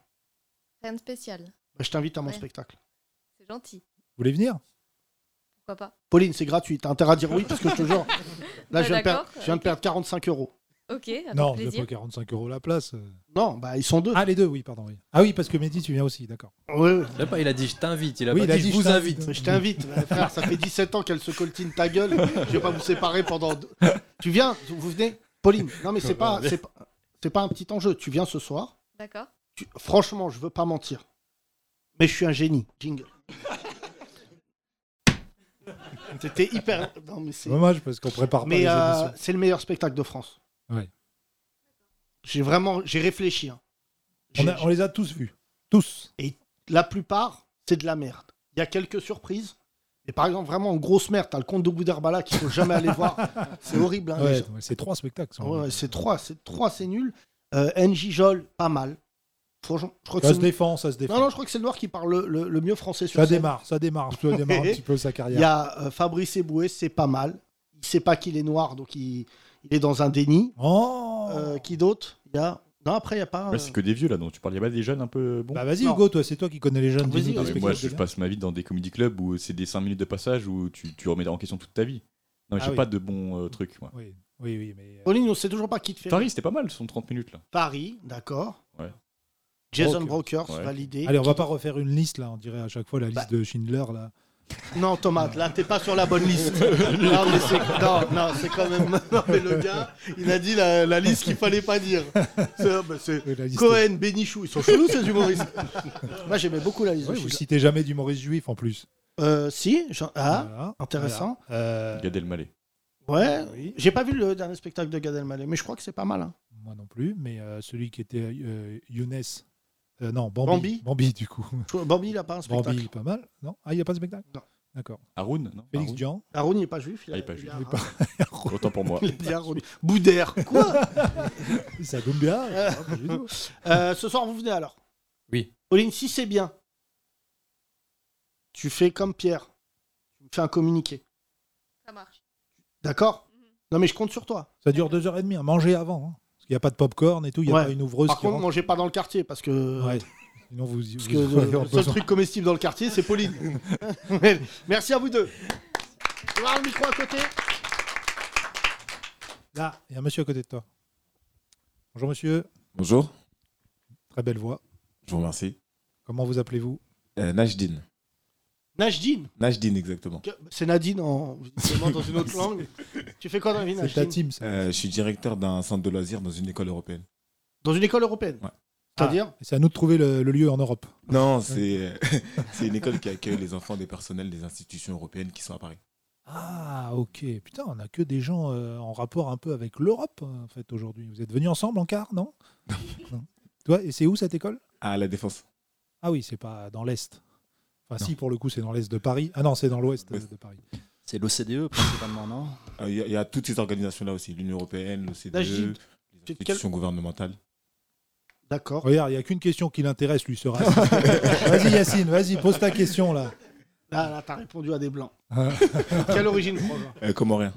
[SPEAKER 9] Rien de spécial.
[SPEAKER 4] Bah, Je t'invite à mon
[SPEAKER 9] Ouais.
[SPEAKER 4] spectacle.
[SPEAKER 9] C'est gentil.
[SPEAKER 5] Vous voulez venir
[SPEAKER 9] Pourquoi pas
[SPEAKER 4] Pauline, c'est gratuit. T'as intérêt à dire oui parce que je te
[SPEAKER 9] [laughs]
[SPEAKER 4] jure. Là,
[SPEAKER 9] Bah,
[SPEAKER 4] je viens, de perdre,
[SPEAKER 9] d'accord,
[SPEAKER 4] je viens de
[SPEAKER 9] ok.
[SPEAKER 4] perdre 45 euros.
[SPEAKER 9] Ok, avec
[SPEAKER 5] Non, je
[SPEAKER 9] plaisir.
[SPEAKER 5] pas 45 euros la place. euh.
[SPEAKER 4] Non, bah ils sont deux.
[SPEAKER 5] Ah, les deux, oui, pardon. oui. Ah oui, parce que Mehdi, tu viens aussi, d'accord.
[SPEAKER 4] Oui, oui.
[SPEAKER 10] Je sais pas, il a dit je t'invite, il a
[SPEAKER 5] Oui,
[SPEAKER 10] pas
[SPEAKER 5] il a
[SPEAKER 10] dit,
[SPEAKER 5] dit,
[SPEAKER 10] je
[SPEAKER 5] je
[SPEAKER 10] vous
[SPEAKER 5] t'invite.
[SPEAKER 10] invite.
[SPEAKER 4] Mais je t'invite, mais frère, ça fait 17 ans qu'elle se coltine ta gueule. Je vais pas vous séparer pendant. deux- Tu viens, vous venez, Pauline. Non mais c'est pas, c'est pas, c'est pas un petit enjeu. Tu viens ce soir.
[SPEAKER 9] D'accord.
[SPEAKER 4] Tu- Franchement, je veux pas mentir, mais je suis un génie. [laughs] Jingle. C'était hyper. Non mais c'est.
[SPEAKER 5] Dommage, parce qu'on prépare
[SPEAKER 4] Mais
[SPEAKER 5] pas les
[SPEAKER 4] euh,
[SPEAKER 5] émissions.
[SPEAKER 4] c'est le meilleur spectacle de France.
[SPEAKER 5] Ouais.
[SPEAKER 4] J'ai vraiment, j'ai réfléchi. hein.
[SPEAKER 5] On,
[SPEAKER 4] J'ai-
[SPEAKER 5] a- on les a tous vus. Tous.
[SPEAKER 4] La plupart, c'est de la merde. Il y a quelques surprises. Mais par exemple, vraiment, en grosse merde, t'as le compte de Boudherbala qu'il faut jamais
[SPEAKER 5] [laughs]
[SPEAKER 4] aller voir. C'est horrible. hein, les
[SPEAKER 5] Ouais,
[SPEAKER 4] gens.
[SPEAKER 5] c'est trois spectacles. ça.
[SPEAKER 4] Ouais, ouais, c'est trois, c'est trois, c'est nul. Euh, NJ Jol, pas mal. Franchement, je crois que
[SPEAKER 5] ça
[SPEAKER 4] c'est
[SPEAKER 5] se
[SPEAKER 4] le-
[SPEAKER 5] défend, ça se défend.
[SPEAKER 4] non, non, je crois que c'est le noir qui parle le, le- le mieux français sur
[SPEAKER 5] ça
[SPEAKER 4] scène.
[SPEAKER 5] démarre, ça démarre, ça démarre un petit peu sa
[SPEAKER 4] [laughs] Il
[SPEAKER 5] carrière.
[SPEAKER 4] y a euh, Fabrice Eboué, c'est pas mal. Il sait pas qu'il est noir, donc il, il est dans un déni.
[SPEAKER 5] Oh
[SPEAKER 4] Euh, qui d'autre Il y a non après il y a pas.
[SPEAKER 7] Ouais,
[SPEAKER 4] euh,
[SPEAKER 7] Bah, C'est que des vieux là, donc tu parles, il y a pas des jeunes un peu bons
[SPEAKER 5] Ah, Bah vas-y
[SPEAKER 4] Non.
[SPEAKER 5] Hugo, toi c'est toi qui connais les jeunes.
[SPEAKER 4] Vas-y,
[SPEAKER 5] dis-nous
[SPEAKER 7] Ah,
[SPEAKER 5] des
[SPEAKER 7] mais
[SPEAKER 4] vas-y.
[SPEAKER 7] moi,
[SPEAKER 5] spectacles
[SPEAKER 7] je
[SPEAKER 5] bien.
[SPEAKER 7] passe ma vie dans des comedy clubs où c'est des 5 minutes de passage où tu, tu remets en question toute ta vie. Non, mais
[SPEAKER 5] Ah
[SPEAKER 7] j'ai
[SPEAKER 5] oui.
[SPEAKER 7] pas de bons euh, trucs. Moi.
[SPEAKER 5] Oui, oui, oui, mais... euh,
[SPEAKER 4] Pauline, on sait toujours pas qui te fait.
[SPEAKER 7] Paris, c'était pas mal, son 30 minutes là.
[SPEAKER 4] Paris, d'accord.
[SPEAKER 7] Ouais.
[SPEAKER 4] Jason
[SPEAKER 5] Brokers.
[SPEAKER 4] Brokers,
[SPEAKER 10] hein.
[SPEAKER 7] Ouais.
[SPEAKER 4] validé.
[SPEAKER 5] Allez, on va pas refaire une liste là, on dirait à chaque fois la
[SPEAKER 4] Bah.
[SPEAKER 5] liste de Schindler là.
[SPEAKER 4] Non, Thomas, là, t'es pas sur la bonne liste. non, mais c'est, non, non, c'est quand même. [laughs] Non, mais le gars, il a dit la, la liste qu'il fallait pas dire. C'est, bah, c'est Cohen, Bénichou, ils sont chelous, ces humoristes. [laughs] Moi, j'aimais beaucoup la liste.
[SPEAKER 5] Oui,
[SPEAKER 4] de
[SPEAKER 5] vous
[SPEAKER 4] Schindler.
[SPEAKER 5] citez jamais d'humoriste juif en plus.
[SPEAKER 4] Euh, si, j'en- ah, intéressant.
[SPEAKER 5] Euh,
[SPEAKER 7] Gad Elmaleh.
[SPEAKER 4] Ouais, j'ai pas vu le dernier spectacle de Gad Elmaleh, mais je crois que c'est pas mal. hein.
[SPEAKER 5] Moi non plus, mais euh, celui qui était euh, Younes. Euh, non, Bambi.
[SPEAKER 4] Bambi
[SPEAKER 5] du coup.
[SPEAKER 4] Bambi, il a pas un spectacle.
[SPEAKER 5] Bambi, pas mal. Non Ah, il n'y a pas de spectacle
[SPEAKER 4] Non.
[SPEAKER 5] D'accord.
[SPEAKER 7] Haroun non
[SPEAKER 5] Félix
[SPEAKER 7] Haroun.
[SPEAKER 5] Dian.
[SPEAKER 4] Haroun, il est pas juif.
[SPEAKER 7] Ah, il est pas juif.
[SPEAKER 4] a-
[SPEAKER 7] Il
[SPEAKER 5] [laughs]
[SPEAKER 7] est pas- Autant pour moi.
[SPEAKER 4] Il a dit Haroun. Boudère, quoi Ah,
[SPEAKER 5] Ça tombe
[SPEAKER 4] [laughs]
[SPEAKER 5] bien. je sais pas, pas du tout.
[SPEAKER 4] Euh, Ce soir, vous venez alors
[SPEAKER 10] Oui.
[SPEAKER 4] Pauline, si c'est bien, tu fais comme Pierre. Tu me fais un communiqué.
[SPEAKER 9] Ça marche.
[SPEAKER 4] D'accord Non, mais je compte sur toi.
[SPEAKER 5] Ça dure deux heures et demie à manger avant. hein. Parce qu'il n'y a pas de popcorn et tout, il n'y a
[SPEAKER 4] Ouais.
[SPEAKER 5] pas une ouvreuse
[SPEAKER 4] Par
[SPEAKER 5] qui
[SPEAKER 4] contre,
[SPEAKER 5] rentre.
[SPEAKER 4] mangez pas dans le quartier parce que.
[SPEAKER 5] Ouais. Sinon, vous,
[SPEAKER 4] Parce
[SPEAKER 5] vous
[SPEAKER 4] que
[SPEAKER 5] aurez
[SPEAKER 4] le, le seul
[SPEAKER 5] besoin.
[SPEAKER 4] truc comestible dans le quartier,
[SPEAKER 5] [laughs]
[SPEAKER 4] c'est Pauline. [laughs] Merci à vous deux. Je vais avoir le micro à côté.
[SPEAKER 5] Là, il y a un monsieur à côté de toi. Bonjour monsieur,
[SPEAKER 11] Bonjour,
[SPEAKER 5] très belle voix.
[SPEAKER 11] je vous remercie.
[SPEAKER 5] Comment vous appelez-vous
[SPEAKER 11] Euh, Najdin.
[SPEAKER 4] Najdine.
[SPEAKER 11] Najdin, exactement.
[SPEAKER 4] Que- C'est Nadine en visiblement dans une [laughs] autre langue. Tu fais quoi dans la vie,
[SPEAKER 5] C'est ta
[SPEAKER 4] Najdine
[SPEAKER 5] team, ça.
[SPEAKER 11] Euh, je suis directeur d'un centre de loisirs dans une école européenne.
[SPEAKER 4] Dans une école européenne.
[SPEAKER 11] Ouais. Ah.
[SPEAKER 4] C'est-à-dire
[SPEAKER 5] Ah, C'est à nous de trouver le, le lieu en Europe.
[SPEAKER 11] Non, c'est euh, [laughs] c'est une école qui accueille les enfants des personnels des institutions européennes qui sont à Paris.
[SPEAKER 5] Ah, ok. Putain, on a que des gens euh, en rapport un peu avec l'Europe, en fait, aujourd'hui. Vous êtes venus ensemble en
[SPEAKER 11] [laughs]
[SPEAKER 5] quart, non Non. Toi, et c'est où cette école
[SPEAKER 11] À la Défense.
[SPEAKER 5] Ah oui, c'est pas dans l'Est. Enfin, si, pour le coup, c'est dans l'Est de Paris. Ah non, c'est dans l'Ouest euh,
[SPEAKER 11] Ouest.
[SPEAKER 5] de Paris.
[SPEAKER 8] C'est l'OCDE E, principalement, non
[SPEAKER 11] Euh, Il y, a- il y a toutes ces organisations-là aussi, l'Union européenne, l'OCDE,
[SPEAKER 4] Najdine.
[SPEAKER 11] E, les
[SPEAKER 4] tu- quel-
[SPEAKER 11] institutions gouvernementales.
[SPEAKER 4] D'accord.
[SPEAKER 5] Regarde, il n'y a qu'une question qui l'intéresse, lui, ce racisme. [laughs] vas-y, Yacine, vas-y, pose ta question, là.
[SPEAKER 4] Là, Ah. là t'as répondu à des blancs. Quelle origine, [laughs] François
[SPEAKER 11] Euh, comment rien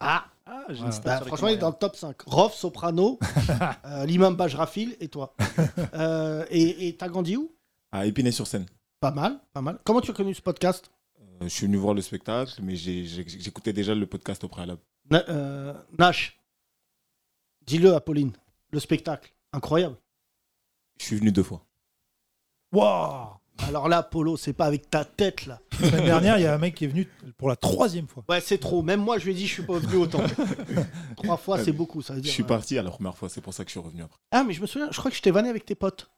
[SPEAKER 4] Ah,
[SPEAKER 8] Ah, j'ai
[SPEAKER 5] Voilà.
[SPEAKER 8] une stat
[SPEAKER 4] bah,
[SPEAKER 8] sur les
[SPEAKER 4] franchement, il
[SPEAKER 8] Comoriens.
[SPEAKER 4] est dans le top 5. Rof, [laughs] Soprano, euh, l'imam Bajrafil et [laughs] toi. Euh, et et t'as grandi où
[SPEAKER 11] À Épinay-sur-Seine.
[SPEAKER 4] Pas mal, pas mal. Comment tu as connu ce podcast
[SPEAKER 11] Euh, je suis venu voir le spectacle, mais j'ai- j'ai- j'écoutais déjà le podcast au préalable.
[SPEAKER 4] Na- euh, Nash, dis-le à Pauline, le spectacle, incroyable.
[SPEAKER 11] Je suis venu deux fois.
[SPEAKER 5] Waouh
[SPEAKER 4] Alors là, Polo, c'est pas avec ta tête là.
[SPEAKER 5] La semaine dernière, il y a un mec qui est venu pour la troisième fois.
[SPEAKER 4] Ouais, c'est trop. Même moi, je lui ai dit, je suis pas venu autant. Trois fois, c'est beaucoup, ça veut
[SPEAKER 11] Ah Je
[SPEAKER 4] dire.
[SPEAKER 11] suis
[SPEAKER 4] euh,
[SPEAKER 11] parti à la première fois, c'est pour ça que je suis revenu après.
[SPEAKER 4] Ah, mais je me souviens, je crois que je t'ai vanné avec tes potes.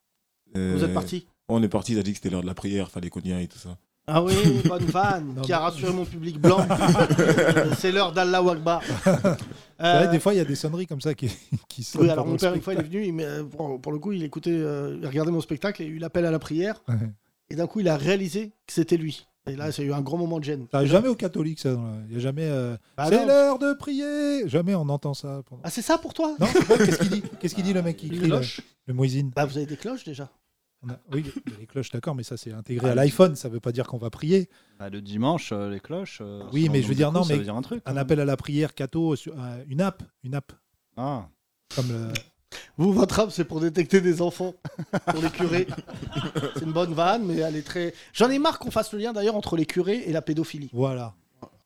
[SPEAKER 4] Vous
[SPEAKER 11] Euh,
[SPEAKER 4] êtes partis.
[SPEAKER 11] On est parti, il a dit que c'était l'heure de la prière, fallait qu'on y aille et tout ça.
[SPEAKER 4] Ah oui, bonne vanne,
[SPEAKER 5] Non,
[SPEAKER 4] qui a
[SPEAKER 5] mais-
[SPEAKER 4] rassuré mon public blanc.
[SPEAKER 5] [laughs]
[SPEAKER 4] c'est l'heure d'Allah Akbar.
[SPEAKER 5] C'est vrai,
[SPEAKER 4] Euh,
[SPEAKER 5] des fois, il y a des sonneries comme ça qui, [laughs] qui sonnent
[SPEAKER 4] Oui, alors
[SPEAKER 5] pendant
[SPEAKER 4] mon
[SPEAKER 5] le
[SPEAKER 4] père, une fois,
[SPEAKER 5] spectacle.
[SPEAKER 4] il est venu, il m'a- pour, pour le coup, il écoutait, euh, il regardait mon spectacle et il a eu l'appel à la prière.
[SPEAKER 5] Ouais.
[SPEAKER 4] Et d'un coup, il a réalisé que c'était lui. Et là, c'est eu un grand moment de gêne.
[SPEAKER 5] Ça arrive jamais aux catholiques, ça. dans la- Il y a jamais. euh,
[SPEAKER 4] Bah
[SPEAKER 5] c'est
[SPEAKER 4] non.
[SPEAKER 5] l'heure de prier Jamais on entend ça. pendant-
[SPEAKER 4] Ah, c'est ça pour toi
[SPEAKER 5] Non, c'est pas- qu'est-ce qu'il dit Qu'est-ce qu'il dit le mec qui
[SPEAKER 4] Une
[SPEAKER 5] crie là
[SPEAKER 4] cloche
[SPEAKER 5] Le muizine.
[SPEAKER 4] Bah, vous avez des cloches déjà.
[SPEAKER 5] On a- Oui, il y a les cloches, d'accord, mais ça c'est
[SPEAKER 4] Ah,
[SPEAKER 5] intégré à l'iPhone, ça veut pas dire qu'on va prier.
[SPEAKER 8] Bah, le dimanche, euh, les cloches. euh,
[SPEAKER 5] Oui,
[SPEAKER 8] selon
[SPEAKER 5] mais
[SPEAKER 8] le
[SPEAKER 5] je
[SPEAKER 8] nombre
[SPEAKER 5] veux dire,
[SPEAKER 8] de
[SPEAKER 5] non,
[SPEAKER 8] coups, ça
[SPEAKER 5] mais
[SPEAKER 8] veut dire un truc. hein.
[SPEAKER 4] hein.
[SPEAKER 5] Un appel à la prière catho, sur- euh, une app, une app.
[SPEAKER 8] Ah.
[SPEAKER 5] Comme le...
[SPEAKER 4] Vous, votre âme, c'est pour détecter des enfants,
[SPEAKER 5] [laughs]
[SPEAKER 4] pour les curés. c'est une bonne vanne, mais elle est très. J'en ai marre qu'on fasse le lien d'ailleurs entre les curés et la pédophilie.
[SPEAKER 5] Voilà.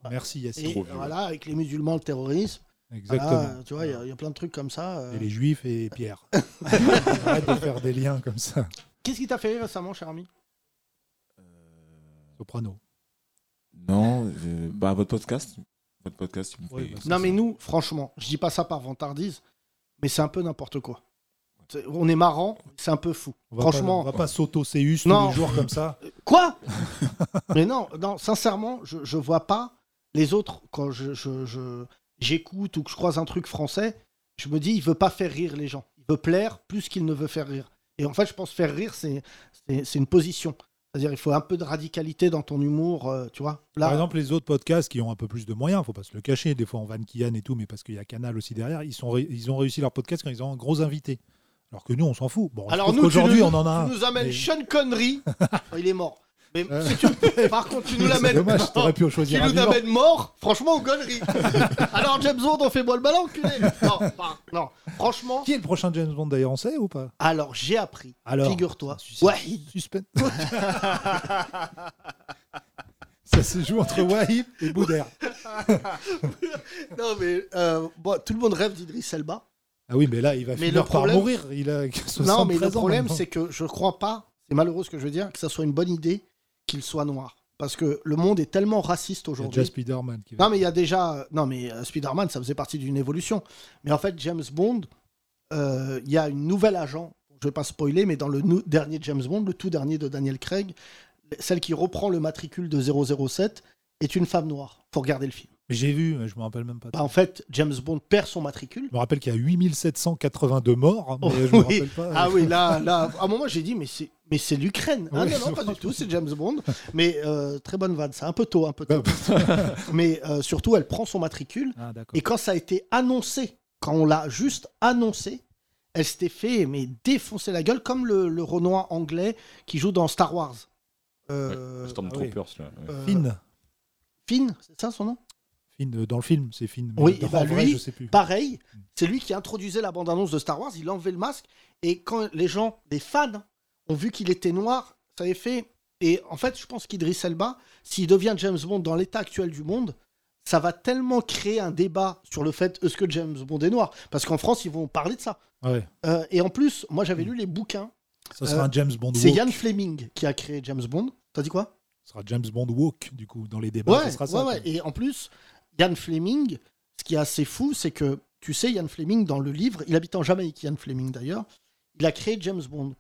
[SPEAKER 5] Merci Yacine.
[SPEAKER 4] Et voilà, avec les musulmans, le terrorisme. Voilà,
[SPEAKER 5] Exactement.
[SPEAKER 4] tu vois, il y a- il y, a plein de trucs comme ça. euh.
[SPEAKER 5] Et les juifs et
[SPEAKER 4] [laughs]
[SPEAKER 5] Pierre. Arrête de faire des liens comme ça.
[SPEAKER 4] Qu'est-ce qui t'a fait rire récemment, cher ami
[SPEAKER 5] Soprano.
[SPEAKER 11] Non, euh, bah votre podcast, votre podcast, il me
[SPEAKER 5] Oui,
[SPEAKER 11] fait-
[SPEAKER 5] bah, ça,
[SPEAKER 4] Non, mais nous, franchement, je dis pas ça par vantardise, mais c'est un peu n'importe quoi. C'est- On est marrant, c'est un peu fou.
[SPEAKER 5] On va
[SPEAKER 4] Franchement.
[SPEAKER 5] pas, on va pas s'auto-séus tous
[SPEAKER 4] Non.
[SPEAKER 5] les jours comme ça. [laughs]
[SPEAKER 4] Quoi Mais non, non, sincèrement, je, je vois pas les autres quand je, je- je- j'écoute ou que je croise un truc français, je me dis il veut pas faire rire les gens, il veut plaire plus qu'il ne veut faire rire. Et en fait, je pense faire rire c'est c'est, c'est une position. C'est-à-dire il faut un peu de radicalité dans ton humour, euh, tu vois. Là,
[SPEAKER 5] Par exemple, les autres podcasts qui ont un peu plus de moyens, faut pas se le cacher, des fois on vanne Kian et tout, mais parce qu'il y a Canal aussi derrière, ils, sont ré- ils ont réussi leur podcast quand ils ont un gros invité. Alors que nous, on s'en fout. Bon,
[SPEAKER 4] alors nous,
[SPEAKER 5] aujourd'hui,
[SPEAKER 4] tu nous,
[SPEAKER 5] on en a un.
[SPEAKER 4] tu nous amènes
[SPEAKER 5] mais-
[SPEAKER 4] Sean
[SPEAKER 5] [laughs]
[SPEAKER 4] Connery, Oh, il est mort. Mais
[SPEAKER 5] Euh.
[SPEAKER 4] si tu... par contre, tu nous
[SPEAKER 5] [laughs] C'est
[SPEAKER 4] l'amènes
[SPEAKER 5] Dommage, t'aurais
[SPEAKER 4] [laughs]
[SPEAKER 5] pu en
[SPEAKER 4] qui
[SPEAKER 5] choisir un
[SPEAKER 4] nous
[SPEAKER 5] vivant.
[SPEAKER 4] amène mort, franchement, aux gonneries. Alors, James Bond, on fait bois le ballon, enculé. Non, pas- non, franchement.
[SPEAKER 5] Qui est le prochain James Bond d'ailleurs, on sait ou pas
[SPEAKER 4] Alors, j'ai appris,
[SPEAKER 5] Alors,
[SPEAKER 4] figure-toi,
[SPEAKER 5] suspense.
[SPEAKER 4] Wahid.
[SPEAKER 5] Suspense. [laughs] Ça se joue entre Wahib et Boudère.
[SPEAKER 4] Non, mais euh, bon, tout le monde rêve d'Idriss Elba.
[SPEAKER 5] Ah oui, mais là, il va
[SPEAKER 4] Mais
[SPEAKER 5] finir
[SPEAKER 4] le problème-
[SPEAKER 5] par mourir. Il a 73
[SPEAKER 4] Non, mais le
[SPEAKER 5] ans
[SPEAKER 4] problème,
[SPEAKER 5] maintenant.
[SPEAKER 4] c'est que je crois pas, c'est malheureux ce que je veux dire, que ça soit une bonne idée qu'il soit noir. parce que le monde est tellement raciste
[SPEAKER 5] Il y a déjà
[SPEAKER 4] aujourd'hui.
[SPEAKER 5] Spider-Man qui va.
[SPEAKER 4] Non, mais il y a déjà. Non, mais euh, Spider-Man, ça faisait partie d'une évolution. Mais en fait, James Bond, euh, il y a une nouvelle agent. Je vais pas spoiler, mais dans le nou- dernier James Bond, le tout dernier de Daniel Craig, celle qui reprend le matricule de 007 est une femme noire. Faut regarder le film.
[SPEAKER 5] Mais J'ai vu, mais je me rappelle même pas.
[SPEAKER 4] Bah, en fait, James Bond perd son matricule.
[SPEAKER 5] Je me rappelle qu'il y a 8782 morts, hein, mais je me
[SPEAKER 4] Oh Oui.
[SPEAKER 5] rappelle pas.
[SPEAKER 4] Ah oui, là, là, à un moment j'ai dit mais c'est mais c'est l'Ukraine. Ah
[SPEAKER 5] Oui.
[SPEAKER 4] non, non, pas du tout, c'est James Bond. Mais euh, très bonne vanne, c'est un peu tôt, un peu
[SPEAKER 5] [laughs]
[SPEAKER 4] tôt. mais euh, surtout, elle prend son matricule.
[SPEAKER 5] Ah, d'accord.
[SPEAKER 4] et quand ça a été annoncé, quand on l'a juste annoncé, elle s'était fait mais défoncer la gueule comme le, le Renoir anglais qui joue dans Star Wars. Euh,
[SPEAKER 7] Stormtroopers, là. ouais.
[SPEAKER 4] euh,
[SPEAKER 5] Finn.
[SPEAKER 4] Finn, c'est ça son nom
[SPEAKER 5] Finn, euh, dans le film, c'est Finn. mais
[SPEAKER 4] oui,
[SPEAKER 5] dans-
[SPEAKER 4] et bah
[SPEAKER 5] en vrai,
[SPEAKER 4] lui,
[SPEAKER 5] je sais plus.
[SPEAKER 4] pareil, c'est lui qui introduisait la bande-annonce de Star Wars, il enlevait le masque, et quand les gens, les fans, ont vu qu'il était noir, ça avait fait... Et en fait, je pense qu'Idris Elba, s'il devient James Bond dans l'état actuel du monde, ça va tellement créer un débat sur le fait est-ce que James Bond est noir Parce qu'en France, ils vont parler de ça.
[SPEAKER 5] Ouais.
[SPEAKER 4] Euh, et en plus, moi, j'avais lu les bouquins.
[SPEAKER 5] Hmm. Ça
[SPEAKER 4] Euh,
[SPEAKER 5] sera un James Bond
[SPEAKER 4] C'est
[SPEAKER 5] woke.
[SPEAKER 4] Ian Fleming qui a créé James Bond. T'as dit quoi
[SPEAKER 5] Ce sera James Bond Walk, du coup, dans les débats.
[SPEAKER 4] ouais,
[SPEAKER 5] ça sera ça.
[SPEAKER 4] ouais, ouais. Et en plus, Ian Fleming, ce qui est assez fou, c'est que, tu sais, Ian Fleming, dans le livre, il habite en Jamaïque, Ian Fleming d'ailleurs, il a créé James Bond.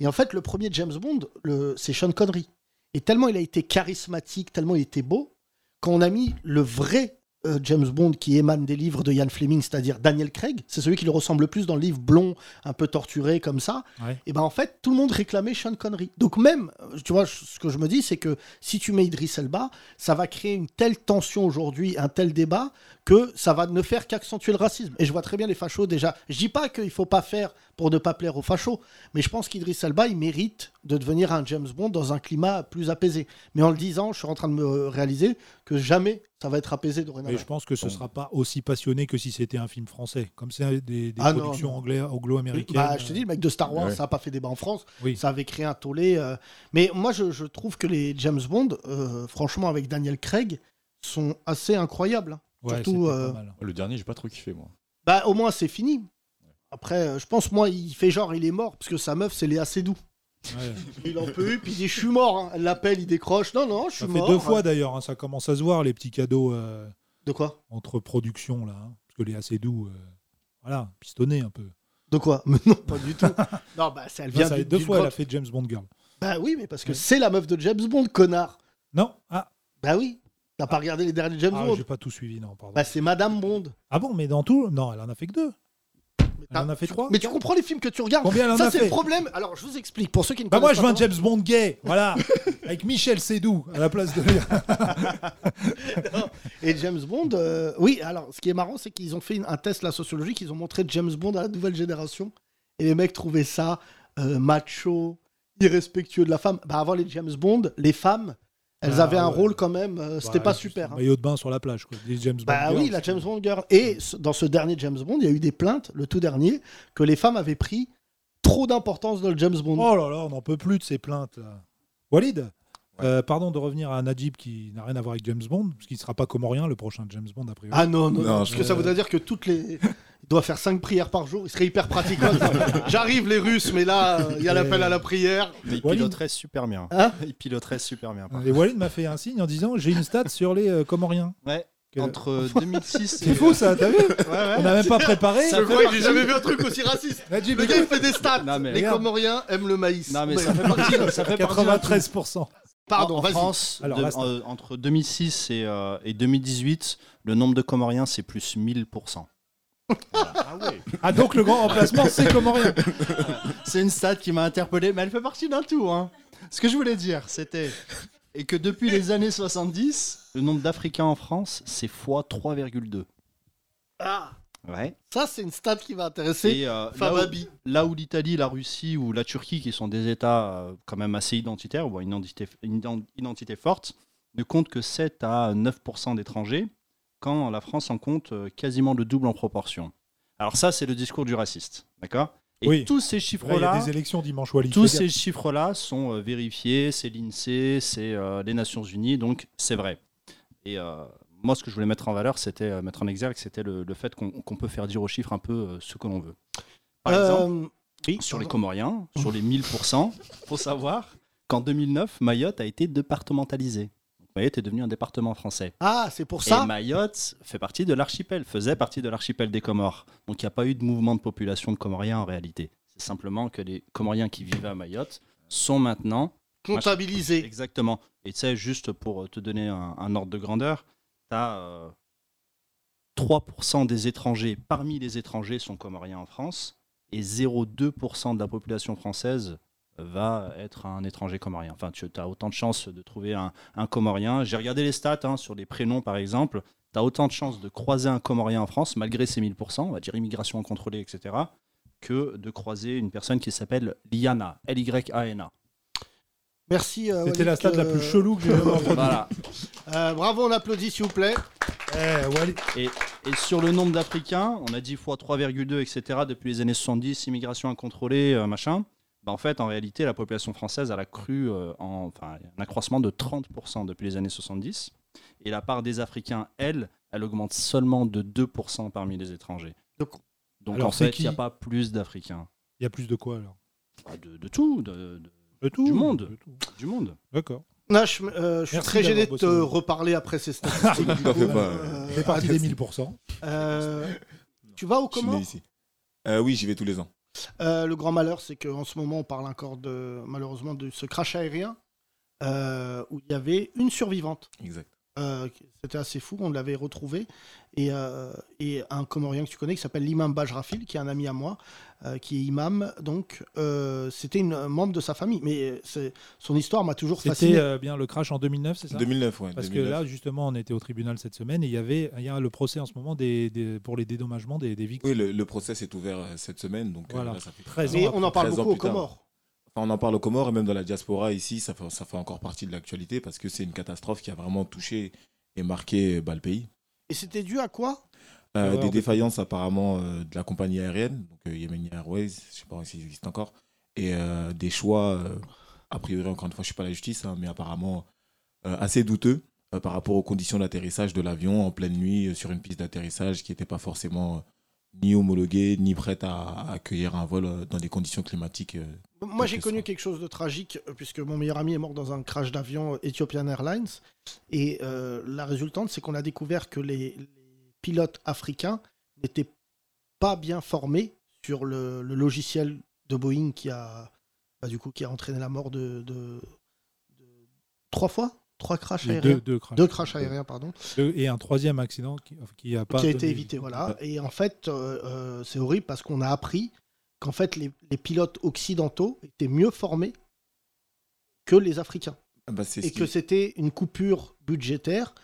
[SPEAKER 4] Et en fait, le premier James Bond, le- c'est Sean Connery. Et tellement il a été charismatique, tellement il était beau, quand on a mis le vrai euh, James Bond qui émane des livres de Ian Fleming, c'est-à-dire Daniel Craig, c'est celui qui le ressemble le plus dans le livre blond, un peu torturé comme ça,
[SPEAKER 5] Ouais.
[SPEAKER 4] et ben en fait tout le monde réclamait Sean Connery. Donc même, euh, tu vois, je- ce que je me dis, c'est que si tu mets Idris Elba, ça va créer une telle tension aujourd'hui, un tel débat, que ça va ne faire qu'accentuer le racisme. Et je vois très bien les fachos déjà. Je dis pas qu'il faut pas faire pour ne pas plaire aux fachos, mais je pense qu'Idris Elba, il mérite de devenir un James Bond dans un climat plus apaisé. Mais en le disant, je suis en train de me réaliser que jamais ça va être apaisé dorénavant.
[SPEAKER 5] Mais je pense que ce sera pas aussi passionné que si c'était un film français. Comme c'est des, des
[SPEAKER 4] Ah non,
[SPEAKER 5] productions
[SPEAKER 4] non.
[SPEAKER 5] anglais- anglo-américaines. euh,
[SPEAKER 4] Bah, je te dis, le mec de Star Wars,
[SPEAKER 5] Ouais.
[SPEAKER 4] ça n'a pas fait débat en France.
[SPEAKER 5] Oui.
[SPEAKER 4] Ça avait créé un tollé. euh, Mais moi, je, je trouve que les James Bond, euh, franchement, avec Daniel Craig, sont assez incroyables. hein.
[SPEAKER 7] Ouais,
[SPEAKER 4] Surtout,
[SPEAKER 7] c'était pas
[SPEAKER 4] euh,
[SPEAKER 7] mal. Le dernier, j'ai pas trop kiffé, moi.
[SPEAKER 4] bah, au moins, c'est fini. Après, euh, je pense, moi, il fait genre, il est mort, parce que sa meuf, c'est Léa Seydoux. Il en peut eu, puis il dit, je suis mort. hein. Elle l'appelle, il décroche. Non, non, je suis
[SPEAKER 5] Ça fait
[SPEAKER 4] mort.
[SPEAKER 5] deux fois d'ailleurs, hein, ça commence à se voir les petits cadeaux. euh,
[SPEAKER 4] de quoi
[SPEAKER 5] Entre productions là, hein, parce que les assez doux, euh, voilà, pistonné un peu.
[SPEAKER 4] De quoi [laughs] Mais non,
[SPEAKER 5] [laughs]
[SPEAKER 4] pas du tout. non, bah, ça, elle
[SPEAKER 5] Non,
[SPEAKER 4] vient
[SPEAKER 5] ça
[SPEAKER 4] du-
[SPEAKER 5] fait deux
[SPEAKER 4] d'une
[SPEAKER 5] fois, elle a
[SPEAKER 4] grotte.
[SPEAKER 5] fait James Bond Girl.
[SPEAKER 4] Bah oui, mais parce que c'est la meuf de James Bond, connard.
[SPEAKER 5] Non, ah.
[SPEAKER 4] Bah oui. T'as pas regardé les derniers James
[SPEAKER 5] Ah,
[SPEAKER 4] Bond
[SPEAKER 5] j'ai pas tout suivi, non, pardon.
[SPEAKER 4] Bah, c'est Madame Bond.
[SPEAKER 5] Ah bon, mais dans tout, non, elle en a fait que deux. Elle en a fait trois.
[SPEAKER 4] Mais tu comprends les films que tu regardes
[SPEAKER 5] Combien elle en
[SPEAKER 4] Ça,
[SPEAKER 5] a
[SPEAKER 4] c'est
[SPEAKER 5] fait
[SPEAKER 4] le problème. Alors, je vous explique. Pour ceux qui ne
[SPEAKER 5] Bah moi
[SPEAKER 4] connaissent
[SPEAKER 5] je
[SPEAKER 4] pas
[SPEAKER 5] veux un James Bond gay, voilà, avec Michel Sédou à la place de.
[SPEAKER 4] Et James Bond, euh, oui, alors ce qui est marrant, c'est qu'ils ont fait une- un test la sociologique, ils ont montré James Bond à la nouvelle génération. Et les mecs trouvaient ça euh, macho, irrespectueux de la femme. Bah, avant les James Bond, les femmes, elles
[SPEAKER 5] Ah,
[SPEAKER 4] avaient un
[SPEAKER 5] ouais.
[SPEAKER 4] rôle quand même, euh, c'était
[SPEAKER 5] Bah,
[SPEAKER 4] pas
[SPEAKER 5] juste
[SPEAKER 4] super.
[SPEAKER 5] un
[SPEAKER 4] hein.
[SPEAKER 5] Maillot de bain sur la plage, quoi. Des James Bond.
[SPEAKER 4] Bah
[SPEAKER 5] girls.
[SPEAKER 4] oui, la James Bond girl. Et ce- dans ce dernier James Bond, il y a eu des plaintes, le tout dernier, que les femmes avaient pris trop d'importance dans le James Bond.
[SPEAKER 5] Oh là là, on n'en peut plus de ces plaintes. Là. Walid, euh, pardon de revenir à Najib qui n'a rien à voir avec James Bond, parce qu'il ne sera pas comorien le prochain James Bond, a priori.
[SPEAKER 4] Ah non, non, non, parce que ça
[SPEAKER 5] Euh,
[SPEAKER 4] voudrait dire que toutes les. Il doit faire 5 prières par jour, il serait hyper [laughs] pratique. J'arrive les Russes, mais là, euh, il y a
[SPEAKER 8] [laughs]
[SPEAKER 4] l'appel à la prière.
[SPEAKER 8] Mais il
[SPEAKER 5] Walid-
[SPEAKER 8] piloterait super bien.
[SPEAKER 4] Hein
[SPEAKER 8] [laughs] il piloterait super bien. par
[SPEAKER 5] Et Walid m'a fait un signe en disant J'ai une stat sur les euh, comoriens.
[SPEAKER 8] contre. Ouais.
[SPEAKER 5] Que- [laughs]
[SPEAKER 8] Entre 2006 et.
[SPEAKER 5] C'est fou
[SPEAKER 8] [laughs]
[SPEAKER 5] ça, t'as vu On n'a même pas préparé.
[SPEAKER 8] Ça
[SPEAKER 4] Je
[SPEAKER 8] fait
[SPEAKER 4] crois que j'ai
[SPEAKER 8] partie-
[SPEAKER 4] jamais vu un truc aussi raciste.
[SPEAKER 5] Najib,
[SPEAKER 4] Le gars, il fait des stats.
[SPEAKER 8] Non, mais
[SPEAKER 4] les
[SPEAKER 8] regarde.
[SPEAKER 4] Comoriens aiment le maïs.
[SPEAKER 8] Non, mais ça fait partie. Ça fait partie d'un truc.
[SPEAKER 5] 93%.
[SPEAKER 4] Pardon,
[SPEAKER 8] en
[SPEAKER 4] vas-y.
[SPEAKER 8] France,
[SPEAKER 5] Alors,
[SPEAKER 8] de-
[SPEAKER 5] la stat.
[SPEAKER 8] euh, entre 2006 et, euh, et 2018, le nombre de Comoriens, c'est plus 1000%. [laughs]
[SPEAKER 5] Ah donc le grand remplacement, c'est comorien.
[SPEAKER 8] C'est une stat qui m'a interpellé, mais elle fait partie d'un tout. hein. [laughs] Ce que je voulais dire, c'était et que depuis les années 70, le nombre d'Africains en France, c'est x 3,2.
[SPEAKER 4] Ah,
[SPEAKER 8] Ouais.
[SPEAKER 4] ça, c'est une stat qui va intéresser
[SPEAKER 8] Et, euh, là où,
[SPEAKER 4] Fababi.
[SPEAKER 8] là où l'Italie, la Russie ou la Turquie, qui sont des États euh, quand même assez identitaires, ou à une identité, une ident- identité forte, ne comptent que 7 à 9 d'étrangers, quand la France en compte euh, quasiment le double en proportion. Alors ça, c'est le discours du raciste, d'accord Et
[SPEAKER 5] Oui.
[SPEAKER 8] tous ces
[SPEAKER 5] Là, il y a
[SPEAKER 8] chiffres-là,
[SPEAKER 5] des élections dimanche, Walid.
[SPEAKER 8] tous
[SPEAKER 5] Fais
[SPEAKER 8] ces chiffres-là sont euh, vérifiés, c'est l'INSEE, c'est euh, les Nations Unies, donc c'est vrai. Et euh, moi, ce que je voulais mettre en valeur, c'était euh, mettre en exergue, c'était le, le fait qu'on qu'on peut faire dire aux chiffres un peu euh, ce que l'on veut. Par exemple,
[SPEAKER 4] Euh,
[SPEAKER 8] sur les Comoriens, sur les 1000%, faut savoir qu'en 2009, Mayotte a été départementalisée. Mayotte est devenue un département français.
[SPEAKER 4] Ah, c'est pour ça
[SPEAKER 8] Et Mayotte fait partie de l'archipel, faisait partie de l'archipel des Comores. Donc il n'y a pas eu de mouvement de population de Comoriens en réalité. C'est simplement que les Comoriens qui vivaient à Mayotte sont maintenant
[SPEAKER 4] Comptabilisés.
[SPEAKER 8] Exactement. Et tu sais, juste pour te donner un, un ordre de grandeur, euh, tu as 3% des étrangers, parmi les étrangers, sont comoriens en France, et 0,2% de la population française va être un étranger comorien. Enfin, tu as autant de chances de trouver un, un comorien. J'ai regardé les stats hein, sur les prénoms, par exemple. Tu as autant de chances de croiser un comorien en France, malgré ces 1000%, on va dire immigration contrôlée, etc., que de croiser une personne qui s'appelle Liana, L-Y-A-N-A.
[SPEAKER 4] Merci. euh,
[SPEAKER 5] C'était
[SPEAKER 4] Walid,
[SPEAKER 5] la stade la
[SPEAKER 4] euh,
[SPEAKER 5] plus chelou que j'ai
[SPEAKER 4] [laughs]
[SPEAKER 5] jamais entendue.
[SPEAKER 8] Voilà.
[SPEAKER 4] Euh, bravo, on applaudit s'il vous plaît.
[SPEAKER 5] Eh,
[SPEAKER 8] Et, et sur le nombre d'Africains, on a 10 fois 3,2, etc. depuis les années 70, immigration incontrôlée, euh, machin. Bah, en fait, en réalité, la population française, elle a cru euh, en, enfin, un accroissement de 30% depuis les années 70. Et la part des Africains, elle, elle augmente seulement de 2% parmi les étrangers.
[SPEAKER 4] Donc,
[SPEAKER 5] Alors,
[SPEAKER 8] en
[SPEAKER 5] c'est
[SPEAKER 8] fait, il n'y a
[SPEAKER 5] qui
[SPEAKER 8] pas plus d'Africains.
[SPEAKER 5] Il y a plus de quoi alors
[SPEAKER 8] Bah, de, de tout, de, de-
[SPEAKER 5] tout,
[SPEAKER 8] du monde. Du monde.
[SPEAKER 5] D'accord.
[SPEAKER 4] Nash, euh, je suis
[SPEAKER 5] Merci
[SPEAKER 4] très
[SPEAKER 5] d'avoir
[SPEAKER 4] gêné de te
[SPEAKER 5] bossé.
[SPEAKER 4] reparler
[SPEAKER 5] [laughs]
[SPEAKER 4] après ces statistiques. du
[SPEAKER 11] T'en
[SPEAKER 4] coup.
[SPEAKER 11] fais pas.
[SPEAKER 4] Euh,
[SPEAKER 5] C'est parti
[SPEAKER 4] euh,
[SPEAKER 5] des 1000%.
[SPEAKER 4] euh, tu vas au
[SPEAKER 11] Je suis né
[SPEAKER 4] comment
[SPEAKER 11] ici. Euh, oui, j'y vais tous les ans.
[SPEAKER 4] Euh, Le grand malheur, c'est qu'en ce moment, on parle encore de, malheureusement de ce crash aérien euh, où il y avait une survivante.
[SPEAKER 11] Exact.
[SPEAKER 4] Euh, C'était assez fou, on l'avait retrouvé. Et, euh, et un Comorien que tu connais qui s'appelle l'imam Bajrafil, qui est un ami à moi, euh, qui est imam. Donc, euh, c'était une- un membre de sa famille. Mais euh, c'est- son histoire m'a toujours
[SPEAKER 5] C'était
[SPEAKER 4] fasciné.
[SPEAKER 5] euh, bien le crash en 2009, c'est ça
[SPEAKER 11] 2009, ouais,
[SPEAKER 5] Parce
[SPEAKER 11] 2009.
[SPEAKER 5] que là, justement, on était au tribunal cette semaine et il y avait il y a le procès en ce moment des, des- pour les dédommagements des, des victimes.
[SPEAKER 11] Oui, le, le procès s'est ouvert euh, cette semaine. Donc, euh,
[SPEAKER 5] Voilà.
[SPEAKER 11] là, ça fait
[SPEAKER 5] 13
[SPEAKER 11] 13
[SPEAKER 5] ans après.
[SPEAKER 4] on en parle
[SPEAKER 11] ans
[SPEAKER 4] beaucoup aux
[SPEAKER 11] plus tard.
[SPEAKER 4] Comores.
[SPEAKER 11] Enfin, on en parle aux Comores et même dans la diaspora ici, ça fait, ça fait encore partie de l'actualité parce que c'est une catastrophe qui a vraiment touché et marqué bah, le pays.
[SPEAKER 4] Et c'était dû à quoi
[SPEAKER 11] Euh,
[SPEAKER 4] Alors,
[SPEAKER 11] des défaillances apparemment euh, de la compagnie aérienne, donc euh, Yemeni Airways, je sais pas s'il existe encore, et euh, des choix, euh, a priori encore une fois je suis pas la justice, hein, mais apparemment euh, assez douteux euh, par rapport aux conditions d'atterrissage de l'avion en pleine nuit euh, sur une piste d'atterrissage qui n'était pas forcément euh, ni homologuée, ni prête à, à accueillir un vol euh, dans des conditions climatiques. euh,
[SPEAKER 4] Moi, j'ai
[SPEAKER 11] catastrophiques.
[SPEAKER 4] connu quelque chose de tragique, euh, puisque mon meilleur ami est mort dans un crash d'avion euh, Ethiopian Airlines. Et euh, la résultante, c'est qu'on a découvert que les, les pilotes africains n'étaient pas bien formés sur le, le logiciel de Boeing qui a, bah, du coup, qui a entraîné la mort de, de- de- trois fois Trois crashs
[SPEAKER 5] Les
[SPEAKER 4] aériens
[SPEAKER 5] deux- deux crashs.
[SPEAKER 4] aériens, pardon.
[SPEAKER 5] Deux- Et un troisième accident qui, qui a pas
[SPEAKER 4] qui a été
[SPEAKER 5] donné-
[SPEAKER 4] évité, voilà. Et en fait, euh, euh, c'est horrible parce qu'on a appris qu'en fait, les, les pilotes occidentaux étaient mieux formés que les Africains.
[SPEAKER 11] Ah bah, c'est ce
[SPEAKER 4] et
[SPEAKER 11] qui-
[SPEAKER 4] que c'était une coupure budgétaire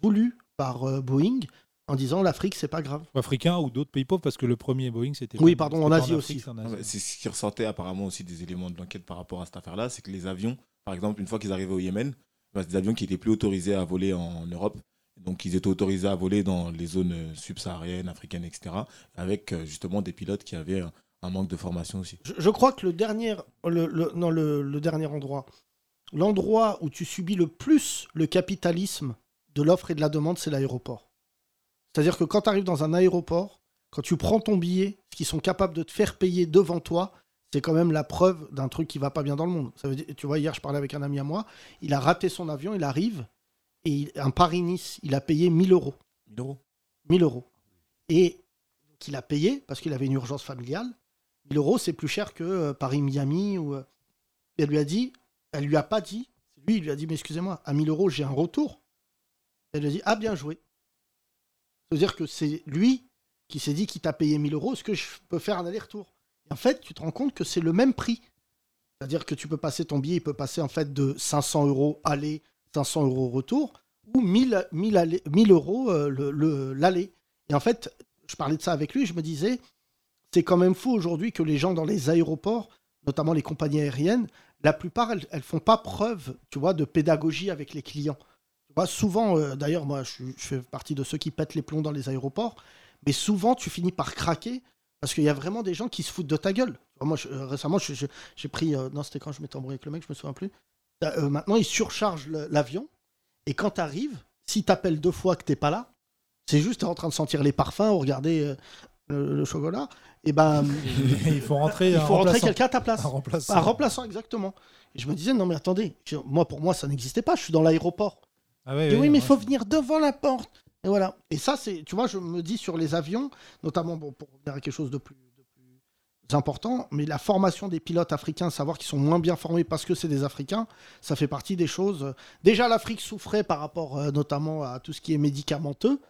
[SPEAKER 4] voulue par euh, Boeing en disant l'Afrique, c'est pas grave.
[SPEAKER 5] Ou Africain ou d'autres pays pauvres parce que le premier Boeing c'était.
[SPEAKER 4] Oui,
[SPEAKER 5] pas-
[SPEAKER 4] pardon,
[SPEAKER 5] c'était
[SPEAKER 4] en
[SPEAKER 5] pas
[SPEAKER 4] Asie
[SPEAKER 5] Afrique,
[SPEAKER 4] aussi.
[SPEAKER 5] c'était en
[SPEAKER 11] Ah
[SPEAKER 5] Asie.
[SPEAKER 11] bah, C'est ce qui ressortait apparemment aussi des éléments de l'enquête par rapport à cette affaire-là, c'est que les avions, par exemple, une fois qu'ils arrivaient au Yémen, bah, c'est des avions qui n'étaient plus autorisés à voler en Europe. Donc ils étaient autorisés à voler dans les zones euh, subsahariennes, africaines, etc. Avec euh, justement des pilotes qui avaient un, un manque de formation aussi.
[SPEAKER 4] Je, je crois que le dernier, le, le- non, le, le dernier endroit, l'endroit où tu subis le plus le capitalisme de l'offre et de la demande, c'est l'aéroport. C'est-à-dire que quand tu arrives dans un aéroport, quand tu prends ton billet, ce qu'ils sont capables de te faire payer devant toi, c'est quand même la preuve d'un truc qui va pas bien dans le monde. Ça veut dire, tu vois, hier, je parlais avec un ami à moi, il a raté son avion, il arrive, et il- un Paris-Nice, il a payé 1000 euros.
[SPEAKER 11] 1000 euros
[SPEAKER 4] 1000 euros. Et qu'il a payé parce qu'il avait une urgence familiale. 1000 euros, c'est plus cher que euh, Paris-Miami. Ou, euh, et elle lui a dit, elle lui a pas dit, lui, il lui a dit, mais excusez-moi, à 1000 euros, j'ai un retour. Elle lui a dit, ah, bien joué. C'est-à-dire que c'est lui qui s'est dit, quitte à payer 1000 euros, est-ce que je peux faire un aller-retour Et En fait, tu te rends compte que c'est le même prix. C'est-à-dire que tu peux passer ton billet, il peut passer en fait de 500 euros aller, 500 euros retour, ou 1000, 1000, aller- 1000 euros euh, le- le- l'aller. Et en fait, je parlais de ça avec lui, je me disais, c'est quand même fou aujourd'hui que les gens dans les aéroports, notamment les compagnies aériennes, la plupart, elles, elles font pas preuve, tu vois, de pédagogie avec les clients. Tu vois, souvent, euh, d'ailleurs, moi, je, suis- je fais partie de ceux qui pètent les plombs dans les aéroports, mais souvent, tu finis par craquer parce qu'il y a vraiment des gens qui se foutent de ta gueule. Tu vois, moi, je- euh, récemment, je- je- j'ai pris, euh, non, c'était quand je m'étais embrouillé avec le mec, je me souviens plus. Euh, maintenant, ils surchargent le- l'avion et quand t'arrives, si t'appelles deux fois que t'es pas là, c'est juste t'es en train de sentir les parfums ou regarder euh, le, le chocolat, et ben
[SPEAKER 5] il faut rentrer,
[SPEAKER 4] il
[SPEAKER 5] un
[SPEAKER 4] faut rentrer
[SPEAKER 5] remplaçant.
[SPEAKER 4] quelqu'un à ta place.
[SPEAKER 5] Un remplaçant.
[SPEAKER 4] Un remplaçant, exactement. Et je me disais non mais attendez, je- moi pour moi ça n'existait pas, je suis dans l'aéroport.
[SPEAKER 5] Ah ouais,
[SPEAKER 4] Et
[SPEAKER 5] ouais,
[SPEAKER 4] oui, mais il
[SPEAKER 5] ouais,
[SPEAKER 4] faut venir devant la porte. Et voilà. Et ça, c'est, tu vois, je me dis sur les avions, notamment bon, pour revenir à quelque chose de plus, de plus important, mais la formation des pilotes africains, savoir qu'ils sont moins bien formés parce que c'est des Africains, ça fait partie des choses. Déjà, l'Afrique souffrait par rapport euh, notamment à tout ce qui est médicamenteux.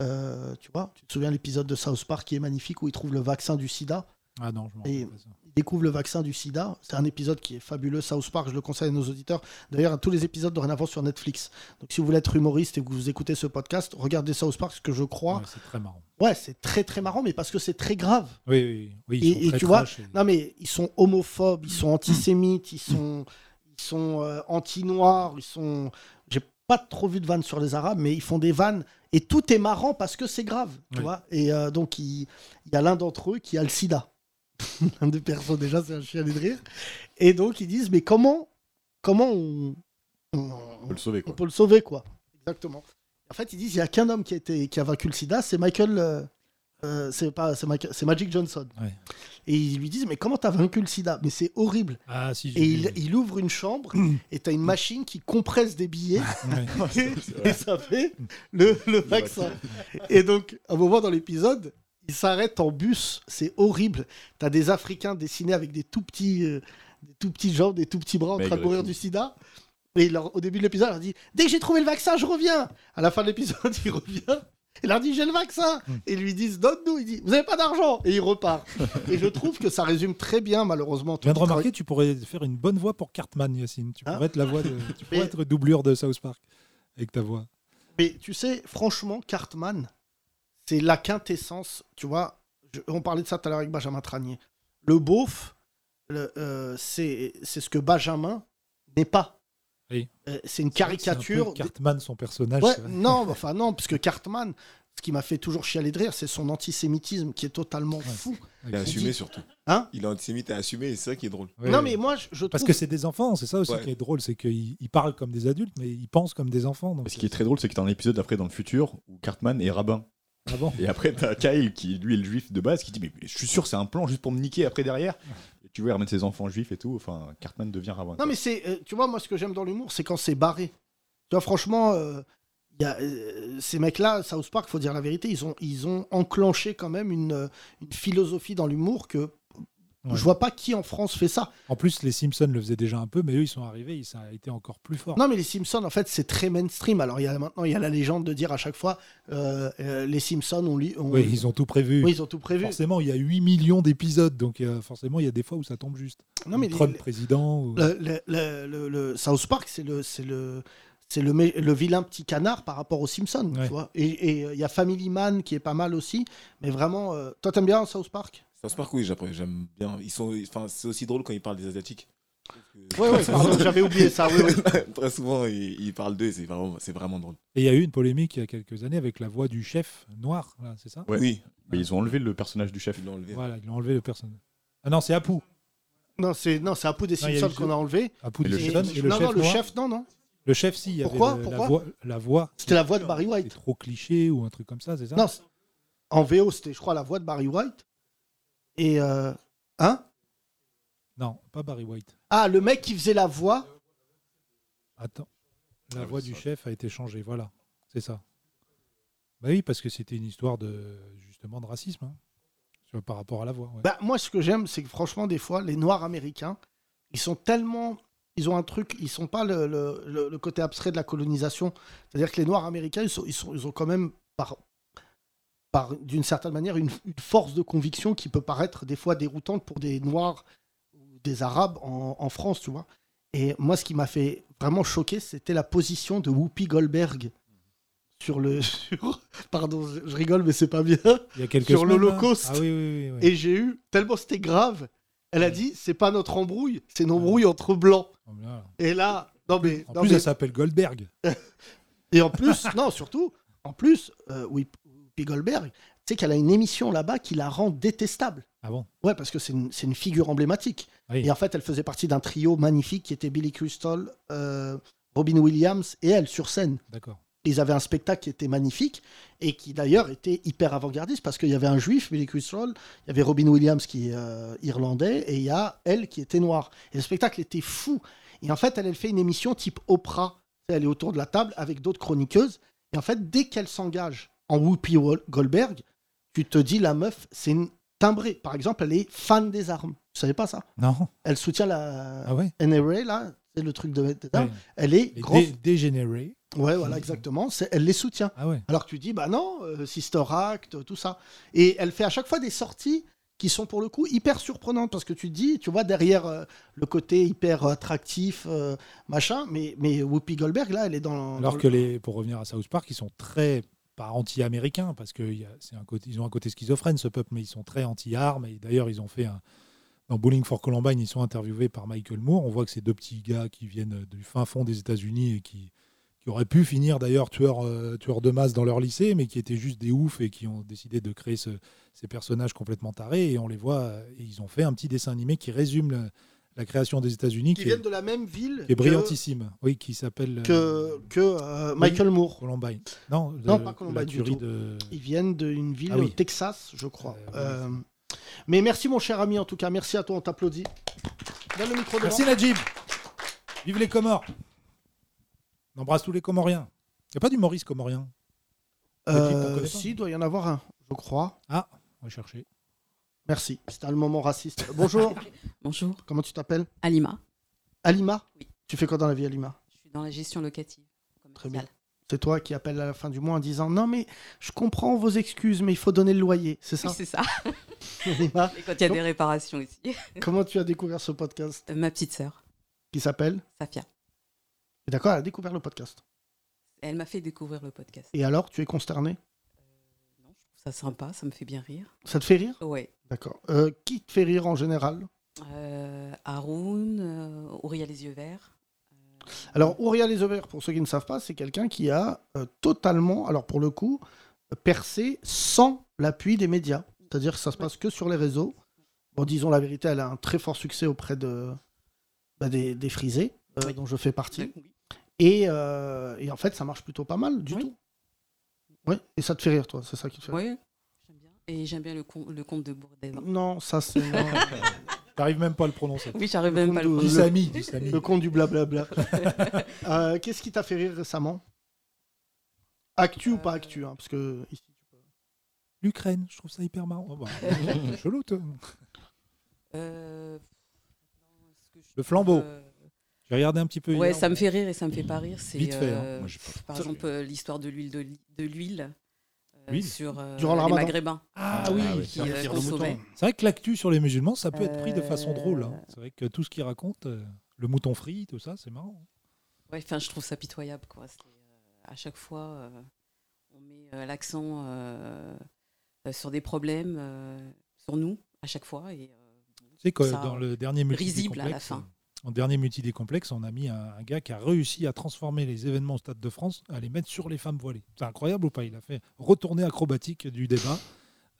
[SPEAKER 4] Euh, tu vois, tu te souviens l'épisode de South Park qui est magnifique où ils trouvent le vaccin du sida.
[SPEAKER 5] Ah non, je m'en
[SPEAKER 4] Et il découvre le vaccin du sida. C'est un épisode qui est fabuleux. South Park, je le conseille à nos auditeurs. D'ailleurs, tous les épisodes dorénavant sur Netflix. Donc, si vous voulez être humoriste et que vous écoutez ce podcast, regardez South Park, ce que je crois.
[SPEAKER 5] c'est très marrant.
[SPEAKER 4] Ouais, c'est très très marrant, mais parce que c'est très grave.
[SPEAKER 5] Oui, oui, oui. ils
[SPEAKER 4] Et-
[SPEAKER 5] sont
[SPEAKER 4] et,
[SPEAKER 5] très
[SPEAKER 4] tu vois,
[SPEAKER 5] trash et-
[SPEAKER 4] non mais ils sont homophobes, ils sont antisémites, ils sont, ils sont euh, anti-noirs, ils sont. J'ai pas trop vu de vannes sur les Arabes, mais ils font des vannes et tout est marrant parce que c'est grave, tu
[SPEAKER 5] Oui.
[SPEAKER 4] vois. Et euh, donc il, il y a l'un d'entre eux qui a le SIDA. [laughs] L'un des persos déjà, c'est un chien de rire. Et donc ils disent mais comment, comment on, on-
[SPEAKER 7] peut le sauver,
[SPEAKER 4] on peut le sauver quoi Exactement. En fait, ils disent il y a qu'un homme qui a été, qui a vaincu le SIDA, c'est Michael. euh, euh, c'est pas c'est Michael- c'est Magic Johnson.
[SPEAKER 5] Ouais.
[SPEAKER 4] Et ils lui disent mais comment t'as vaincu le sida Mais c'est horrible.
[SPEAKER 5] Ah, si, j'ai
[SPEAKER 4] et
[SPEAKER 5] vu,
[SPEAKER 4] il,
[SPEAKER 5] oui.
[SPEAKER 4] il ouvre
[SPEAKER 5] [clears throat]
[SPEAKER 4] une chambre et t'as une machine qui compresse des billets [laughs] et ça fait le, le vaccin. Et donc à un moment dans l'épisode, il s'arrête en bus, c'est horrible. T'as des Africains dessinés avec des tout petits, euh, des tout petits jambes, des tout petits bras en train de
[SPEAKER 5] Maigre et
[SPEAKER 4] mourir
[SPEAKER 5] tout.
[SPEAKER 4] du sida. Et il leur- au début de l'épisode, il leur dit Dès que j'ai trouvé le vaccin, je reviens À la fin de l'épisode, [laughs] il revient. Il leur dit J'ai le vaccin
[SPEAKER 5] Mm.
[SPEAKER 4] Et ils lui disent Donne-nous Il dit Vous n'avez pas d'argent Et il repart.
[SPEAKER 5] [laughs]
[SPEAKER 4] et je trouve que ça résume très bien, malheureusement.
[SPEAKER 5] Je viens de
[SPEAKER 4] tout le
[SPEAKER 5] remarquer, tu pourrais faire une bonne voix pour Cartman, Yacine. Tu pourrais être la voix de, tu pourrais
[SPEAKER 4] Hein Mais-
[SPEAKER 5] être doublure de South Park avec ta voix.
[SPEAKER 4] Mais tu sais, franchement, Cartman, c'est la quintessence. Tu vois, je- on parlait de ça tout à l'heure avec Benjamin Tranier. Le beauf, le- euh, c'est c'est ce que Benjamin n'est pas.
[SPEAKER 5] Oui.
[SPEAKER 4] Euh, c'est une
[SPEAKER 5] vrai que c'est un peu
[SPEAKER 4] caricature.
[SPEAKER 5] Cartman, son personnage.
[SPEAKER 4] Ouais,
[SPEAKER 5] c'est vrai. [laughs]
[SPEAKER 4] non, mais enfin non, parce que Cartman, ce qui m'a fait toujours chialer de rire, c'est son antisémitisme qui est totalement fou.
[SPEAKER 11] Il
[SPEAKER 5] Ah,
[SPEAKER 11] est
[SPEAKER 4] Tu
[SPEAKER 11] assumé
[SPEAKER 4] dis-
[SPEAKER 11] surtout.
[SPEAKER 4] Hein
[SPEAKER 11] Il est antisémite et assumé, et c'est ça qui est drôle.
[SPEAKER 4] Non, mais moi, je, je
[SPEAKER 5] Parce
[SPEAKER 4] trouve-
[SPEAKER 5] que c'est des enfants, c'est ça aussi
[SPEAKER 11] Ouais.
[SPEAKER 5] qui est drôle, c'est qu'ils ils parlent comme des adultes, mais ils pensent comme des enfants. donc
[SPEAKER 7] Ce qui est très drôle, c'est que t'as un épisode après dans le futur où Cartman est rabbin.
[SPEAKER 5] Ah bon
[SPEAKER 7] et après, t'as Kyle, qui lui est le juif de base, qui dit Mais je suis sûr, c'est un plan juste pour me niquer après derrière. Et tu vois, il remettre ses enfants juifs et tout. Enfin, Cartman devient rabbin.
[SPEAKER 4] Non, mais c'est, euh, tu vois, moi, ce que j'aime dans l'humour, c'est quand c'est barré. Tu vois, franchement, euh, il y a, euh, ces mecs-là, South Park, faut dire la vérité, ils ont, ils ont enclenché quand même une, euh, une philosophie dans l'humour que je vois pas qui en France fait ça.
[SPEAKER 5] En plus, les Simpsons le faisaient déjà un peu, mais eux, ils sont arrivés, ils- ça a été encore plus fort.
[SPEAKER 4] Non, mais les Simpsons, en fait, c'est très mainstream. Alors, il y a, maintenant, il y a la légende de dire à chaque fois, euh, euh, les Simpsons, on lit. on-
[SPEAKER 5] Oui, ils ont tout prévu.
[SPEAKER 4] Oui, ils ont tout prévu.
[SPEAKER 5] Forcément, il y a 8 millions d'épisodes, donc euh, forcément, il y a des fois où ça tombe juste.
[SPEAKER 4] Non, mais
[SPEAKER 5] Ou Trump
[SPEAKER 4] les-
[SPEAKER 5] président. ou-
[SPEAKER 4] Le, le- le- le- le South Park, c'est le, c'est le, c'est le, mé- le vilain petit canard par rapport aux Simpsons. tu vois. et il y a Family Man qui est pas mal aussi. Mais vraiment, euh, toi, t'aimes bien South Park
[SPEAKER 11] South Park, oui, j'apprécie, j'aime bien. Ils sont, enfin, c'est aussi drôle quand ils parlent des Asiatiques.
[SPEAKER 4] Ouais, ouais,
[SPEAKER 11] [laughs]
[SPEAKER 4] pardon, j'avais oublié ça, oui,
[SPEAKER 11] Très souvent, ils, ils parlent d'eux, et c'est vraiment, c'est vraiment drôle.
[SPEAKER 5] Et il y a eu une polémique il y a quelques années avec la voix du chef noir, là, c'est ça
[SPEAKER 11] Oui.
[SPEAKER 7] Mais ils ont enlevé le personnage du chef.
[SPEAKER 5] Voilà, ils l'ont enlevé le personnage. Ah non, c'est Apu.
[SPEAKER 4] Non, c'est non, c'est Apu des
[SPEAKER 5] Non, il y a
[SPEAKER 4] Simpsons
[SPEAKER 5] eu-
[SPEAKER 4] qu'on a enlevé.
[SPEAKER 5] Apu des
[SPEAKER 4] Et-
[SPEAKER 5] Simpsons et le
[SPEAKER 4] non,
[SPEAKER 5] chef
[SPEAKER 4] non, le
[SPEAKER 5] noir.
[SPEAKER 4] chef, non, non.
[SPEAKER 5] Le chef, si, il y avait
[SPEAKER 4] Pourquoi
[SPEAKER 5] le- la
[SPEAKER 4] Pourquoi
[SPEAKER 5] voix. La voix
[SPEAKER 4] C'était la voix de Barry White.
[SPEAKER 5] trop cliché ou un truc comme ça, c'est ça
[SPEAKER 4] Non, c'est- en VO, c'était, je crois, la voix de Barry White. Et. euh, Hein
[SPEAKER 5] Non, pas Barry White.
[SPEAKER 4] Ah, le mec qui faisait la voix.
[SPEAKER 5] Attends. La voix du chef a été changée, voilà. C'est ça. Bah oui, parce que c'était une histoire de justement de racisme hein, sur- par rapport à la voix. ouais.
[SPEAKER 4] Bah, moi, ce que j'aime, c'est que franchement, des fois, les Noirs américains, ils sont tellement. Ils ont un truc, ils sont pas le, le- le- le côté abstrait de la colonisation. C'est-à-dire que les Noirs américains, ils, sont- ils sont- ils ont quand même, par, par, d'une certaine manière, une, une force de conviction qui peut paraître des fois déroutante pour des Noirs ou des Arabes en, en France, tu vois. Et moi, ce qui m'a fait vraiment choquer, c'était la position de Whoopi Goldberg sur le. [laughs] sur- pardon, je, je rigole, mais c'est pas bien.
[SPEAKER 5] Il y a quelques
[SPEAKER 4] sur
[SPEAKER 5] semaines, là.
[SPEAKER 4] l'Holocauste.
[SPEAKER 5] Ah oui, oui, oui, oui.
[SPEAKER 4] Et j'ai eu, tellement c'était grave, elle a dit c'est pas notre embrouille, c'est une embrouille entre blancs. Et là, non mais.
[SPEAKER 5] Ah. En
[SPEAKER 4] non,
[SPEAKER 5] plus,
[SPEAKER 4] mais-
[SPEAKER 5] elle s'appelle Goldberg.
[SPEAKER 4] [laughs] Et en plus, non, surtout, en plus, euh, oui, Whoopi Goldberg, tu sais qu'elle a une émission là-bas qui la rend détestable.
[SPEAKER 5] Ah bon
[SPEAKER 4] Ouais, parce que c'est une, c'est une figure emblématique.
[SPEAKER 5] Oui.
[SPEAKER 4] Et en fait, elle faisait partie d'un trio magnifique qui était Billy Crystal, euh, Robin Williams et elle sur scène.
[SPEAKER 5] D'accord.
[SPEAKER 4] Ils avaient un spectacle qui était magnifique et qui d'ailleurs était hyper avant-gardiste parce qu'il y avait un juif, Billy Crystal, il y avait Robin Williams qui est euh, irlandais et il y a elle qui était noire. Et le spectacle était fou. Et en fait, elle, elle fait une émission type Oprah. Elle est autour de la table avec d'autres chroniqueuses. Et en fait, dès qu'elle s'engage en Whoopi Wol- Goldberg, tu te dis la meuf, c'est une timbrée. Par exemple, elle est fan des armes. Tu savais pas ça
[SPEAKER 5] Non.
[SPEAKER 4] Elle soutient la
[SPEAKER 5] Ah ouais
[SPEAKER 4] NRA, là. C'est le truc de. de-
[SPEAKER 5] Ouais.
[SPEAKER 4] Elle est
[SPEAKER 5] Les
[SPEAKER 4] grosse.
[SPEAKER 5] dé- Ah dégénérés.
[SPEAKER 4] Ouais, voilà, exactement. C'est- Elle les soutient. Alors que tu dis, bah non, euh, Sister Act, euh, tout ça. Et elle fait à chaque fois des sorties qui sont pour le coup hyper surprenantes parce que tu te dis, tu vois, derrière euh, le côté hyper attractif, euh, machin, mais, mais Whoopi Goldberg, là, elle est dans. dans
[SPEAKER 5] Alors
[SPEAKER 4] le-
[SPEAKER 5] que les, pour revenir à South Park, ils sont très pas anti-américains parce que il y a- c'est un côté, ils ont un côté schizophrène ce peuple, mais ils sont très anti-armes. Et d'ailleurs, ils ont fait un dans Bowling for Columbine, ils sont interviewés par Michael Moore. On voit que c'est deux petits gars qui viennent euh, du fin fond des États-Unis et qui, qui auraient pu finir d'ailleurs tueurs, euh, tueurs de masse dans leur lycée, mais qui étaient juste des oufs et qui ont décidé de créer ce- ces personnages complètement tarés. Et on les voit, euh, et ils ont fait un petit dessin animé qui résume la, la création des États-Unis,
[SPEAKER 4] Qui
[SPEAKER 5] qui,
[SPEAKER 4] viennent
[SPEAKER 5] est,
[SPEAKER 4] de la même ville.
[SPEAKER 5] qui est
[SPEAKER 4] que-
[SPEAKER 5] brillantissime, oui, qui s'appelle. euh,
[SPEAKER 4] Que, que euh, Michael Moore.
[SPEAKER 5] Columbine. Non,
[SPEAKER 4] non
[SPEAKER 5] le-
[SPEAKER 4] pas Columbine
[SPEAKER 5] la
[SPEAKER 4] du
[SPEAKER 5] tuerie
[SPEAKER 4] tout.
[SPEAKER 5] de-
[SPEAKER 4] Ils viennent d'une ville
[SPEAKER 5] Ah oui.
[SPEAKER 4] au Texas, je crois. Euh, mais merci, mon cher ami, en tout cas. Merci à toi, on t'applaudit. Donne le micro
[SPEAKER 5] Merci
[SPEAKER 4] devant.
[SPEAKER 5] Najib. Vive les Comores. On embrasse tous les Comoriens. Il n'y a pas du Maurice Comorien Najib, t'en
[SPEAKER 4] Euh,
[SPEAKER 5] connais pas
[SPEAKER 4] si, il doit y en avoir un, je crois.
[SPEAKER 5] Ah, on va chercher.
[SPEAKER 4] Merci, c'était le moment raciste. Bonjour.
[SPEAKER 12] [laughs] Bonjour.
[SPEAKER 4] Comment tu t'appelles
[SPEAKER 12] Alima.
[SPEAKER 4] Alima Oui. Tu fais quoi dans la vie, Alima
[SPEAKER 12] Je suis dans la gestion locative.
[SPEAKER 4] Très bien. C'est toi qui appelles à la fin du mois en disant Non, mais je comprends vos excuses, mais il faut donner le loyer, c'est ça
[SPEAKER 12] Oui, c'est ça.
[SPEAKER 4] Alima,
[SPEAKER 12] Et quand il y a des
[SPEAKER 4] com-
[SPEAKER 12] réparations
[SPEAKER 5] [laughs]
[SPEAKER 12] aussi.
[SPEAKER 4] Comment tu as découvert ce podcast
[SPEAKER 12] Euh, Ma petite sœur,
[SPEAKER 4] Qui s'appelle
[SPEAKER 12] Safia.
[SPEAKER 4] D'accord, elle a découvert le podcast.
[SPEAKER 12] Elle m'a fait découvrir le podcast.
[SPEAKER 4] Et alors, tu es consterné
[SPEAKER 12] Je trouve ça sympa, ça me fait bien rire.
[SPEAKER 4] Ça te fait rire
[SPEAKER 12] Ouais.
[SPEAKER 4] D'accord. Euh, qui te fait rire en général
[SPEAKER 12] Euh, Haroun, euh, Auréa les yeux verts.
[SPEAKER 4] Alors, Ouria Les Ovaires, pour ceux qui ne savent pas, c'est quelqu'un qui a euh, totalement, alors pour le coup, percé sans l'appui des médias. C'est-à-dire que ça se passe que sur les réseaux. Bon, disons la vérité, elle a un très fort succès auprès de, bah, des, des frisés, euh, dont je fais partie. Et, euh, et en fait, ça marche plutôt pas mal, du tout. Oui, et ça te fait rire, toi, c'est ça qui te fait
[SPEAKER 12] Oui,
[SPEAKER 4] rire.
[SPEAKER 12] j'aime bien. Et j'aime bien le, com- le compte de Bourdais.
[SPEAKER 4] Non,
[SPEAKER 12] [laughs]
[SPEAKER 4] ça c'est. non.
[SPEAKER 5] J'arrive même pas à le prononcer.
[SPEAKER 12] Oui, j'arrive même pas à le
[SPEAKER 4] compte
[SPEAKER 12] prononcer.
[SPEAKER 4] du-
[SPEAKER 12] Dissamy, [laughs] dissamy.
[SPEAKER 4] Le compte du blablabla. Euh, Qu'est-ce qui t'a fait rire récemment Actu
[SPEAKER 12] Euh.
[SPEAKER 4] ou pas actu hein, Parce que ici,
[SPEAKER 5] L'Ukraine, je trouve ça hyper marrant.
[SPEAKER 12] [laughs]
[SPEAKER 5] Oh, bah, chelou, toi.
[SPEAKER 12] Euh,
[SPEAKER 5] Le flambeau. J'ai regardé un petit peu.
[SPEAKER 12] Ouais,
[SPEAKER 5] hier.
[SPEAKER 12] ça me fait rire et ça me fait pas rire. C'est
[SPEAKER 5] Vite fait, hein.
[SPEAKER 12] euh,
[SPEAKER 5] Moi, j'ai pas-
[SPEAKER 12] par exemple euh, l'histoire de l'huile de, li- de l'huile euh,
[SPEAKER 5] L'huile
[SPEAKER 12] sur euh,
[SPEAKER 5] Durant le
[SPEAKER 12] les
[SPEAKER 5] ramadan.
[SPEAKER 12] Maghrébins.
[SPEAKER 5] Ah oui,
[SPEAKER 12] euh,
[SPEAKER 5] qui
[SPEAKER 12] qui euh,
[SPEAKER 5] attire
[SPEAKER 12] qu'on
[SPEAKER 5] le
[SPEAKER 12] sauvait.
[SPEAKER 5] mouton. C'est vrai que l'actu sur les musulmans, ça peut être pris de façon
[SPEAKER 12] Euh,
[SPEAKER 5] drôle. hein. C'est vrai que tout ce qu'ils racontent, euh, le mouton frit, tout ça, c'est marrant.
[SPEAKER 12] Ouais, enfin, je trouve ça pitoyable, quoi. C'est, euh, à chaque fois, euh, on met euh, l'accent euh, euh, sur des problèmes, euh, sur nous, à chaque fois. Et, euh,
[SPEAKER 5] C'est que
[SPEAKER 12] ça,
[SPEAKER 5] dans
[SPEAKER 12] euh,
[SPEAKER 5] le dernier multi
[SPEAKER 12] Risible à la
[SPEAKER 5] Décomplexe,
[SPEAKER 12] fin.
[SPEAKER 5] En dernier multi décomplexe, on a mis un, un gars qui a réussi à transformer les événements au Stade de France, à les mettre sur les femmes voilées. C'est incroyable ou pas Il a fait retourner acrobatique du débat.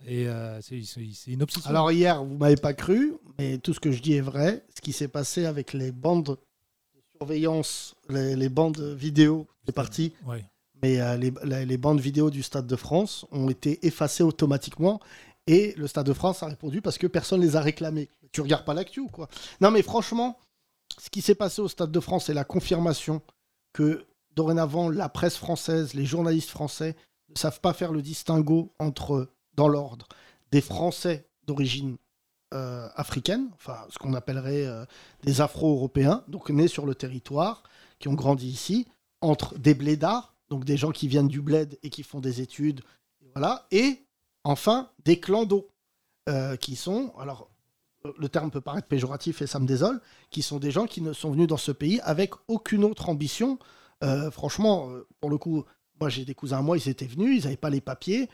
[SPEAKER 5] Et euh, c'est c'est- c'est une obsession.
[SPEAKER 4] Alors hier, vous m'avez pas cru, mais tout ce que je dis est vrai. Ce qui s'est passé avec les bandes de surveillance, les, les bandes vidéo, c'est parti.
[SPEAKER 5] Ouais.
[SPEAKER 4] Mais euh, les, la- les bandes vidéo du Stade de France ont été effacées automatiquement. Et le Stade de France a répondu parce que personne les a réclamées. Tu regardes pas l'actu ou quoi Non, mais franchement, ce qui s'est passé au Stade de France est la confirmation que dorénavant, la presse française, les journalistes français ne savent pas faire le distinguo entre, dans l'ordre, des Français d'origine euh, africaine, enfin ce qu'on appellerait euh, des Afro-Européens, donc nés sur le territoire, qui ont grandi ici, entre des blédards, donc des gens qui viennent du bled et qui font des études, voilà, et enfin des clandos, euh, qui sont, alors le terme peut paraître péjoratif et ça me désole, qui sont des gens qui ne sont venus dans ce pays avec aucune autre ambition. Euh, franchement, euh, pour le coup, moi j'ai des cousins à moi, ils étaient venus, ils n'avaient pas les papiers.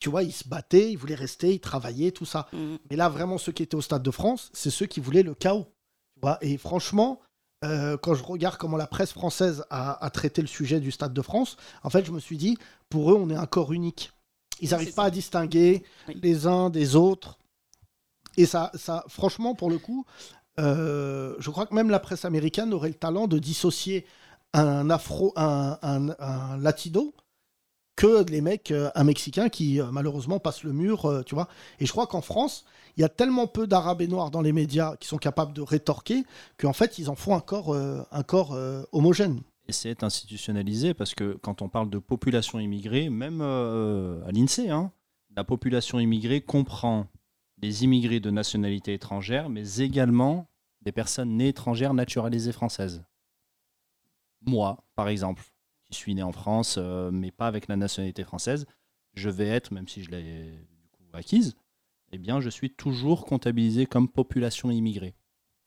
[SPEAKER 4] Tu vois, ils se battaient, ils voulaient rester, ils travaillaient, tout ça. Mais là, vraiment, ceux qui étaient au Stade de France, c'est ceux qui voulaient le chaos. Tu vois et franchement, euh, quand je regarde comment la presse française a, a traité le sujet du Stade de France, en fait, je me suis dit, pour eux, on est un corps unique. Ils n'arrivent pas à distinguer les uns des autres. Et ça, ça franchement, pour le coup, euh, je crois que même la presse américaine aurait le talent de dissocier un afro, un, un- un latino que les mecs, euh, un Mexicain qui euh, malheureusement passe le mur, euh, tu vois. Et je crois qu'en France, il y a tellement peu d'Arabes et Noirs dans les médias qui sont capables de rétorquer qu'en fait, ils en font un corps, euh, un corps euh, homogène.
[SPEAKER 8] Et et c'est institutionnalisé parce que quand on parle de population immigrée, même euh, à l'INSEE, hein, la population immigrée comprend les immigrés de nationalité étrangère, mais également des personnes nées étrangères naturalisées françaises. Moi, par exemple, qui suis né en France, euh, mais pas avec la nationalité française, je vais être, même si je l'ai du coup, acquise, eh bien, je suis toujours comptabilisé comme population immigrée.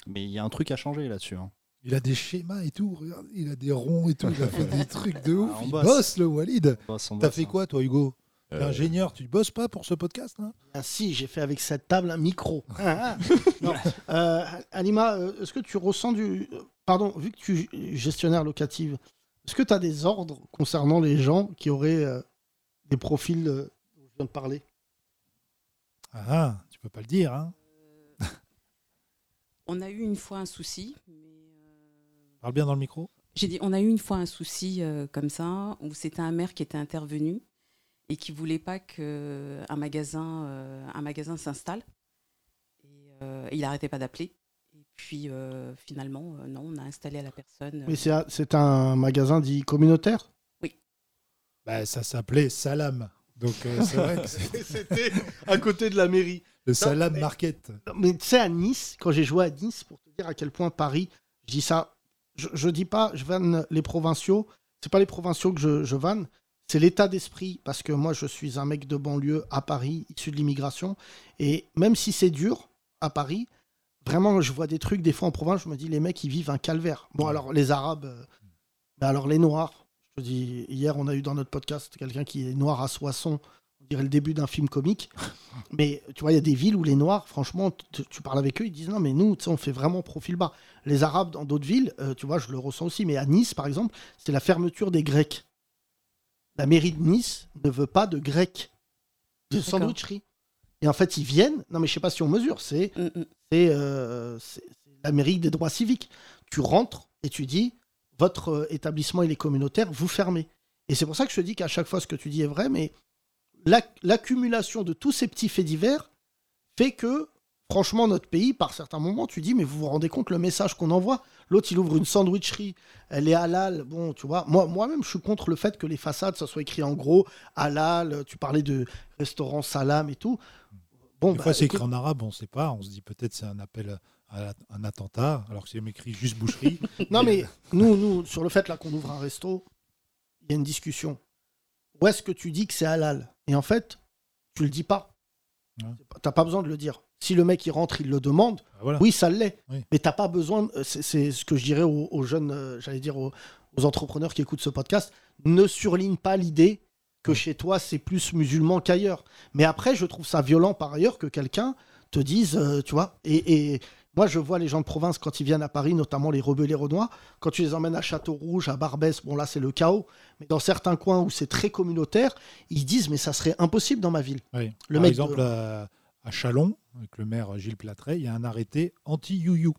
[SPEAKER 8] Mais il y a un truc à changer là-dessus. hein.
[SPEAKER 5] Il a des schémas et tout, regarde, il a des ronds et tout, il a fait des trucs de ouf.
[SPEAKER 8] Ah, on
[SPEAKER 5] il
[SPEAKER 8] bosse.
[SPEAKER 5] bosse le Walid.
[SPEAKER 8] On bosse, on
[SPEAKER 5] T'as
[SPEAKER 8] bosse,
[SPEAKER 5] fait
[SPEAKER 8] hein.
[SPEAKER 5] quoi toi Hugo T'es
[SPEAKER 4] Euh,
[SPEAKER 5] Ingénieur, tu bosses pas pour ce podcast hein. là
[SPEAKER 4] Ah si, j'ai fait avec cette table
[SPEAKER 5] [laughs]
[SPEAKER 4] un micro. Ah, ah. Non. Euh, Alima, euh, est-ce que tu ressens du... euh, Pardon, vu que tu es gestionnaire locative, est-ce que tu as des ordres concernant les gens qui auraient euh, des profils euh, dont je viens de parler
[SPEAKER 5] Ah, ah, tu peux pas le dire. Hein
[SPEAKER 12] On a eu une fois un souci.
[SPEAKER 5] Parle bien dans le micro.
[SPEAKER 12] J'ai dit, on a eu une fois un souci euh, comme ça, où c'était un maire qui était intervenu et qui voulait pas qu'un magasin, euh, un magasin s'installe. Et, euh, il n'arrêtait pas d'appeler. Et puis euh, finalement, euh, non, on a installé à la personne. euh,
[SPEAKER 4] Mais c'est un- c'est un magasin dit communautaire
[SPEAKER 5] Bah, ça s'appelait Salam. Donc euh, c'est vrai
[SPEAKER 4] [laughs]
[SPEAKER 5] que c'est-
[SPEAKER 4] C'était à côté de la mairie.
[SPEAKER 5] Le
[SPEAKER 4] Non,
[SPEAKER 5] Salam
[SPEAKER 4] mais-
[SPEAKER 5] Market.
[SPEAKER 4] Non, Mais tu sais, à Nice, quand j'ai joué à Nice, pour te dire à quel point Paris, je dis ça, je, je dis pas, je vanne les provinciaux, c'est pas les provinciaux que je, je vanne, c'est l'état d'esprit, parce que moi, je suis un mec de banlieue à Paris, issu de l'immigration, et même si c'est dur à Paris, vraiment, je vois des trucs, des fois en province, je me dis, les mecs, ils vivent un calvaire. Bon, alors, les Arabes, euh, mais alors les Noirs, je te dis, hier on a eu dans notre podcast quelqu'un qui est noir à Soissons, on dirait le début d'un film comique. Mais tu vois, il y a des villes où les Noirs, franchement, tu, tu parles avec eux, ils disent non, mais nous, tu sais, on fait vraiment profil bas. Les Arabes dans d'autres villes, euh, tu vois, je le ressens aussi, mais à Nice par exemple, c'est la fermeture des Grecs. La mairie de Nice ne veut pas de Grecs, de
[SPEAKER 12] D'accord.
[SPEAKER 4] sandwicherie. Et en fait, ils viennent, non mais je sais pas si on mesure, c'est c'est, euh, c'est- c'est l'Amérique des droits civiques. Tu rentres et tu dis, votre euh, établissement, il est communautaire, vous fermez. Et c'est pour ça que je te dis qu'à chaque fois, ce que tu dis est vrai, mais l'ac- l'accumulation de tous ces petits faits divers fait que, franchement, notre pays, par certains moments, tu dis, mais vous vous rendez compte le message qu'on envoie L'autre, il ouvre une sandwicherie, elle est halal. Bon, tu vois, moi- moi-même, je suis contre le fait que les façades, ça soit écrit en gros halal. Tu parlais de restaurant salam et tout. Bon,
[SPEAKER 5] Des
[SPEAKER 4] bah,
[SPEAKER 5] fois, c'est
[SPEAKER 4] écoute-
[SPEAKER 5] écrit en arabe, on sait pas. On se dit peut-être c'est un appel à la- un attentat, alors que c'est écrit juste
[SPEAKER 4] [laughs]
[SPEAKER 5] boucherie.
[SPEAKER 4] Non, mais nous, nous, sur le fait là qu'on ouvre un resto, il y a une discussion. Où est-ce que tu dis que c'est halal Et en fait, tu le dis pas.
[SPEAKER 5] Ouais.
[SPEAKER 4] T'as pas besoin de le dire. Si le mec il rentre, il le demande.
[SPEAKER 5] Ah, voilà.
[SPEAKER 4] Oui, ça l'est.
[SPEAKER 5] Oui.
[SPEAKER 4] Mais t'as pas besoin. de- C'est c'est ce que je dirais aux, aux jeunes, euh, j'allais dire aux, aux entrepreneurs qui écoutent ce podcast. Ne surligne pas l'idée que chez toi c'est plus musulman qu'ailleurs. Mais après, je trouve ça violent par ailleurs que quelqu'un te dise, euh, tu vois. Et, et moi, je vois les gens de province quand ils viennent à Paris, notamment les rebelles les Renois, quand tu les emmènes à Château-Rouge, à Barbès, bon là c'est le chaos. Mais dans certains coins où c'est très communautaire, ils disent, mais ça serait impossible dans ma ville.
[SPEAKER 5] Oui.
[SPEAKER 4] Le
[SPEAKER 5] Par
[SPEAKER 4] mec de-
[SPEAKER 5] exemple, à, à Chalon, avec le maire Gilles Platret, il y a un arrêté anti-youyou.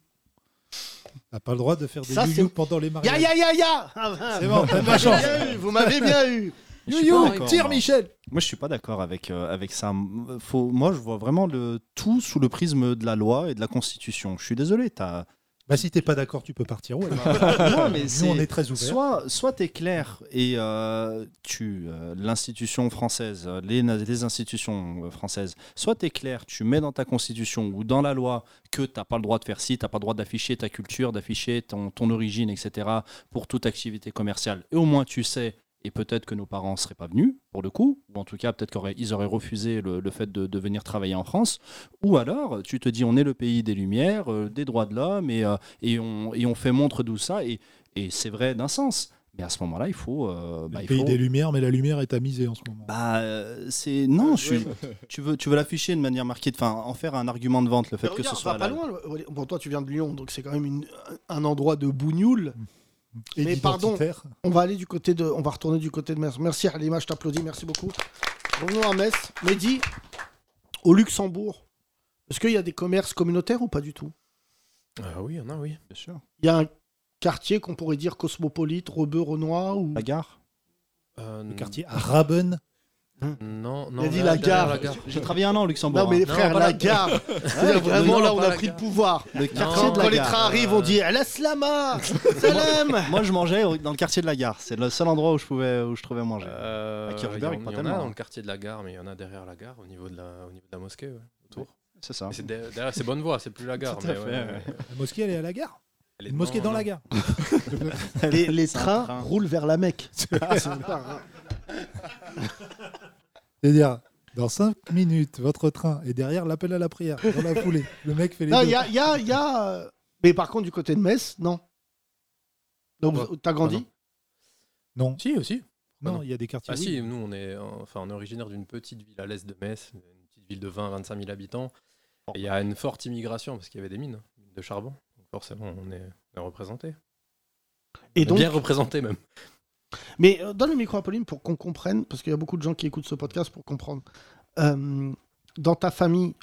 [SPEAKER 5] T'as pas le droit de faire des
[SPEAKER 4] Ça,
[SPEAKER 5] youyou
[SPEAKER 4] c'est-
[SPEAKER 5] pendant les
[SPEAKER 4] Ya
[SPEAKER 5] mariages.
[SPEAKER 4] ya ya ya Ah, ben,
[SPEAKER 5] C'est bon,
[SPEAKER 4] vous
[SPEAKER 5] t'as de la
[SPEAKER 4] m'avez
[SPEAKER 5] chance.
[SPEAKER 4] bien eu, Vous m'avez bien eu
[SPEAKER 8] Je suis pas d'accord, moi.
[SPEAKER 5] Michel
[SPEAKER 8] Moi, je suis pas d'accord avec, euh, avec ça. M- Faut, moi, je vois vraiment le tout sous le prisme de la loi et de la Constitution. Je suis désolé, t'as...
[SPEAKER 5] Bah, si t'es pas d'accord, tu peux partir.
[SPEAKER 4] [laughs]
[SPEAKER 5] Ouais.
[SPEAKER 4] Ah,
[SPEAKER 8] non, mais
[SPEAKER 5] Nous,
[SPEAKER 8] c'est-
[SPEAKER 5] on est très ouverts. Bah,
[SPEAKER 8] Soit, soit t'es clair et euh, tu euh, l'institution française, euh, les, na- les institutions euh, françaises. Soit t'es clair, tu mets dans ta constitution ou dans la loi que t'as pas le droit de faire ci, t'as pas le droit d'afficher ta culture, d'afficher ton, ton origine, etc. pour toute activité commerciale. Et au moins tu sais. Et peut-être que nos parents seraient pas venus, pour le coup, ou en tout cas, peut-être qu'ils auraient refusé le, le fait de, de venir travailler en France. Ou alors, tu te dis, on est le pays des Lumières, euh, des droits de l'homme, et, euh, et, on, et on fait montre de ça. Et, et c'est vrai d'un sens. Mais à ce moment-là, il faut. euh, bah,
[SPEAKER 5] Le
[SPEAKER 8] il
[SPEAKER 5] pays
[SPEAKER 8] faut-
[SPEAKER 5] des lumières, mais la lumière est tamisée en ce
[SPEAKER 4] [laughs]
[SPEAKER 5] moment.
[SPEAKER 8] Bah, euh, c'est non, je suis- tu veux, tu veux l'afficher de manière marquée, enfin, en faire un argument de vente, le fait
[SPEAKER 4] Mais
[SPEAKER 8] que ce
[SPEAKER 4] regarde,
[SPEAKER 8] soit.
[SPEAKER 4] va ah, pas
[SPEAKER 8] halal.
[SPEAKER 4] loin. le- Bon, toi, tu viens de Lyon, donc c'est quand même une- un endroit de bougnoule.
[SPEAKER 5] Et
[SPEAKER 4] Mais pardon,
[SPEAKER 5] d'identitaire.
[SPEAKER 4] on va aller du côté de, on va retourner du côté de Metz. Merci Halima, je t'applaudis, merci beaucoup. Revenons à Metz. Mehdi, au Luxembourg, est-ce qu'il y a des commerces communautaires ou pas du tout
[SPEAKER 10] Ah oui, il y en a, oui.
[SPEAKER 8] Bien sûr.
[SPEAKER 4] Il y a un quartier qu'on pourrait dire cosmopolite, rebeu, renois ou
[SPEAKER 8] La gare
[SPEAKER 10] Hmm.
[SPEAKER 5] Le quartier Araben,
[SPEAKER 10] Euh, Non, non.
[SPEAKER 4] Hum. Il a dit
[SPEAKER 10] là,
[SPEAKER 4] la
[SPEAKER 10] derrière
[SPEAKER 4] gare.
[SPEAKER 10] la gare.
[SPEAKER 8] J'ai travaillé un an au Luxembourg.
[SPEAKER 4] Non, mais les
[SPEAKER 8] hein.
[SPEAKER 4] frères,
[SPEAKER 8] Non, pas
[SPEAKER 4] la
[SPEAKER 8] la-
[SPEAKER 4] gare. C'est-à-dire,
[SPEAKER 8] Ouais,
[SPEAKER 4] vraiment,
[SPEAKER 8] non,
[SPEAKER 4] là,
[SPEAKER 8] pas
[SPEAKER 4] on
[SPEAKER 8] la
[SPEAKER 4] a pris le
[SPEAKER 8] gare.
[SPEAKER 4] pouvoir. Le quartier
[SPEAKER 8] Non,
[SPEAKER 4] de la
[SPEAKER 8] quand les
[SPEAKER 4] gare.
[SPEAKER 8] trains arrivent,
[SPEAKER 4] on dit Al-Aslama Salam
[SPEAKER 8] [laughs] Moi, je mangeais au- dans le quartier de la gare. C'est le seul endroit où je pouvais où je trouvais à manger. à
[SPEAKER 10] Euh, il y en-
[SPEAKER 8] Kirchberg,
[SPEAKER 10] il
[SPEAKER 8] pas
[SPEAKER 10] y en a
[SPEAKER 8] tellement.
[SPEAKER 10] dans le quartier de la gare, mais il y en a derrière la gare, au niveau de la, au niveau de la mosquée, ouais, autour.
[SPEAKER 8] C'est ça.
[SPEAKER 10] Mais C'est de- derrière, c'est bonne voie, c'est plus la gare.
[SPEAKER 8] Tout à
[SPEAKER 10] mais
[SPEAKER 8] fait,
[SPEAKER 10] ouais, ouais.
[SPEAKER 5] La mosquée, elle est à la gare.
[SPEAKER 10] Elle est
[SPEAKER 5] Une mosquée
[SPEAKER 10] dans-
[SPEAKER 5] dans la gare. [laughs]
[SPEAKER 4] Les, les
[SPEAKER 5] C'est un
[SPEAKER 4] trains
[SPEAKER 5] train.
[SPEAKER 4] roulent vers la
[SPEAKER 5] [laughs]
[SPEAKER 4] Mecque.
[SPEAKER 5] C'est-à-dire, dans 5 minutes, votre train est derrière l'appel à la prière, dans la foulée. Le mec fait les
[SPEAKER 4] Non,
[SPEAKER 5] deux.
[SPEAKER 4] il y a, il y a- il y a, euh, Mais par contre, du côté de Metz, non. Donc,
[SPEAKER 10] Ah bah,
[SPEAKER 4] t'as grandi
[SPEAKER 10] bah
[SPEAKER 5] Non.
[SPEAKER 10] Si, aussi.
[SPEAKER 5] Non,
[SPEAKER 10] Ah
[SPEAKER 5] il y a des quartiers.
[SPEAKER 10] Ah
[SPEAKER 5] oui.
[SPEAKER 10] si, nous, on est, enfin, on est originaire d'une petite ville à l'est de Metz, une petite ville de 20-25 000 habitants. Et il y a une forte immigration parce qu'il y avait des mines, hein, mines de charbon. Donc forcément, on est, on est représenté. On
[SPEAKER 4] Et
[SPEAKER 10] est
[SPEAKER 4] donc-
[SPEAKER 10] bien représenté même.
[SPEAKER 4] Mais euh, dans le micro, Apolline, pour qu'on comprenne, parce qu'il y a beaucoup de gens qui écoutent ce podcast pour comprendre. euh, dans ta famille,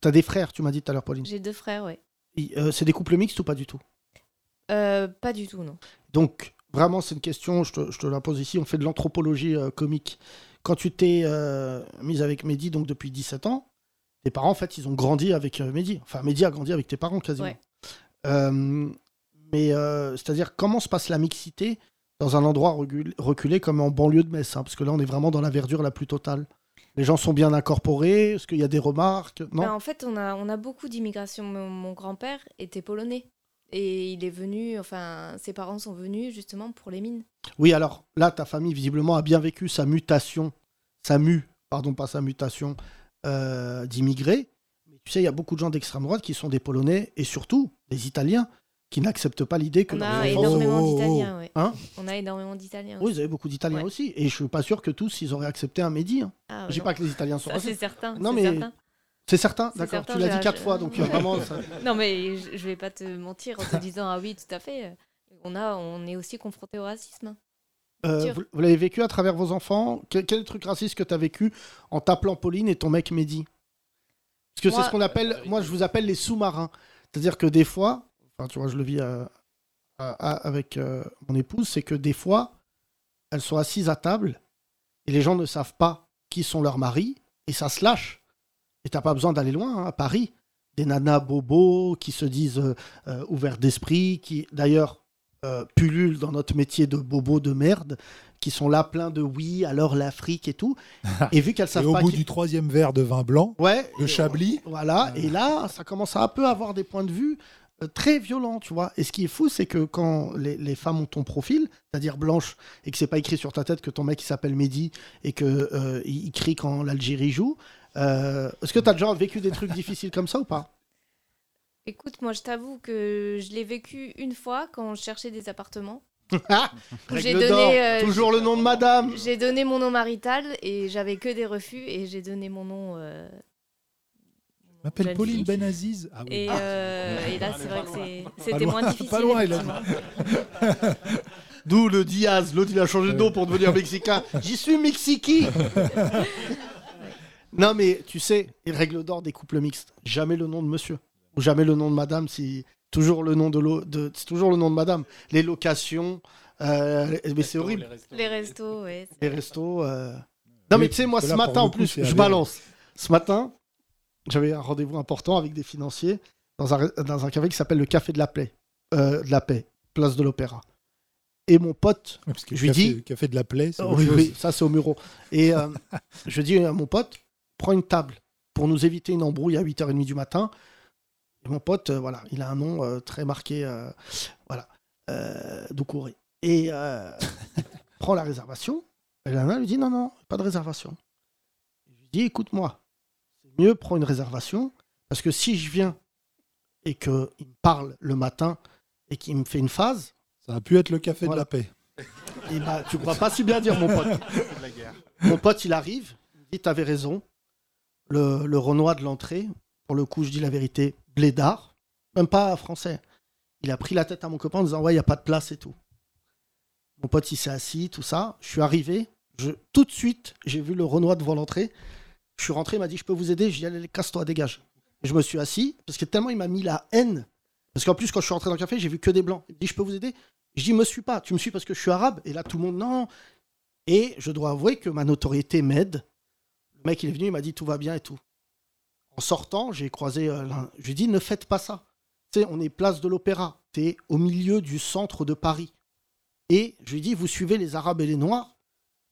[SPEAKER 4] t'as des frères, tu m'as dit tout à l'heure, Pauline.
[SPEAKER 9] J'ai deux frères, ouais.
[SPEAKER 4] Et, euh, c'est des couples mixtes ou pas du tout
[SPEAKER 9] Euh, pas du tout, non.
[SPEAKER 4] Donc, vraiment, c'est une question, je te, je te la pose ici, on fait de l'anthropologie euh, comique. Quand tu t'es euh, mise avec Mehdi, donc depuis 17 ans, tes parents, en fait, ils ont grandi avec euh, Mehdi. Enfin, Mehdi a grandi avec tes parents quasiment.
[SPEAKER 9] Ouais.
[SPEAKER 4] Euh, mais euh, c'est-à-dire, comment se passe la mixité dans un endroit recul- reculé comme en banlieue de Metz hein, Parce que là, on est vraiment dans la verdure la plus totale. Les gens sont bien incorporés Est-ce qu'il y a des remarques Non
[SPEAKER 9] Bah, en fait, on a, on a beaucoup d'immigration. Mon, mon grand-père était polonais. Et il est venu, enfin, ses parents sont venus justement pour les mines.
[SPEAKER 4] Oui, alors là, ta famille, visiblement, a bien vécu sa mutation, sa mue, pardon, pas sa mutation, euh, d'immigrés. Mais tu sais, il y a beaucoup de gens d'extrême droite qui sont des Polonais et surtout des Italiens qui n'acceptent pas l'idée que
[SPEAKER 9] On
[SPEAKER 4] leurs
[SPEAKER 9] a
[SPEAKER 4] enfants-
[SPEAKER 9] énormément d'Italiens, ouais.
[SPEAKER 4] Hein
[SPEAKER 9] On a énormément d'Italiens.
[SPEAKER 4] oui, vous avez beaucoup d'Italiens aussi. Et je suis pas sûr que tous, ils auraient accepté un Mehdi. hein.
[SPEAKER 9] Ah,
[SPEAKER 4] je dis
[SPEAKER 9] non.
[SPEAKER 4] pas que les Italiens sont
[SPEAKER 9] Ça,
[SPEAKER 4] racistes.
[SPEAKER 9] c'est certain.
[SPEAKER 4] Non,
[SPEAKER 9] c'est
[SPEAKER 4] mais
[SPEAKER 9] certain.
[SPEAKER 4] c'est certain,
[SPEAKER 9] C'est
[SPEAKER 4] d'accord. Tu
[SPEAKER 9] certain,
[SPEAKER 4] l'as
[SPEAKER 9] j'ai-
[SPEAKER 4] dit quatre
[SPEAKER 9] je-
[SPEAKER 4] fois, donc
[SPEAKER 9] [laughs]
[SPEAKER 4] euh, vraiment. ça-
[SPEAKER 9] non, mais je, je vais pas te mentir en te disant ah oui, tout à fait. On a, on est aussi confronté au racisme. hein.
[SPEAKER 4] Euh,
[SPEAKER 9] Sûr.
[SPEAKER 4] vous vous l'avez vécu à travers vos enfants quel, quel truc raciste que tu as vécu en t'appelant Pauline et ton mec Mehdi Parce que
[SPEAKER 9] Moi-
[SPEAKER 4] c'est ce qu'on appelle, moi je vous appelle les sous-marins. C'est-à-dire que des fois, enfin tu vois, je le vis euh, à- à- avec euh, mon épouse, c'est que des fois, elles sont assises à table et les gens ne savent pas qui sont leurs maris et ça se lâche. Et t'as pas besoin d'aller loin, hein, à Paris. Des nanas bobos qui se disent euh, euh, ouverts d'esprit, qui d'ailleurs euh, pullulent dans notre métier de bobo de merde, qui sont là pleins de oui, alors l'Afrique
[SPEAKER 5] [laughs]
[SPEAKER 4] et tout. Et vu qu'elles
[SPEAKER 5] Et
[SPEAKER 4] savent
[SPEAKER 5] au
[SPEAKER 4] pas.
[SPEAKER 5] bout
[SPEAKER 4] qui-
[SPEAKER 5] du troisième verre de vin blanc,
[SPEAKER 4] ouais,
[SPEAKER 5] le Chablis,
[SPEAKER 4] Voilà, et là, ça commence à un peu avoir des points de vue euh, très violents, tu vois. Et ce qui est fou, c'est que quand les, les femmes ont ton profil, c'est-à-dire blanche, et que c'est pas écrit sur ta tête que ton mec il s'appelle Mehdi et que euh, il il crie quand l'Algérie joue, euh, est-ce que t'as déjà vécu des trucs [laughs] difficiles comme ça ou pas
[SPEAKER 9] Écoute, moi, je t'avoue que je l'ai vécu une fois quand je cherchais des appartements. J'ai
[SPEAKER 4] Règle
[SPEAKER 9] donné,
[SPEAKER 4] d'or,
[SPEAKER 9] euh,
[SPEAKER 4] toujours le nom de madame.
[SPEAKER 9] J'ai donné mon nom marital et j'avais que des refus et j'ai donné mon nom. euh,
[SPEAKER 5] je m'appelle
[SPEAKER 9] jeune
[SPEAKER 5] Pauline
[SPEAKER 9] fille.
[SPEAKER 5] Benaziz. Ah oui.
[SPEAKER 9] Et, euh, et là, c'est vrai que c'est- c'était
[SPEAKER 5] loin,
[SPEAKER 9] moins difficile.
[SPEAKER 5] pas loin, il a
[SPEAKER 9] effectivement.
[SPEAKER 5] [laughs]
[SPEAKER 4] D'où le Diaz, l'autre il a changé de nom pour devenir mexicain. J'y
[SPEAKER 5] [laughs]
[SPEAKER 4] suis mexiqui Non mais tu sais, il règle d'or des couples mixtes, jamais le nom de monsieur ou jamais le nom de madame, si toujours le nom de l'eau, de... c'est toujours le nom de madame. Les locations, euh, mais c'est horrible.
[SPEAKER 9] Les restos, ouais.
[SPEAKER 4] Les restos. euh. Non,
[SPEAKER 5] Oui,
[SPEAKER 4] mais tu sais, moi,
[SPEAKER 5] parce que
[SPEAKER 4] ce
[SPEAKER 5] là,
[SPEAKER 4] matin,
[SPEAKER 5] pour le
[SPEAKER 4] en
[SPEAKER 5] coup,
[SPEAKER 4] plus,
[SPEAKER 5] c'est
[SPEAKER 4] je
[SPEAKER 5] avéré.
[SPEAKER 4] balance. Ce matin, j'avais un rendez-vous important avec des financiers dans un, dans un café qui s'appelle le Café de la Paix, euh, de la Paix, place de l'Opéra. Et mon pote,
[SPEAKER 5] que
[SPEAKER 4] je lui
[SPEAKER 5] café-
[SPEAKER 4] dis.
[SPEAKER 5] café de la Plaie, c'est
[SPEAKER 4] Oh,
[SPEAKER 5] autre
[SPEAKER 4] oui,
[SPEAKER 5] chose.
[SPEAKER 4] oui, ça, c'est au Muro.
[SPEAKER 5] [laughs]
[SPEAKER 4] Et euh, je dis à mon pote, prends une table pour nous éviter une embrouille à 8h30 du matin. Et mon pote, euh, voilà, il a un nom euh, très marqué, euh, voilà, euh, Doucouré. Et
[SPEAKER 5] [laughs]
[SPEAKER 4] euh, il prend la réservation. Et la nana lui dit non, non, pas de réservation. Je lui dis écoute-moi, c'est mieux prendre une réservation parce que si je viens et qu'il me parle le matin et qu'il me fait une phase.
[SPEAKER 5] Ça a pu être le café
[SPEAKER 4] de la
[SPEAKER 5] paix.
[SPEAKER 4] Et bah, tu crois pas si bien dire, mon pote. Mon pote, il arrive, il me dit T'avais raison. Le, le Renoir de l'entrée, pour le coup, je dis la vérité, blédard, même pas français. Il a pris la tête à mon copain en disant Ouais, il n'y a pas de place et tout. Mon pote, il s'est assis, tout ça. Je suis arrivé, je, tout de suite, j'ai vu le Renoir devant l'entrée. Je suis rentré, il m'a dit Je peux vous aider J'ai dit Allez, casse-toi, dégage. Et je me suis assis, parce que tellement il m'a mis la haine. Parce qu'en plus, quand je suis rentré dans le café, j'ai vu que des blancs. Il me dit Je peux vous aider Je dis Me suis pas, tu me suis parce que je suis arabe. Et là, tout le monde Non, Et je dois avouer que ma notoriété m'aide. Le mec, il est venu, il m'a dit tout va bien et tout. En sortant, j'ai croisé euh, l'un. Je lui ai dit ne faites pas ça. Tu sais, on est place de l'Opéra. Tu es au milieu du centre de Paris. Et je lui ai dit vous suivez les Arabes et les Noirs,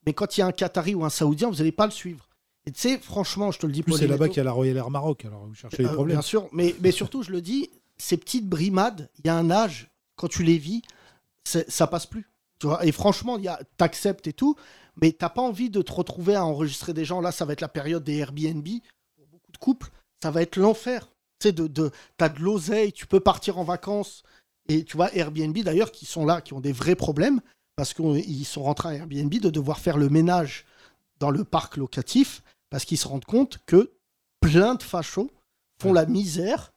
[SPEAKER 4] mais quand il y a un Qatari ou un Saoudien, vous n'allez pas le suivre. Et tu sais, franchement, je te le dis
[SPEAKER 5] En plus, c'est
[SPEAKER 4] Pauline,
[SPEAKER 5] là-bas
[SPEAKER 4] et tout.
[SPEAKER 5] qu'il y a la Royal Air Maroc, alors vous cherchez les
[SPEAKER 4] Euh,
[SPEAKER 5] problèmes. [laughs]
[SPEAKER 4] Bien sûr, mais, mais surtout, je le dis, ces petites brimades, il y a un âge, quand tu les vis, c'est- ça passe plus. Tu vois et franchement, il y a- t'acceptes et tout, mais t'as pas envie de te retrouver à enregistrer des gens. Là, ça va être la période des Airbnb. Pour beaucoup de couples, ça va être l'enfer. Tu sais, de, de, t'as de l'oseille, tu peux partir en vacances. Et tu vois, Airbnb, d'ailleurs, qui sont là, qui ont des vrais problèmes, parce qu'ils sont rentrés à Airbnb de devoir faire le ménage dans le parc locatif, parce qu'ils se rendent compte que plein de fachos font la misère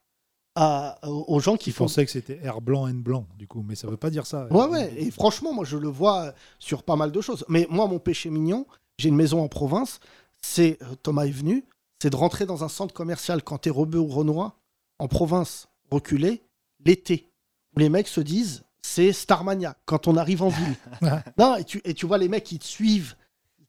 [SPEAKER 4] à, aux gens qui
[SPEAKER 5] Ils
[SPEAKER 4] font
[SPEAKER 5] pensaient que c'était air blanc, N blanc, du coup, mais ça veut pas dire ça.
[SPEAKER 4] Ouais, ouais. Et franchement, moi, je le vois euh, sur pas mal de choses. Mais moi, mon péché mignon, j'ai une maison en province. C'est euh, Thomas est venu. C'est de rentrer dans un centre commercial quand t'es Rebeu ou Renoir, en province, reculé, l'été, où les mecs se disent c'est Starmania quand on arrive
[SPEAKER 5] [laughs]
[SPEAKER 4] en ville. non, et tu, et tu vois les mecs qui te suivent.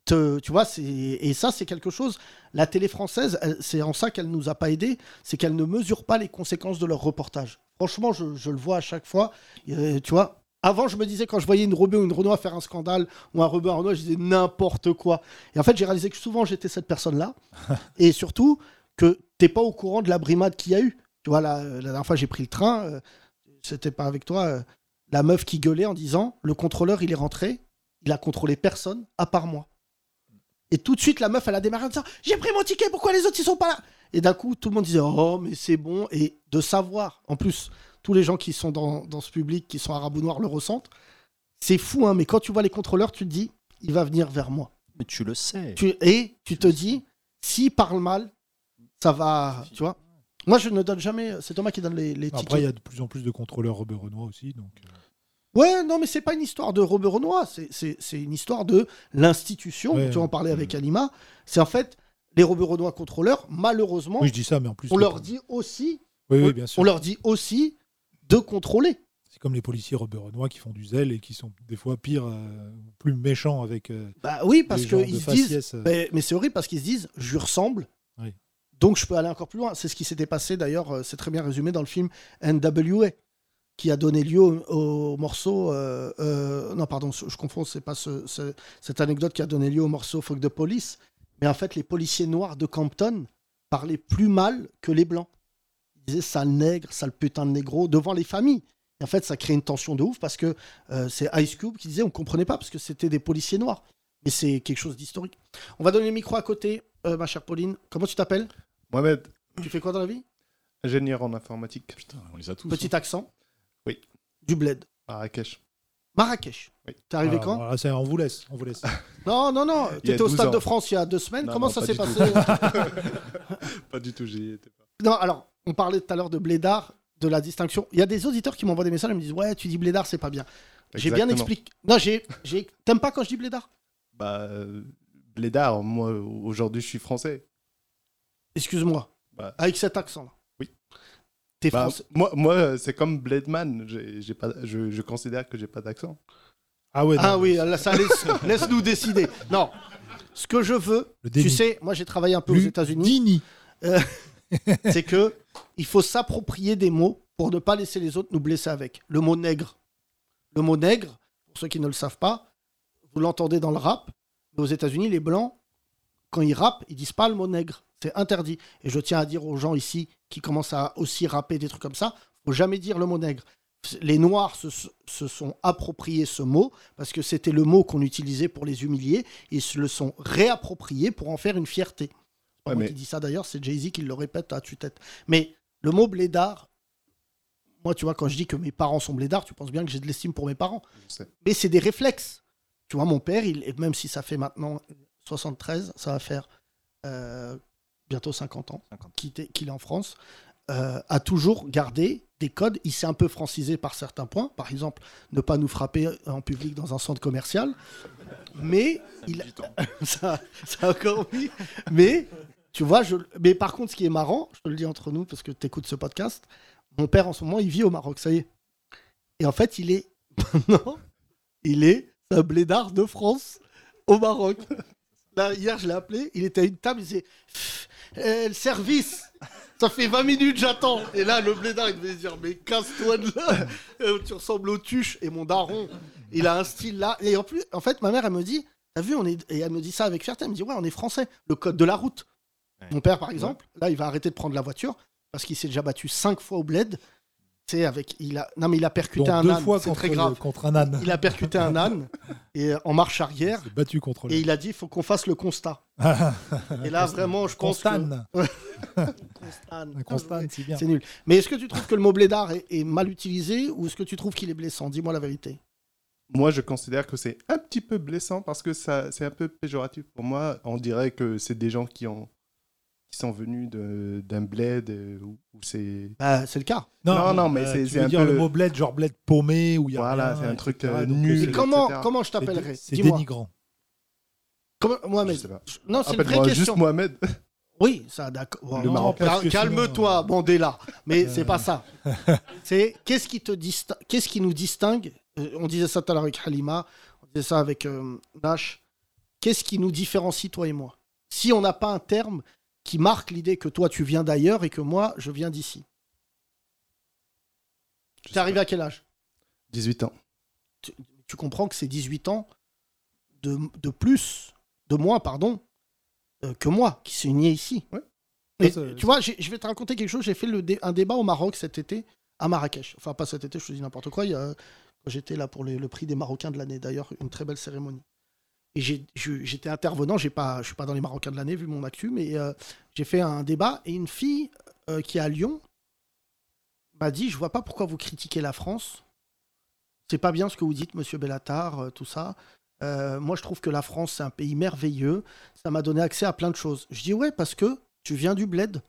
[SPEAKER 4] te- tu vois, c'est- et ça, c'est quelque chose. La télé française, elle- c'est en ça qu'elle nous a pas aidés, c'est qu'elle ne mesure pas les conséquences de leurs reportages. Franchement, je, je le vois à chaque fois. Euh, tu vois, avant, je me disais, quand je voyais une Rebeu ou une Renoir faire un scandale, ou un Rebeu, un Renoir, je disais n'importe quoi. Et en fait, j'ai réalisé que souvent, j'étais cette personne-là. et surtout, que t'es pas au courant de la brimade qu'il y a eu. Tu vois, la, la dernière fois, j'ai pris le train, euh, c'était pas avec toi, euh, la meuf qui gueulait en disant le contrôleur, il est rentré, il a contrôlé personne à part moi. Et tout de suite, la meuf, elle a démarré en disant J'ai pris mon ticket, pourquoi les autres, ils sont pas là Et d'un coup, tout le monde disait Oh, mais c'est bon. Et de savoir, en plus, tous les gens qui sont dans, dans ce public, qui sont arabes ou noirs, le ressentent. C'est fou, hein, mais quand tu vois les contrôleurs, tu te dis Il va venir vers moi.
[SPEAKER 8] Mais tu le sais.
[SPEAKER 4] Tu- et tu te dis S'il parle mal, ça va. Tu vois Moi, je ne donne jamais. C'est Thomas qui donne les, les tickets.
[SPEAKER 5] Après, il y a de plus en plus de contrôleurs Robert Renoir aussi, donc. euh,
[SPEAKER 4] Ouais, non, mais c'est pas une histoire de Robert Renoir, c'est- c'est c'est une histoire de l'institution.
[SPEAKER 5] Ouais. Mm.
[SPEAKER 4] Tu en parlais avec Alima. C'est en fait les Robert Renoir contrôleurs, malheureusement.
[SPEAKER 5] Oui, je dis ça, mais en plus,
[SPEAKER 4] On
[SPEAKER 5] le-
[SPEAKER 4] leur dit aussi.
[SPEAKER 5] Oui, oui,
[SPEAKER 4] on-
[SPEAKER 5] bien sûr.
[SPEAKER 4] On leur dit aussi de contrôler.
[SPEAKER 5] C'est comme les policiers Robert Renoir qui font du zèle et qui sont des fois pires, euh, plus méchants avec. euh,
[SPEAKER 4] Bah oui, parce
[SPEAKER 5] les gens de
[SPEAKER 4] qu'ils se
[SPEAKER 5] faciès,
[SPEAKER 4] disent.
[SPEAKER 5] euh.
[SPEAKER 4] Mais, mais c'est horrible parce qu'ils se disent, je lui ressemble.
[SPEAKER 5] Oui.
[SPEAKER 4] Donc je peux aller encore plus loin. C'est ce qui s'était passé d'ailleurs, euh, c'est très bien résumé dans le film NWA, qui a donné lieu au, au morceau. euh, euh, non, pardon, je confonds, c'est pas ce- ce- cette anecdote qui a donné lieu au morceau Fuck de police. Mais en fait, les policiers noirs de Campton parlaient plus mal que les blancs. Ils disaient sale nègre, sale putain de négro devant les familles. Et en fait, ça crée une tension de ouf parce que euh, c'est Ice Cube qui disait on comprenait pas parce que c'était des policiers noirs. Mais c'est quelque chose d'historique. On va donner le micro à côté, euh, ma chère Pauline. Comment tu t'appelles
[SPEAKER 13] Mohamed.
[SPEAKER 4] Tu fais quoi dans la vie
[SPEAKER 13] Ingénieur en informatique. Putain,
[SPEAKER 7] on les a tous.
[SPEAKER 4] Petit accent.
[SPEAKER 13] Oui.
[SPEAKER 4] Du bled.
[SPEAKER 13] Marrakech.
[SPEAKER 4] Marrakech. T'es arrivé
[SPEAKER 5] Alors,
[SPEAKER 4] quand
[SPEAKER 5] voilà, ça, on vous laisse, on vous
[SPEAKER 4] [laughs]
[SPEAKER 5] laisse.
[SPEAKER 4] Non, non, non.
[SPEAKER 13] Il y a
[SPEAKER 4] T'étais au
[SPEAKER 13] 12
[SPEAKER 4] Stade
[SPEAKER 13] ans.
[SPEAKER 4] de France il y a deux semaines.
[SPEAKER 13] Non,
[SPEAKER 4] Comment
[SPEAKER 13] non,
[SPEAKER 4] ça
[SPEAKER 13] pas
[SPEAKER 4] s'est
[SPEAKER 13] du
[SPEAKER 4] passé [laughs]
[SPEAKER 13] tout. pas du tout, j'y étais pas.
[SPEAKER 4] Non, alors, on parlait tout à l'heure de Blédard, de la distinction. Il y a des auditeurs qui m'envoient des messages et me disent Ouais, tu dis Blédard, c'est pas bien. J'ai bien
[SPEAKER 13] Exactement.
[SPEAKER 4] expliqué. Non, j'ai. j'ai- T'aimes pas quand je dis Blédard
[SPEAKER 13] Bah, euh, Blédard, moi, aujourd'hui, je suis français.
[SPEAKER 4] Excuse-moi.
[SPEAKER 13] Bah.
[SPEAKER 4] Avec cet accent-là.
[SPEAKER 13] Oui.
[SPEAKER 4] T'es
[SPEAKER 13] Bah,
[SPEAKER 4] français.
[SPEAKER 13] Moi, moi c'est comme Bledman. J'ai, j'ai pas, je, je considère que j'ai pas d'accent.
[SPEAKER 5] Ah ouais.
[SPEAKER 4] Ah oui, là, ça laisse, laisse-nous décider. Non, ce que je veux, tu sais, moi j'ai travaillé un peu aux États-Unis. Euh, [laughs] c'est que il faut s'approprier des mots pour ne pas laisser les autres nous blesser avec. Le mot nègre. Le mot nègre, pour ceux qui ne le savent pas, vous l'entendez dans le rap, mais aux États-Unis, les blancs, quand ils rappent, ils disent pas le mot nègre. C'est interdit. Et je tiens à dire aux gens ici qui commencent à aussi rapper des trucs comme ça, faut jamais dire le mot nègre. Les Noirs se, se sont appropriés ce mot parce que c'était le mot qu'on utilisait pour les humilier. Ils se le sont réappropriés pour en faire une fierté. C'est pas
[SPEAKER 13] Ouais,
[SPEAKER 4] moi
[SPEAKER 13] mais-
[SPEAKER 4] qui dis ça d'ailleurs, c'est Jay-Z qui le répète à tue-tête. Mais le mot blédard, moi, tu vois, quand je dis que mes parents sont blédards, tu penses bien que j'ai de l'estime pour mes parents.
[SPEAKER 13] sais.
[SPEAKER 4] Mais c'est des réflexes. Tu vois, mon père, il, et même si ça fait maintenant 73, ça va faire euh, bientôt 50 ans qu'il était- qu'il est en France, euh, a toujours gardé des codes. Il s'est un peu francisé par certains points. Par exemple, ne pas nous frapper en public dans un centre commercial. Mais il [laughs] ça, ça a encore mis. Mais tu vois, je... mais par contre, ce qui est marrant, je te le dis entre nous parce que tu écoutes ce podcast, mon père en ce moment, il vit au Maroc, ça y est. Et en fait, il est maintenant, il est un blédard de France. au Maroc. Là, hier, je l'ai appelé, il était à une table, il disait Pff, euh, Le service Ça fait 20 minutes, j'attends Et là, le blédard, il devait se dire Mais casse-toi de là Euh, Tu ressembles au tuche Et mon daron, il a un style là. Et en plus, en fait, ma mère, elle me dit T'as vu, on est... et elle me dit ça avec fierté, elle me dit Ouais, on est français, le code de la route. Mon père, par exemple, là, il va arrêter de prendre la voiture parce qu'il s'est déjà battu 5 fois au bled. Tu sais, avec. Il a... Non, mais il a percuté
[SPEAKER 5] Donc,
[SPEAKER 4] un
[SPEAKER 5] deux
[SPEAKER 4] âne,
[SPEAKER 5] fois
[SPEAKER 4] c'est
[SPEAKER 5] contre
[SPEAKER 4] très
[SPEAKER 5] le-
[SPEAKER 4] grave.
[SPEAKER 5] contre un âne.
[SPEAKER 4] Il a percuté un
[SPEAKER 5] [laughs]
[SPEAKER 4] âne et euh, en marche arrière.
[SPEAKER 5] battu contre
[SPEAKER 4] Et il a dit, il faut qu'on fasse le constat. Ah,
[SPEAKER 5] [laughs]
[SPEAKER 4] et là, vraiment, je pense
[SPEAKER 5] Constan. [laughs]
[SPEAKER 4] que...
[SPEAKER 5] Un constan, c'est bien.
[SPEAKER 4] C'est nul. Mais est-ce que tu trouves que le mot blédard est, est mal utilisé ou est-ce que tu trouves qu'il est blessant Dis-moi la vérité.
[SPEAKER 13] Moi, je considère que c'est un petit peu blessant parce que ça, c'est un peu péjoratif pour moi. On dirait que c'est des gens qui ont qui sont venus de- d'un bled euh, où, où c'est.
[SPEAKER 4] Bah, c'est le cas.
[SPEAKER 13] Non, non, mais
[SPEAKER 5] euh,
[SPEAKER 13] c'est
[SPEAKER 5] tu
[SPEAKER 13] c'est
[SPEAKER 5] veux
[SPEAKER 13] un
[SPEAKER 5] dire
[SPEAKER 13] peu
[SPEAKER 5] le mot bled, genre bled paumé, où il y a
[SPEAKER 13] Voilà,
[SPEAKER 5] rien,
[SPEAKER 13] c'est un truc,
[SPEAKER 5] etc.
[SPEAKER 13] euh,
[SPEAKER 5] Donc,
[SPEAKER 13] nul,
[SPEAKER 5] c'est-
[SPEAKER 4] Et comment,
[SPEAKER 13] etc.
[SPEAKER 4] comment je
[SPEAKER 5] c'est dé-
[SPEAKER 4] t'appellerais
[SPEAKER 5] C'est
[SPEAKER 4] Dis-moi.
[SPEAKER 5] dénigrant.
[SPEAKER 4] Comment- Mohamed. Non, c'est une vraie
[SPEAKER 13] Appelle-moi
[SPEAKER 4] question.
[SPEAKER 13] juste Mohamed.
[SPEAKER 4] Oui, ça, d'accord.
[SPEAKER 13] Le
[SPEAKER 4] Non,
[SPEAKER 13] Maroc.
[SPEAKER 4] cal-
[SPEAKER 13] Parce que euh,
[SPEAKER 4] Calme-toi, Mandela. Mais c'est
[SPEAKER 13] [laughs]
[SPEAKER 4] pas ça. C'est qu'est-ce qui te distin- qu'est-ce qui nous distingue Euh, On disait ça tout à l'heure avec Halima, on disait ça avec euh, Nash. Qu'est-ce qui nous différencie toi et moi Si on n'a pas un terme qui marque l'idée que toi tu viens d'ailleurs et que moi je viens d'ici. T'es arrivé à quel âge
[SPEAKER 13] 18 ans.
[SPEAKER 4] tu, tu comprends que c'est 18 ans de, de plus, de moins, pardon, euh, que moi, qui suis né ici. Et
[SPEAKER 5] Ça, c'est-
[SPEAKER 4] tu vois, j'ai- je vais te raconter quelque chose. J'ai fait le dé- un débat au Maroc cet été, à Marrakech. Enfin, pas cet été, je te dis n'importe quoi. il y a- J'étais là pour le, le prix des Marocains de l'année, d'ailleurs, une très belle cérémonie. Et j'ai- je- j'étais intervenant, j'ai pas, je suis pas dans les Marocains de l'année, vu mon actu, mais euh, j'ai fait un débat et une fille euh, qui est à Lyon m'a dit Je vois pas pourquoi vous critiquez la France c'est pas bien ce que vous dites, monsieur Bellatar, euh, tout ça. Euh, moi, je trouve que la France, c'est un pays merveilleux. Ça m'a donné accès à plein de choses. Je dis, ouais, parce que tu viens du bled.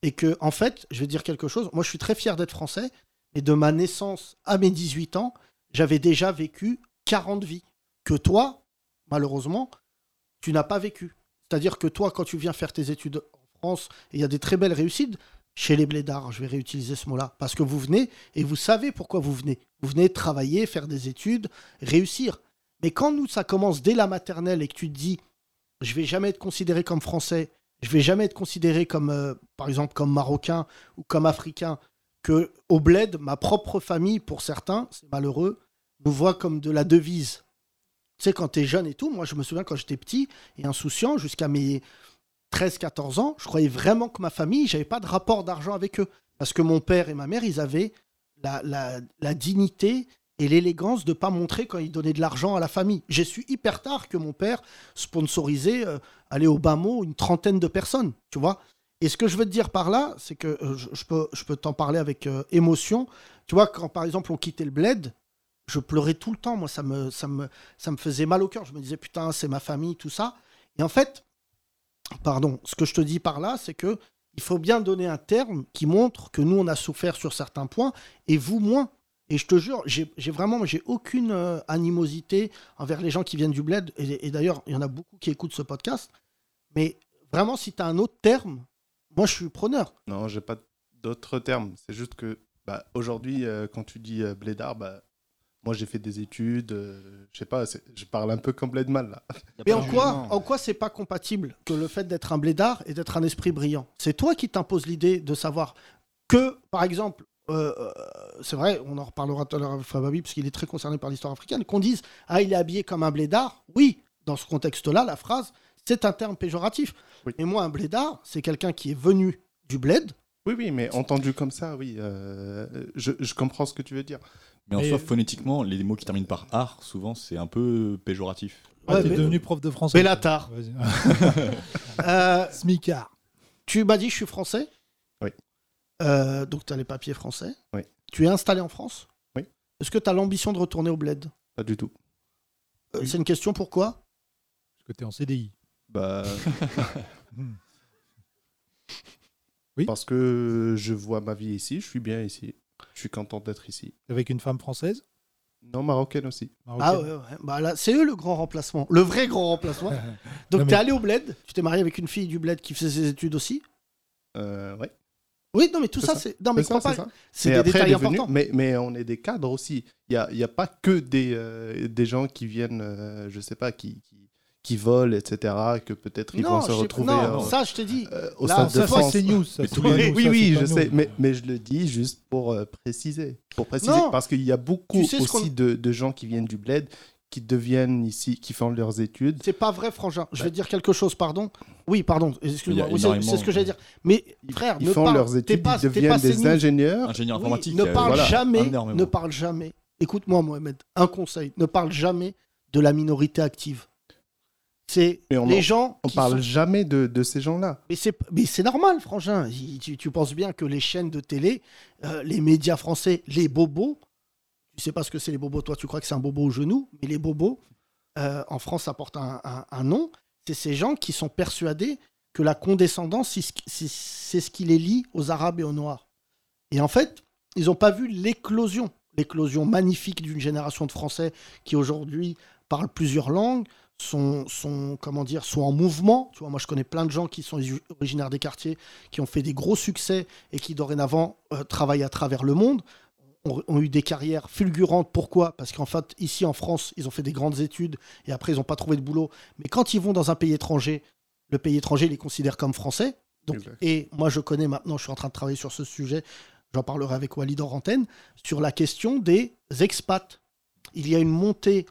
[SPEAKER 4] Et que, en fait, je vais dire quelque chose. Moi, je suis très fier d'être français. Et de ma naissance à mes 18 ans, j'avais déjà vécu 40 vies. Que toi, malheureusement, tu n'as pas vécu. C'est-à-dire que toi, quand tu viens faire tes études en France, et il y a des très belles réussites chez les blédards, je vais réutiliser ce mot-là, parce que vous venez et vous savez pourquoi vous venez. Vous venez travailler, faire des études, réussir. Mais quand nous, ça commence dès la maternelle et que tu te dis, je vais jamais être considéré comme français, je vais jamais être considéré comme, euh, par exemple, comme marocain ou comme africain, que au bled, ma propre famille, pour certains, c'est malheureux, nous voit comme de la devise tu sais, quand t'es jeune et tout, moi je me souviens quand j'étais petit et insouciant, jusqu'à mes 13-14 ans, je croyais vraiment que ma famille, j'avais pas de rapport d'argent avec eux. Parce que mon père et ma mère, ils avaient la, la- la dignité et l'élégance de pas montrer quand ils donnaient de l'argent à la famille. J'ai su hyper tard que mon père sponsorisait, euh, aller au bas mot, une trentaine de personnes, tu vois. Et ce que je veux te dire par là, c'est que euh, je, je peux, je peux t'en parler avec euh, émotion. Tu vois, quand par exemple on quittait le bled, je pleurais tout le temps. Moi, ça me, ça me, ça me faisait mal au cœur. Je me disais, putain, c'est ma famille, tout ça. Et en fait, pardon, ce que je te dis par là, c'est que il faut bien donner un terme qui montre que nous, on a souffert sur certains points et vous moins. Et je te jure, j'ai j'ai vraiment, j'ai aucune euh, animosité envers les gens qui viennent du bled. Et, et d'ailleurs, il y en a beaucoup qui écoutent ce podcast. Mais vraiment, si tu as un autre terme, moi, je suis preneur.
[SPEAKER 13] Non, j'ai pas d'autres termes. C'est juste que bah, aujourd'hui, euh, quand tu dis euh, blédard, bah, moi j'ai fait des études, euh, je sais pas, c'est- je parle un peu comme Bledman là.
[SPEAKER 4] Mais en quoi, en quoi c'est pas compatible que le fait d'être un blédard et d'être un esprit brillant C'est toi qui t'imposes l'idée de savoir que, par exemple, euh, euh, c'est vrai, on en reparlera tout à l'heure avec Fababi parce qu'il est très concerné par l'histoire africaine, qu'on dise Ah, il est habillé comme un blédard. Oui, dans ce contexte-là, la phrase, c'est un terme péjoratif. Mais moi, un blédard, c'est quelqu'un qui est venu du bled.
[SPEAKER 13] Oui, oui, mais entendu comme ça, oui, euh, je, je comprends ce que tu veux dire.
[SPEAKER 7] Mais en soi, phonétiquement, les mots qui terminent par art, souvent, c'est un peu péjoratif.
[SPEAKER 5] Ouais, Ah, t'es devenu prof de français.
[SPEAKER 4] Bellatar. [laughs]
[SPEAKER 5] Vas-y.
[SPEAKER 4] Smicard. Euh, Tu m'as dit, je suis français
[SPEAKER 13] Oui.
[SPEAKER 4] Euh, donc, tu as les papiers français.
[SPEAKER 13] Oui.
[SPEAKER 4] Tu es installé en France
[SPEAKER 13] Oui.
[SPEAKER 4] Est-ce que tu as l'ambition de retourner au bled
[SPEAKER 13] Pas du tout.
[SPEAKER 4] Euh, C'est une question pourquoi
[SPEAKER 5] Parce que t'es en CDI. [laughs]
[SPEAKER 13] Bah. Parce que je vois ma vie ici, je suis bien ici, je suis content d'être ici.
[SPEAKER 5] Avec une femme française
[SPEAKER 13] Non, marocaine aussi.
[SPEAKER 4] Ah ouais, ouais. Bah là, c'est eux le grand remplacement, le vrai grand
[SPEAKER 5] [laughs]
[SPEAKER 4] remplacement.
[SPEAKER 13] Non,
[SPEAKER 4] Donc, tu es
[SPEAKER 13] mais-
[SPEAKER 4] allé au bled, tu t'es marié avec une fille du bled qui faisait ses études aussi.
[SPEAKER 13] Euh, ouais.
[SPEAKER 4] Oui, non, mais tout
[SPEAKER 13] C'est
[SPEAKER 4] ça,
[SPEAKER 13] ça.
[SPEAKER 4] c'est. Non, mais
[SPEAKER 13] C'est
[SPEAKER 4] prends
[SPEAKER 13] ça,
[SPEAKER 4] pas-
[SPEAKER 13] c'est ça.
[SPEAKER 4] C'est
[SPEAKER 13] Mais
[SPEAKER 4] des
[SPEAKER 13] après,
[SPEAKER 4] détails
[SPEAKER 13] il est venu,
[SPEAKER 4] importants.
[SPEAKER 13] mais, mais on est des cadres aussi. Il n'y a, il y a pas que des, euh, des gens qui viennent, euh, je sais pas, qui, qui, qui volent, etc., que peut-être ils
[SPEAKER 4] Non,
[SPEAKER 13] vont se
[SPEAKER 4] je sais-
[SPEAKER 13] retrouver euh,
[SPEAKER 4] non, ça, je te dis.
[SPEAKER 13] euh, au
[SPEAKER 4] Là,
[SPEAKER 13] Stade
[SPEAKER 4] ça,
[SPEAKER 13] de
[SPEAKER 4] c'est
[SPEAKER 13] France.
[SPEAKER 4] CNews, ça,
[SPEAKER 13] Mais
[SPEAKER 4] c'est
[SPEAKER 13] tout-
[SPEAKER 4] pas nous,
[SPEAKER 13] oui,
[SPEAKER 4] ça,
[SPEAKER 13] oui,
[SPEAKER 4] c'est
[SPEAKER 13] je
[SPEAKER 4] pas
[SPEAKER 13] sais,
[SPEAKER 4] nous.
[SPEAKER 13] mais, mais je le dis juste pour euh, préciser. Pour préciser,
[SPEAKER 4] Non.
[SPEAKER 13] parce qu'il y a beaucoup
[SPEAKER 4] Tu sais ce
[SPEAKER 13] aussi
[SPEAKER 4] qu'on-
[SPEAKER 13] de, de gens qui viennent du bled, qui deviennent ici, qui font leurs études.
[SPEAKER 4] C'est pas vrai, Frangin. Je vais dire quelque chose, pardon. Oui, pardon, excuse-moi.
[SPEAKER 13] Bah. Il y a
[SPEAKER 4] Oui, C'est c'est ce que
[SPEAKER 13] énormément-
[SPEAKER 4] j'allais dire. Mais frère,
[SPEAKER 13] Ils
[SPEAKER 4] ne
[SPEAKER 13] font
[SPEAKER 4] parle-
[SPEAKER 13] leurs
[SPEAKER 4] t'es
[SPEAKER 13] études,
[SPEAKER 4] pas-
[SPEAKER 13] ils
[SPEAKER 4] t'es
[SPEAKER 13] deviennent
[SPEAKER 4] pas
[SPEAKER 13] des
[SPEAKER 4] CNews.
[SPEAKER 13] ingénieurs. Ingénieurs
[SPEAKER 4] Oui,
[SPEAKER 13] informatiques,
[SPEAKER 4] Ne
[SPEAKER 13] euh,
[SPEAKER 4] parle
[SPEAKER 13] voilà.
[SPEAKER 4] jamais,
[SPEAKER 13] Énormément.
[SPEAKER 4] ne parle jamais. Écoute-moi, Mohamed, un conseil. Ne parle jamais de la minorité active. C'est
[SPEAKER 13] Mais on
[SPEAKER 4] les
[SPEAKER 13] en-
[SPEAKER 4] gens.
[SPEAKER 13] On
[SPEAKER 4] qui
[SPEAKER 13] parle
[SPEAKER 4] sont-
[SPEAKER 13] jamais de, de ces gens-là.
[SPEAKER 4] Mais c'est, mais c'est normal, Frangin. Il- Tu, tu penses bien que les chaînes de télé, euh, les médias français, les bobos, tu sais pas ce que c'est les bobos, toi tu crois que c'est un bobo au genou, mais les bobos, euh, en France, ça porte un, un- un nom. C'est ces gens qui sont persuadés que la condescendance, c'est ce qui- c'est c'est ce qui les lie aux Arabes et aux Noirs. Et en fait, ils n'ont pas vu l'éclosion, l'éclosion magnifique d'une génération de Français qui aujourd'hui parlent plusieurs langues, sont, sont, comment dire, sont en mouvement. Tu vois, moi, je connais plein de gens qui sont isu- originaires des quartiers, qui ont fait des gros succès et qui dorénavant euh, travaillent à travers le monde, ont, ont eu des carrières fulgurantes. Pourquoi Parce qu'en fait, ici en France, ils ont fait des grandes études et après, ils n'ont pas trouvé de boulot. Mais quand ils vont dans un pays étranger, le pays étranger les considère comme français. Donc, et moi, je connais maintenant, je suis en train de travailler sur ce sujet, j'en parlerai avec Walid en antenne, sur la question des expats. Il y a une montée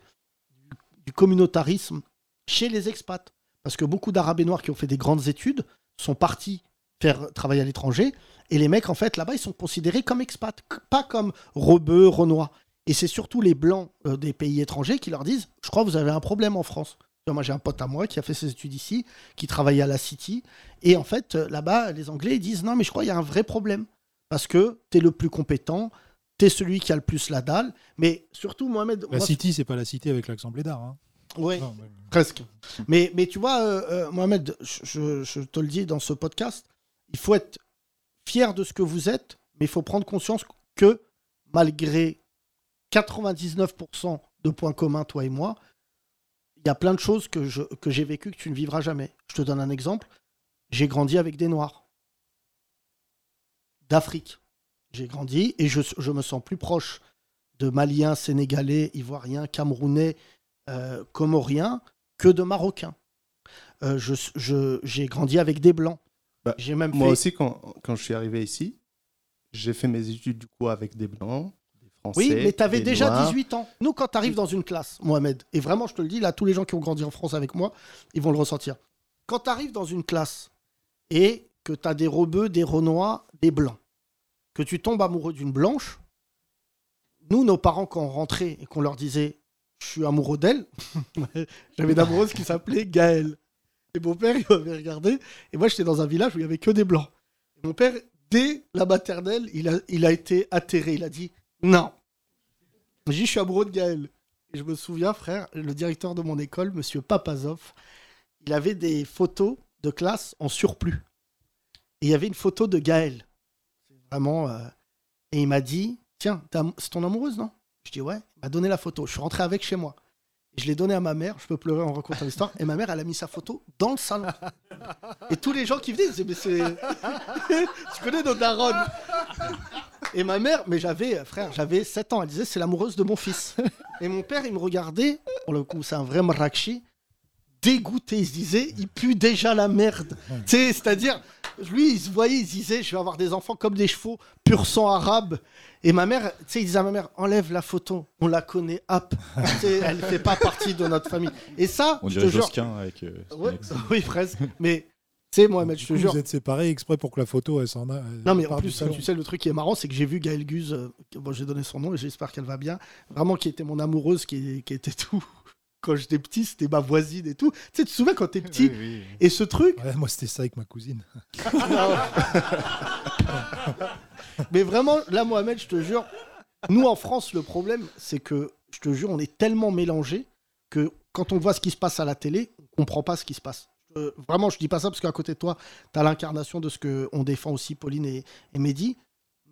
[SPEAKER 4] du communautarisme chez les expats. Parce que beaucoup d'Arabes et Noirs qui ont fait des grandes études sont partis faire travailler à l'étranger. Et les mecs, en fait, là-bas, ils sont considérés comme expats, c- pas comme rebeux, renois. Et c'est surtout les blancs euh, des pays étrangers qui leur disent Je crois que vous avez un problème en France. Tu vois, Moi, j'ai un pote à moi qui a fait ses études ici, qui travaillait à la City. Et en fait, euh, là-bas, les Anglais, ils disent Non, mais je crois qu'il y a un vrai problème. Parce que t'es le plus compétent, t'es celui qui a le plus la dalle. Mais surtout, Mohamed.
[SPEAKER 5] La
[SPEAKER 4] moi,
[SPEAKER 5] City, c'est pas la City avec l'accent blédard. hein.
[SPEAKER 4] Ouais,
[SPEAKER 5] Non, mais-
[SPEAKER 4] presque. Mais, mais tu vois, euh, euh, Mohamed, je, je- je te le dis dans ce podcast, il faut être fier de ce que vous êtes, mais il faut prendre conscience que malgré 99% de points communs, toi et moi, il y a plein de choses que je- que j'ai vécues que tu ne vivras jamais. Je te donne un exemple. J'ai grandi avec des Noirs d'Afrique. J'ai grandi et je, je me sens plus proche de Maliens, Sénégalais, Ivoiriens, Camerounais, euh, Comoriens que de Marocains. Euh, je- je- J'ai grandi avec des Blancs. J'ai même
[SPEAKER 13] Bah, Moi
[SPEAKER 4] fait-
[SPEAKER 13] aussi, quand, quand je suis arrivé ici, j'ai fait mes études du coup avec des Blancs, des Français.
[SPEAKER 4] Oui, mais tu avais
[SPEAKER 13] des
[SPEAKER 4] déjà
[SPEAKER 13] Noirs.
[SPEAKER 4] 18 ans. Nous, quand tu arrives dans une classe, Mohamed, et vraiment, je te le dis, là, tous les gens qui ont grandi en France avec moi, ils vont le ressentir. Quand tu arrives dans une classe et que tu as des rebeux, des renois, des blancs, que tu tombes amoureux d'une blanche, nous, nos parents, quand on rentrait et qu'on leur disait « je suis amoureux d'elle », [laughs] j'avais une amoureuse qui s'appelait Gaëlle. Et mon père, il m'avait regardé. Et moi, j'étais dans un village où il n'y avait que des blancs. Et mon père, dès la maternelle, il a, il a été atterré. Il a dit « non ». J'ai dit, je suis amoureux de Gaël. Et je me souviens, frère, le directeur de mon école, monsieur Papazov, il avait des photos de classe en surplus. Et il y avait une photo de Gaël. Vraiment. euh, Et il m'a dit Tiens, t'as- c'est ton amoureuse, non Je dis Ouais. Il m'a donné la photo. Je suis rentré avec chez moi. Je l'ai donnée à ma mère. Je peux pleurer en racontant l'histoire. Et ma mère, elle a mis sa photo dans le salon. Et tous les gens qui venaient, ils disaient Mais c'est. [laughs] tu connais nos darons et ma mère, mais j'avais, frère, j'avais 7 ans, elle disait c'est l'amoureuse de mon fils. [laughs] Et mon père, il me regardait, pour le coup, c'est un vrai Marrakchi, dégoûté. Il se disait, il pue déjà la merde. Tu sais, c'est-à-dire, lui, il se voyait, il se disait, je vais avoir des enfants comme des chevaux, pur sang arabe. Et ma mère, tu sais, il disait à ma mère, enlève la photo, on la connaît, hop. Tu sais, elle fait pas partie de notre famille. Et ça,
[SPEAKER 7] On
[SPEAKER 4] je
[SPEAKER 7] dirait
[SPEAKER 4] te jure-
[SPEAKER 7] Josquin avec. euh,
[SPEAKER 4] Ouais, [laughs] oui, presque. Mais, tu sais, Mohamed, je
[SPEAKER 5] Du coup,
[SPEAKER 4] te jure.
[SPEAKER 5] Vous êtes séparés exprès pour que la photo, elle s'en a. elle
[SPEAKER 4] Non, mais en
[SPEAKER 5] part du
[SPEAKER 4] plus,
[SPEAKER 5] salon.
[SPEAKER 4] tu sais, le truc qui est marrant, c'est que j'ai vu Gaël Guz, euh, que- bon, j'ai donné son nom et j'espère qu'elle va bien, vraiment qui était mon amoureuse, qui, qui était tout. [laughs] Quand j'étais petit, c'était ma voisine et tout. Tu sais, tu te souviens quand t'es petit Et ce truc.
[SPEAKER 5] Ouais, moi, c'était ça avec ma cousine. [laughs]
[SPEAKER 4] [laughs] Mais vraiment, là, Mohamed, je te jure, nous en France, le problème, c'est que, je te jure, on est tellement mélangés que quand on voit ce qui se passe à la télé, on comprend pas ce qui se passe. Euh, vraiment, je dis pas ça parce qu'à côté de toi, tu as l'incarnation de ce que on défend aussi, Pauline et, et Mehdi.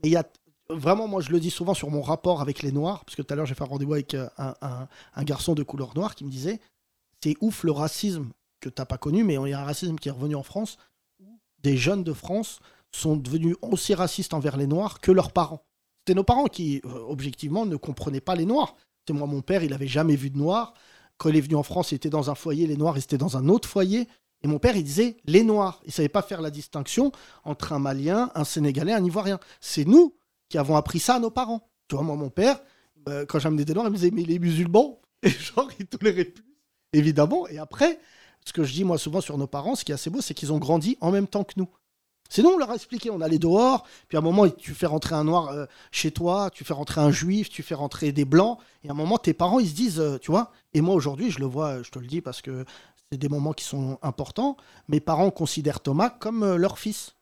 [SPEAKER 4] Mais il y a vraiment, moi, je le dis souvent sur mon rapport avec les Noirs, parce que tout à l'heure, j'ai fait un rendez-vous avec euh, un, un- un garçon de couleur noire qui me disait C'est ouf le racisme que t'as pas connu, mais il y a un racisme qui est revenu en France des jeunes de France sont devenus aussi racistes envers les Noirs que leurs parents. C'était nos parents qui, euh, objectivement, ne comprenaient pas les Noirs. C'est moi, mon père, il n'avait jamais vu de Noirs. Quand il est venu en France, il était dans un foyer, les Noirs, ils étaient dans un autre foyer. Et mon père, il disait les Noirs. Il savait pas faire la distinction entre un Malien, un Sénégalais, un Ivoirien. C'est nous qui avons appris ça à nos parents. Tu vois, moi, mon père, euh, quand j'amenais des Noirs, il me disait mais les musulmans Et genre, il tolérait plus. Évidemment. Et après, ce que je dis moi souvent sur nos parents, ce qui est assez beau, c'est qu'ils ont grandi en même temps que nous. Sinon, on leur a expliqué, on allait dehors, puis à un moment, tu fais rentrer un noir euh, chez toi, tu fais rentrer un juif, tu fais rentrer des blancs, et à un moment, tes parents, ils se disent, euh, tu vois, et moi aujourd'hui, je le vois, euh, je te le dis parce que c'est des moments qui sont importants, mes parents considèrent Thomas comme euh, leur fils.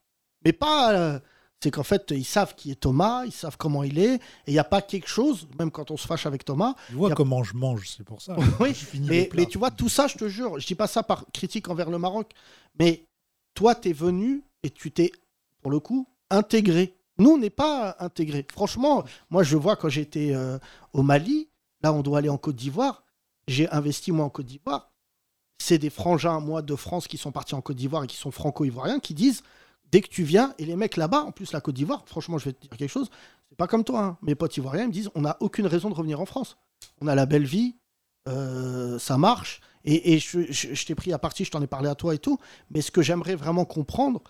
[SPEAKER 4] Mais pas. euh, c'est qu'en fait, ils savent qui est Thomas, ils savent comment il est, et il n'y a pas quelque chose, même quand on se fâche avec Thomas.
[SPEAKER 5] Tu vois comment je mange, c'est pour ça.
[SPEAKER 4] [laughs] oui,
[SPEAKER 5] je finis les
[SPEAKER 4] mais,
[SPEAKER 5] plats.
[SPEAKER 4] mais tu vois, tout ça, je te jure, je dis pas ça par critique envers le Maroc, mais toi, tu es venu et tu t'es, pour le coup, intégré. Nous, on n'est pas intégré. Franchement, moi, je vois quand j'étais euh, au Mali, là, on doit aller en Côte d'Ivoire. J'ai investi, moi, en Côte d'Ivoire c'est des frangins, moi, de France qui sont partis en Côte d'Ivoire et qui sont franco-ivoiriens, qui disent dès que tu viens, et les mecs là-bas, en plus la Côte d'Ivoire, franchement, je vais te dire quelque chose, c'est pas comme toi. hein. Mes potes ivoiriens ils me disent on n'a aucune raison de revenir en France. On a la belle vie, euh, ça marche. Et, et je, je- je t'ai pris à partie, je t'en ai parlé à toi et tout. Mais ce que j'aimerais vraiment comprendre,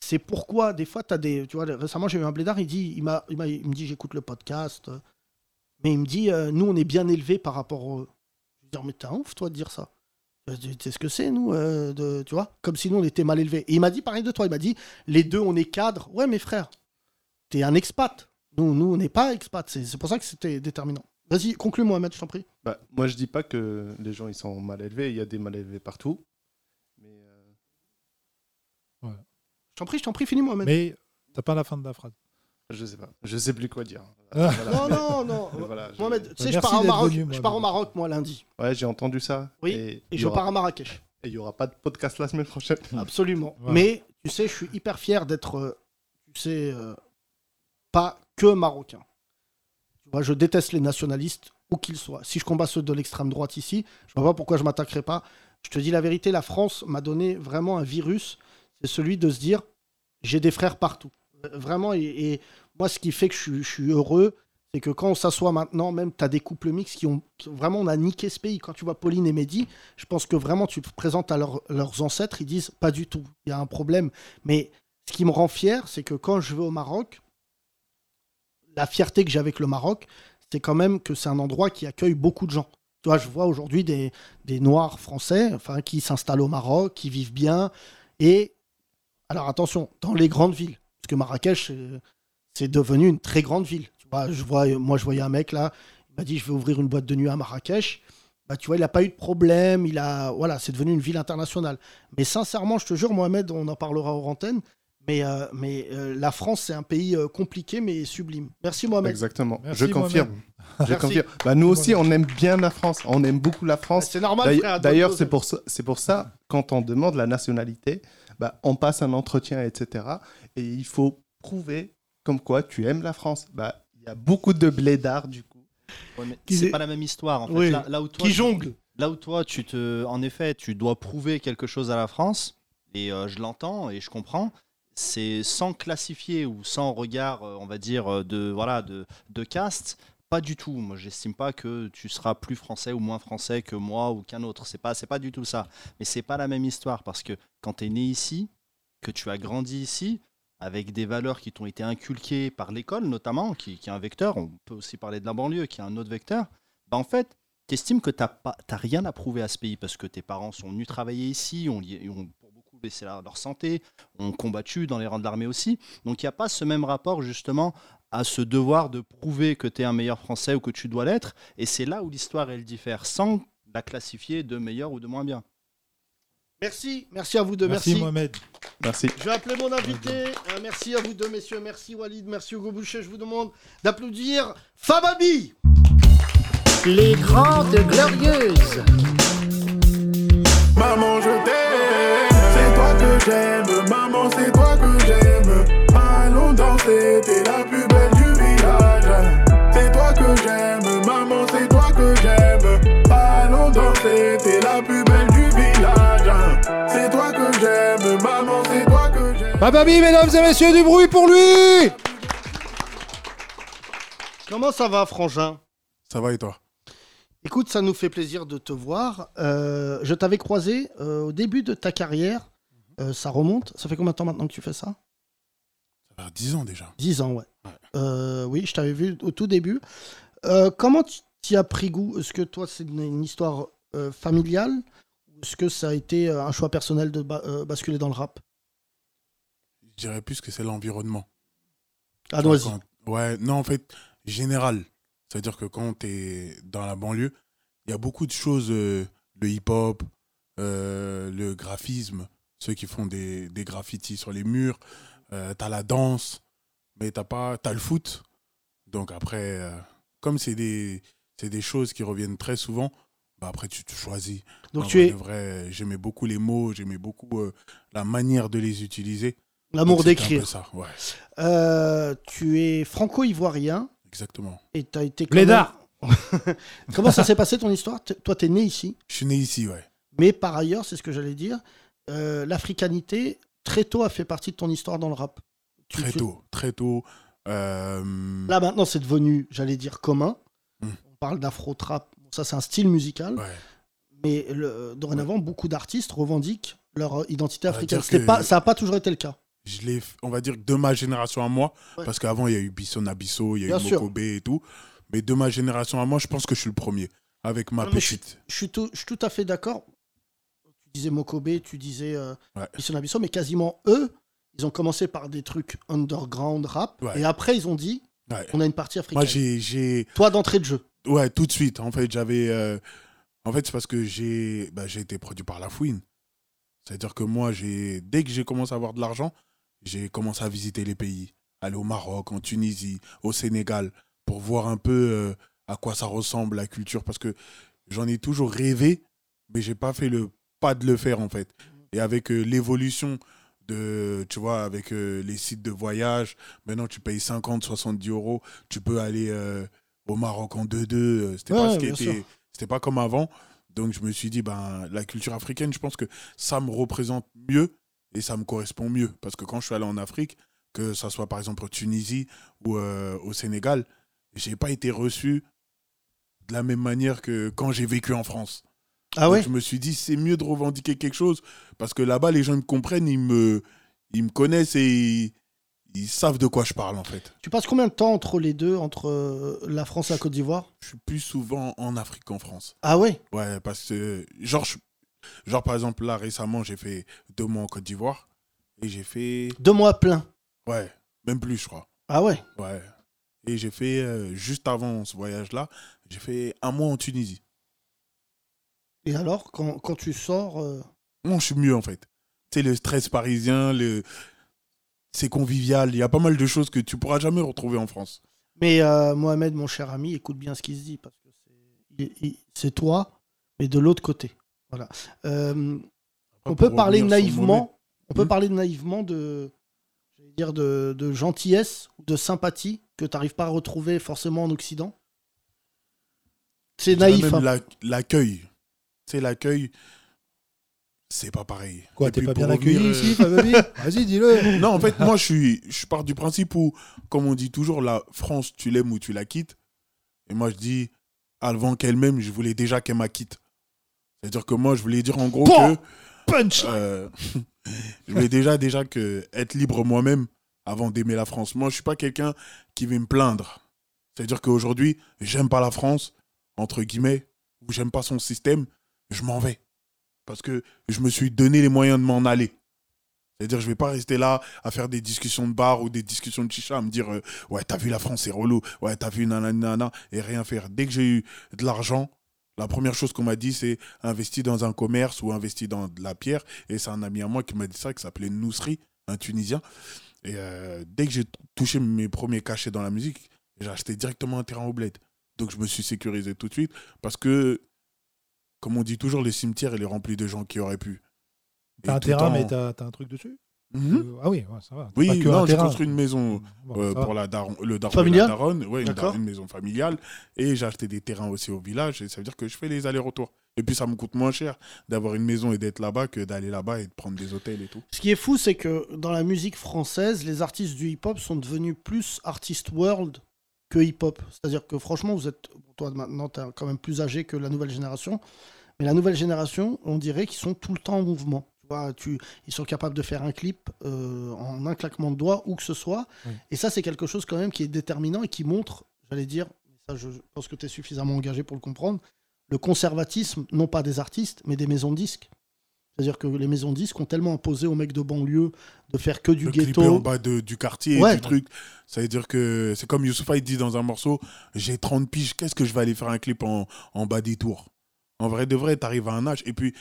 [SPEAKER 4] c'est pourquoi des fois, tu as des. Tu vois, récemment, j'ai eu un blédard, il, dit, il, m'a, il, m'a- il me dit j'écoute le podcast. euh, mais il me dit, euh, nous, on est bien élevés par rapport au. Je veux dire, mais t'es un ouf, toi, de dire ça. Euh, Tu sais ce que c'est, nous, euh, de, tu vois Comme si nous, on était mal élevés. Et il m'a dit pareil de toi. Il m'a dit, les deux, on est cadre. Ouais, mes frères, t'es un expat. Nous, nous on n'est pas expat. C'est c'est pour ça que c'était déterminant. Vas-y, conclue, Mohamed, je t'en prie.
[SPEAKER 13] Bah, moi, je dis pas que les gens ils sont mal élevés. Il y a des mal élevés partout.
[SPEAKER 4] Je t'en prie, je t'en prie, finis, Mohamed.
[SPEAKER 5] Mais t'as pas la fin de la phrase.
[SPEAKER 13] Je sais pas. Je sais plus quoi dire.
[SPEAKER 5] Ah.
[SPEAKER 4] [laughs]
[SPEAKER 5] [laughs]
[SPEAKER 4] Non, non, non.
[SPEAKER 13] [laughs] Voilà, je-
[SPEAKER 4] Mohamed, tu sais, je
[SPEAKER 13] Merci
[SPEAKER 4] pars, au
[SPEAKER 13] d'être
[SPEAKER 4] Maroc,
[SPEAKER 13] venu,
[SPEAKER 4] je
[SPEAKER 13] Mohamed.
[SPEAKER 4] pars au Maroc, moi, lundi.
[SPEAKER 13] Ouais, j'ai entendu ça.
[SPEAKER 4] Oui,
[SPEAKER 13] Et,
[SPEAKER 4] et je pars à Marrakech.
[SPEAKER 13] Et il y aura pas de podcast la semaine prochaine.
[SPEAKER 4] Absolument.
[SPEAKER 13] Voilà.
[SPEAKER 4] Mais tu sais, je suis hyper fier d'être, euh, tu sais, euh, pas que marocain. Tu vois, je déteste les nationalistes, où qu'ils soient. Si je combats ceux de l'extrême droite ici, je vois pas pourquoi je m'attaquerai pas. Je te dis la vérité, la France m'a donné vraiment un virus. C'est celui de se dire, j'ai des frères partout. Euh, Vraiment, et, et moi, ce qui fait que je, suis- je suis heureux, c'est que quand on s'assoit maintenant, même, tu as des couples mixtes qui ont, qui ont- Vraiment, on a niqué ce pays. Quand tu vois Pauline et Mehdi, je pense que vraiment, tu te présentes à leurs- leurs ancêtres, ils disent, pas du tout, il y a un problème. Mais ce qui me rend fier, c'est que quand je vais au Maroc, la fierté que j'ai avec le Maroc, c'est quand même que c'est un endroit qui accueille beaucoup de gens. Tu vois, je vois aujourd'hui des, des Noirs français enfin, qui s'installent au Maroc, qui vivent bien. Et alors attention, dans les grandes villes, parce que Marrakech, c'est- c'est devenu une très grande ville. Tu vois, je vois, euh, moi, je voyais un mec là, il m'a dit je vais ouvrir une boîte de nuit à Marrakech. Bah, tu vois, il n'a pas eu de problème, il a, voilà, c'est devenu une ville internationale. Mais sincèrement, je te jure, Mohamed, on en parlera hors antenne, mais, euh, mais euh, la France, c'est un pays euh, compliqué mais sublime. Merci, Mohamed.
[SPEAKER 13] Exactement.
[SPEAKER 4] Merci,
[SPEAKER 13] je confirme.
[SPEAKER 4] Mohamed.
[SPEAKER 13] Je
[SPEAKER 4] Merci. Bah,
[SPEAKER 13] confirme. Bah, nous aussi, on aime bien la France. On aime beaucoup la France.
[SPEAKER 4] C'est normal,
[SPEAKER 13] D'ailleurs-
[SPEAKER 4] frère, à toi de
[SPEAKER 13] D'ailleurs,
[SPEAKER 4] poser.
[SPEAKER 13] c'est pour, ça- c'est pour ça, quand on demande la nationalité, bah, on passe un entretien, etc. Et il faut prouver comme quoi tu aimes la France. Bah, Il y a beaucoup de blédards, du coup.
[SPEAKER 8] Ouais, mais
[SPEAKER 13] Qui
[SPEAKER 8] c'est
[SPEAKER 13] est-
[SPEAKER 8] pas la même histoire en fait.
[SPEAKER 13] Oui.
[SPEAKER 8] Là, là où toi,
[SPEAKER 13] Qui
[SPEAKER 8] tu-
[SPEAKER 13] jongle.
[SPEAKER 8] Là où toi, tu te, en effet, tu dois prouver quelque chose à la France, et euh, je l'entends et je comprends. C'est sans classifier ou sans regard, euh, on va dire, euh, de voilà, de, de caste. Pas du tout. Moi, j'estime pas que tu seras plus français ou moins français que moi ou qu'un autre. C'est pas, c'est pas du tout ça. Mais c'est pas la même histoire parce que quand tu es né ici, que tu as grandi ici, avec des valeurs qui t'ont été inculquées par l'école notamment, qui, qui est un vecteur, on peut aussi parler de la banlieue, qui est un autre vecteur, bah en fait, tu estimes que tu n'as rien à prouver à ce pays parce que tes parents sont venus travailler ici, ont, lié- ont pour beaucoup laissé la- leur santé, ont combattu dans les rangs de l'armée aussi. Donc il n'y a pas ce même rapport justement à ce devoir de prouver que tu es un meilleur Français ou que tu dois l'être. Et c'est là où l'histoire, elle diffère, sans la classifier de meilleur ou de moins bien.
[SPEAKER 4] Merci, merci à vous deux. Merci,
[SPEAKER 8] Merci, Mohamed.
[SPEAKER 13] Merci.
[SPEAKER 4] Je vais appeler mon invité. Euh, merci à vous deux, messieurs. Merci Walid, merci Hugo Boucher. Je vous demande d'applaudir Fababi.
[SPEAKER 1] Les Grandes Glorieuses.
[SPEAKER 14] Maman, je t'aime. C'est toi que j'aime. Maman, c'est toi que j'aime. Allons danser, t'es la plus belle du village. C'est toi que j'aime. Maman, c'est toi que j'aime. Allons danser, t'es la plus belle du village. C'est toi que j'aime. Maman, c'est toi que j'aime.
[SPEAKER 5] Papa Bim, Bah, mesdames et messieurs, du bruit pour lui
[SPEAKER 4] Comment ça va, Frangin
[SPEAKER 15] Ça va et toi
[SPEAKER 4] Écoute, ça nous fait plaisir de te voir. Euh, je t'avais croisé euh, au début de ta carrière.
[SPEAKER 15] Mhm.
[SPEAKER 4] Euh, ça remonte. Ça fait combien de temps maintenant que tu fais ça
[SPEAKER 15] Ça fait 10 ans déjà.
[SPEAKER 4] 10 ans, ouais. Euh, oui, je t'avais vu au tout début. Euh, comment tu t'y as pris goût Est-ce que toi, c'est une, une histoire euh, familiale Ou est-ce que ça a été euh, un choix personnel de ba- euh, basculer dans le rap
[SPEAKER 15] Je dirais plus que c'est l'environnement.
[SPEAKER 4] Ah,
[SPEAKER 15] Tu vois,
[SPEAKER 4] noisy.
[SPEAKER 15] quand- Ouais, non, en fait, général. C'est-à-dire que quand tu es dans la banlieue, il y a beaucoup de choses, euh, le hip-hop, euh, le graphisme, ceux qui font des, des graffitis sur les murs, euh, t'as la danse, mais t'as pas, t'as le foot. Donc après, euh, comme c'est des, c'est des choses qui reviennent très souvent, bah après tu te choisis.
[SPEAKER 4] Donc
[SPEAKER 15] En
[SPEAKER 4] tu
[SPEAKER 15] vrai
[SPEAKER 4] es-
[SPEAKER 15] de vrai, j'aimais beaucoup les mots, j'aimais beaucoup euh, la manière de les utiliser.
[SPEAKER 4] L'amour
[SPEAKER 15] Donc, c'était un peu
[SPEAKER 4] d'écrire.
[SPEAKER 15] Ça, ouais.
[SPEAKER 4] Euh, tu es franco-ivoirien.
[SPEAKER 15] Exactement.
[SPEAKER 4] Et tu as été. quand
[SPEAKER 15] Blédard.
[SPEAKER 4] même- [laughs] Comment ça s'est passé ton histoire T- Toi, tu es né ici.
[SPEAKER 15] Je suis né ici, ouais.
[SPEAKER 4] Mais par ailleurs, c'est ce que j'allais dire, euh, l'africanité, très tôt, a fait partie de ton histoire dans le rap. Tu-
[SPEAKER 15] Très
[SPEAKER 4] tu-
[SPEAKER 15] tôt, très tôt. Euh, Hmm.
[SPEAKER 4] Là, maintenant, c'est devenu, j'allais dire, commun. On parle d'afro-trap. Bon, Ça, c'est un style musical. Mais le- euh, dorénavant, beaucoup d'artistes revendiquent leur euh, identité
[SPEAKER 15] va
[SPEAKER 4] africaine.
[SPEAKER 15] dire
[SPEAKER 4] C'était
[SPEAKER 15] que-
[SPEAKER 4] Pas, ça n'a pas toujours été le cas.
[SPEAKER 15] je l'ai, on va dire, de ma génération à moi,
[SPEAKER 4] Ouais.
[SPEAKER 15] parce qu'avant, il y a eu Bisson Abisso, il y a
[SPEAKER 4] Bien
[SPEAKER 15] eu
[SPEAKER 4] sûr.
[SPEAKER 15] Mokobe et tout. Mais de ma génération à moi, je pense que je suis le premier, avec ma
[SPEAKER 4] Non, mais je,
[SPEAKER 15] petite.
[SPEAKER 4] je suis tout, je suis tout à fait d'accord. Tu disais Mokobe, tu disais euh,
[SPEAKER 15] Ouais.
[SPEAKER 4] Bisson Abisso, mais quasiment eux, ils ont commencé par des trucs underground rap.
[SPEAKER 15] Ouais.
[SPEAKER 4] Et après, ils ont dit
[SPEAKER 15] Ouais.
[SPEAKER 4] on a une partie
[SPEAKER 15] Moi,
[SPEAKER 4] africaine.
[SPEAKER 15] j'ai, j'ai-
[SPEAKER 4] Toi, d'entrée de jeu
[SPEAKER 15] Ouais, tout de suite. En fait, j'avais. euh, En fait, c'est parce que j'ai bah, j'ai été produit par La Fouine. C'est-à-dire que moi, j'ai dès que j'ai commencé à avoir de l'argent, j'ai commencé à visiter les pays. Aller au Maroc, en Tunisie, au Sénégal, pour voir un peu euh, à quoi ça ressemble, la culture. Parce que j'en ai toujours rêvé, mais j'ai pas fait le pas de le faire, en fait. Et avec euh, l'évolution de, tu vois, avec euh, les sites de voyage, maintenant tu payes 50, 70 euros, tu peux aller euh, au Maroc en 2-2. euh, C'était
[SPEAKER 4] Ouais,
[SPEAKER 15] pas ce qui
[SPEAKER 4] bien
[SPEAKER 15] était-
[SPEAKER 4] sûr.
[SPEAKER 15] c'était pas comme avant. Donc je me suis dit, ben, la culture africaine, je pense que ça me représente mieux et ça me correspond mieux. Parce que quand je suis allé en Afrique, que ça soit par exemple en Tunisie ou euh, au Sénégal, j'ai pas été reçu de la même manière que quand j'ai vécu en France.
[SPEAKER 4] Ah ouais
[SPEAKER 15] Je me suis dit, c'est mieux de revendiquer quelque chose parce que là-bas, les gens me comprennent, ils me, ils me connaissent et ils, ils savent de quoi je parle en fait.
[SPEAKER 4] Tu passes combien de temps entre les deux, entre euh, la France et la Côte d'Ivoire
[SPEAKER 15] Je suis plus souvent en Afrique qu'en France.
[SPEAKER 4] Ah ouais
[SPEAKER 15] Ouais, parce que, genre, je- genre par exemple, là récemment, j'ai fait deux mois en Côte d'Ivoire et j'ai fait.
[SPEAKER 4] Deux mois plein.
[SPEAKER 15] Ouais, même plus, je crois.
[SPEAKER 4] Ah ouais
[SPEAKER 15] Ouais. Et j'ai fait, euh, juste avant ce voyage-là, j'ai fait un mois en Tunisie.
[SPEAKER 4] Et alors, quand, quand tu sors. euh,
[SPEAKER 15] Non, je suis mieux en fait. Tu sais, le stress parisien, le... c'est convivial. Il y a pas mal de choses que tu pourras jamais retrouver en France.
[SPEAKER 4] Mais euh, Mohamed, mon cher ami, écoute bien ce qu'il se dit, parce que c'est- il- il- c'est toi, mais de l'autre côté. Voilà. Euh, on peut
[SPEAKER 15] pour revenir
[SPEAKER 4] parler
[SPEAKER 15] sur Mohamed. Hmm.
[SPEAKER 4] naïvement. On peut parler naïvement de, j'allais dire de, de gentillesse ou de sympathie que tu n'arrives pas à retrouver forcément en Occident. C'est
[SPEAKER 15] Je dirais
[SPEAKER 4] naïf.
[SPEAKER 15] même
[SPEAKER 4] hein.
[SPEAKER 15] l'ac- L'accueil. Tu sais, l'accueil, c'est pas pareil.
[SPEAKER 5] Quoi,
[SPEAKER 15] Et
[SPEAKER 5] t'es
[SPEAKER 15] puis,
[SPEAKER 5] pas
[SPEAKER 15] pour
[SPEAKER 5] bien accueilli
[SPEAKER 15] revenir, euh,
[SPEAKER 5] ici, Fababi Vas-y, [laughs] dis-le.
[SPEAKER 15] Non, en fait, moi, je, suis, je pars du principe où, comme on dit toujours, la France, tu l'aimes ou tu la quittes. Et moi, je dis, avant qu'elle m'aime, je voulais déjà qu'elle m'acquitte. C'est-à-dire que moi, je voulais dire en gros
[SPEAKER 5] Pouah
[SPEAKER 15] que. Punch [laughs] Je voulais déjà, déjà que être libre moi-même avant d'aimer la France. Moi, je suis pas quelqu'un qui va me plaindre. C'est-à-dire qu'aujourd'hui, j'aime pas la France, entre guillemets, ou j'aime pas son système, je m'en vais. Parce que je me suis donné les moyens de m'en aller. C'est-à-dire, je vais pas rester là à faire des discussions de bar ou des discussions de chicha, à me dire euh, Ouais, t'as vu la France, c'est relou. Ouais, t'as vu nanana, nanana, et rien faire. Dès que j'ai eu de l'argent, la première chose qu'on m'a dit, c'est investis dans un commerce ou investis dans de la pierre. Et c'est un ami à moi qui m'a dit ça, qui s'appelait Nousri, un Tunisien. Et euh, dès que j'ai t- touché mes premiers cachets dans la musique, j'ai acheté directement un terrain au bled. Donc, je me suis sécurisé tout de suite parce que, comme on dit toujours, le cimetière, il est rempli de gens qui auraient pu.
[SPEAKER 5] T'as
[SPEAKER 15] Et
[SPEAKER 5] un
[SPEAKER 15] tout
[SPEAKER 5] terrain,
[SPEAKER 15] en-
[SPEAKER 5] mais t'as t'as un truc dessus
[SPEAKER 4] Mhm.
[SPEAKER 5] Euh, ah oui, ouais, ça va.
[SPEAKER 15] Oui,
[SPEAKER 5] Pas que
[SPEAKER 15] non,
[SPEAKER 5] un
[SPEAKER 15] j'ai
[SPEAKER 5] terrain.
[SPEAKER 15] construit une maison
[SPEAKER 5] Bon,
[SPEAKER 15] euh,
[SPEAKER 5] ça va.
[SPEAKER 15] pour la daron, le daron
[SPEAKER 5] Familiale
[SPEAKER 15] et la daronne, ouais, une,
[SPEAKER 5] D'accord.
[SPEAKER 15] daronne, une maison familiale, et j'ai acheté des terrains aussi au village, et ça veut dire que je fais les allers-retours. Et puis ça me coûte moins cher d'avoir une maison et d'être là-bas que d'aller là-bas et de prendre des hôtels et tout.
[SPEAKER 4] Ce qui est fou, c'est que dans la musique française, les artistes du hip-hop sont devenus plus artistes world que hip-hop. C'est-à-dire que franchement, vous êtes, toi maintenant, t'es quand même plus âgé que la nouvelle génération. Mais la nouvelle génération, on dirait qu'ils sont tout le temps en mouvement. Tu vois, tu, ils sont capables de faire un clip euh, en un claquement de doigts, où que ce soit.
[SPEAKER 5] Oui.
[SPEAKER 4] Et ça, c'est quelque chose quand même qui est déterminant et qui montre, j'allais dire, ça, je je pense que tu es suffisamment engagé pour le comprendre, le conservatisme, non pas des artistes, mais des maisons de disques. C'est-à-dire que les maisons de disques ont tellement imposé aux mecs de banlieue de faire que du
[SPEAKER 15] Le clipper
[SPEAKER 4] ghetto.
[SPEAKER 15] en bas de- du quartier,
[SPEAKER 4] Ouais.
[SPEAKER 15] du truc. Ça veut dire que c'est comme Youssoufa, il dit dans un morceau J'ai 30 piges, qu'est-ce que je vais aller faire un clip en, en bas des tours En vrai de vrai, t'arrives à un âge. Et puis,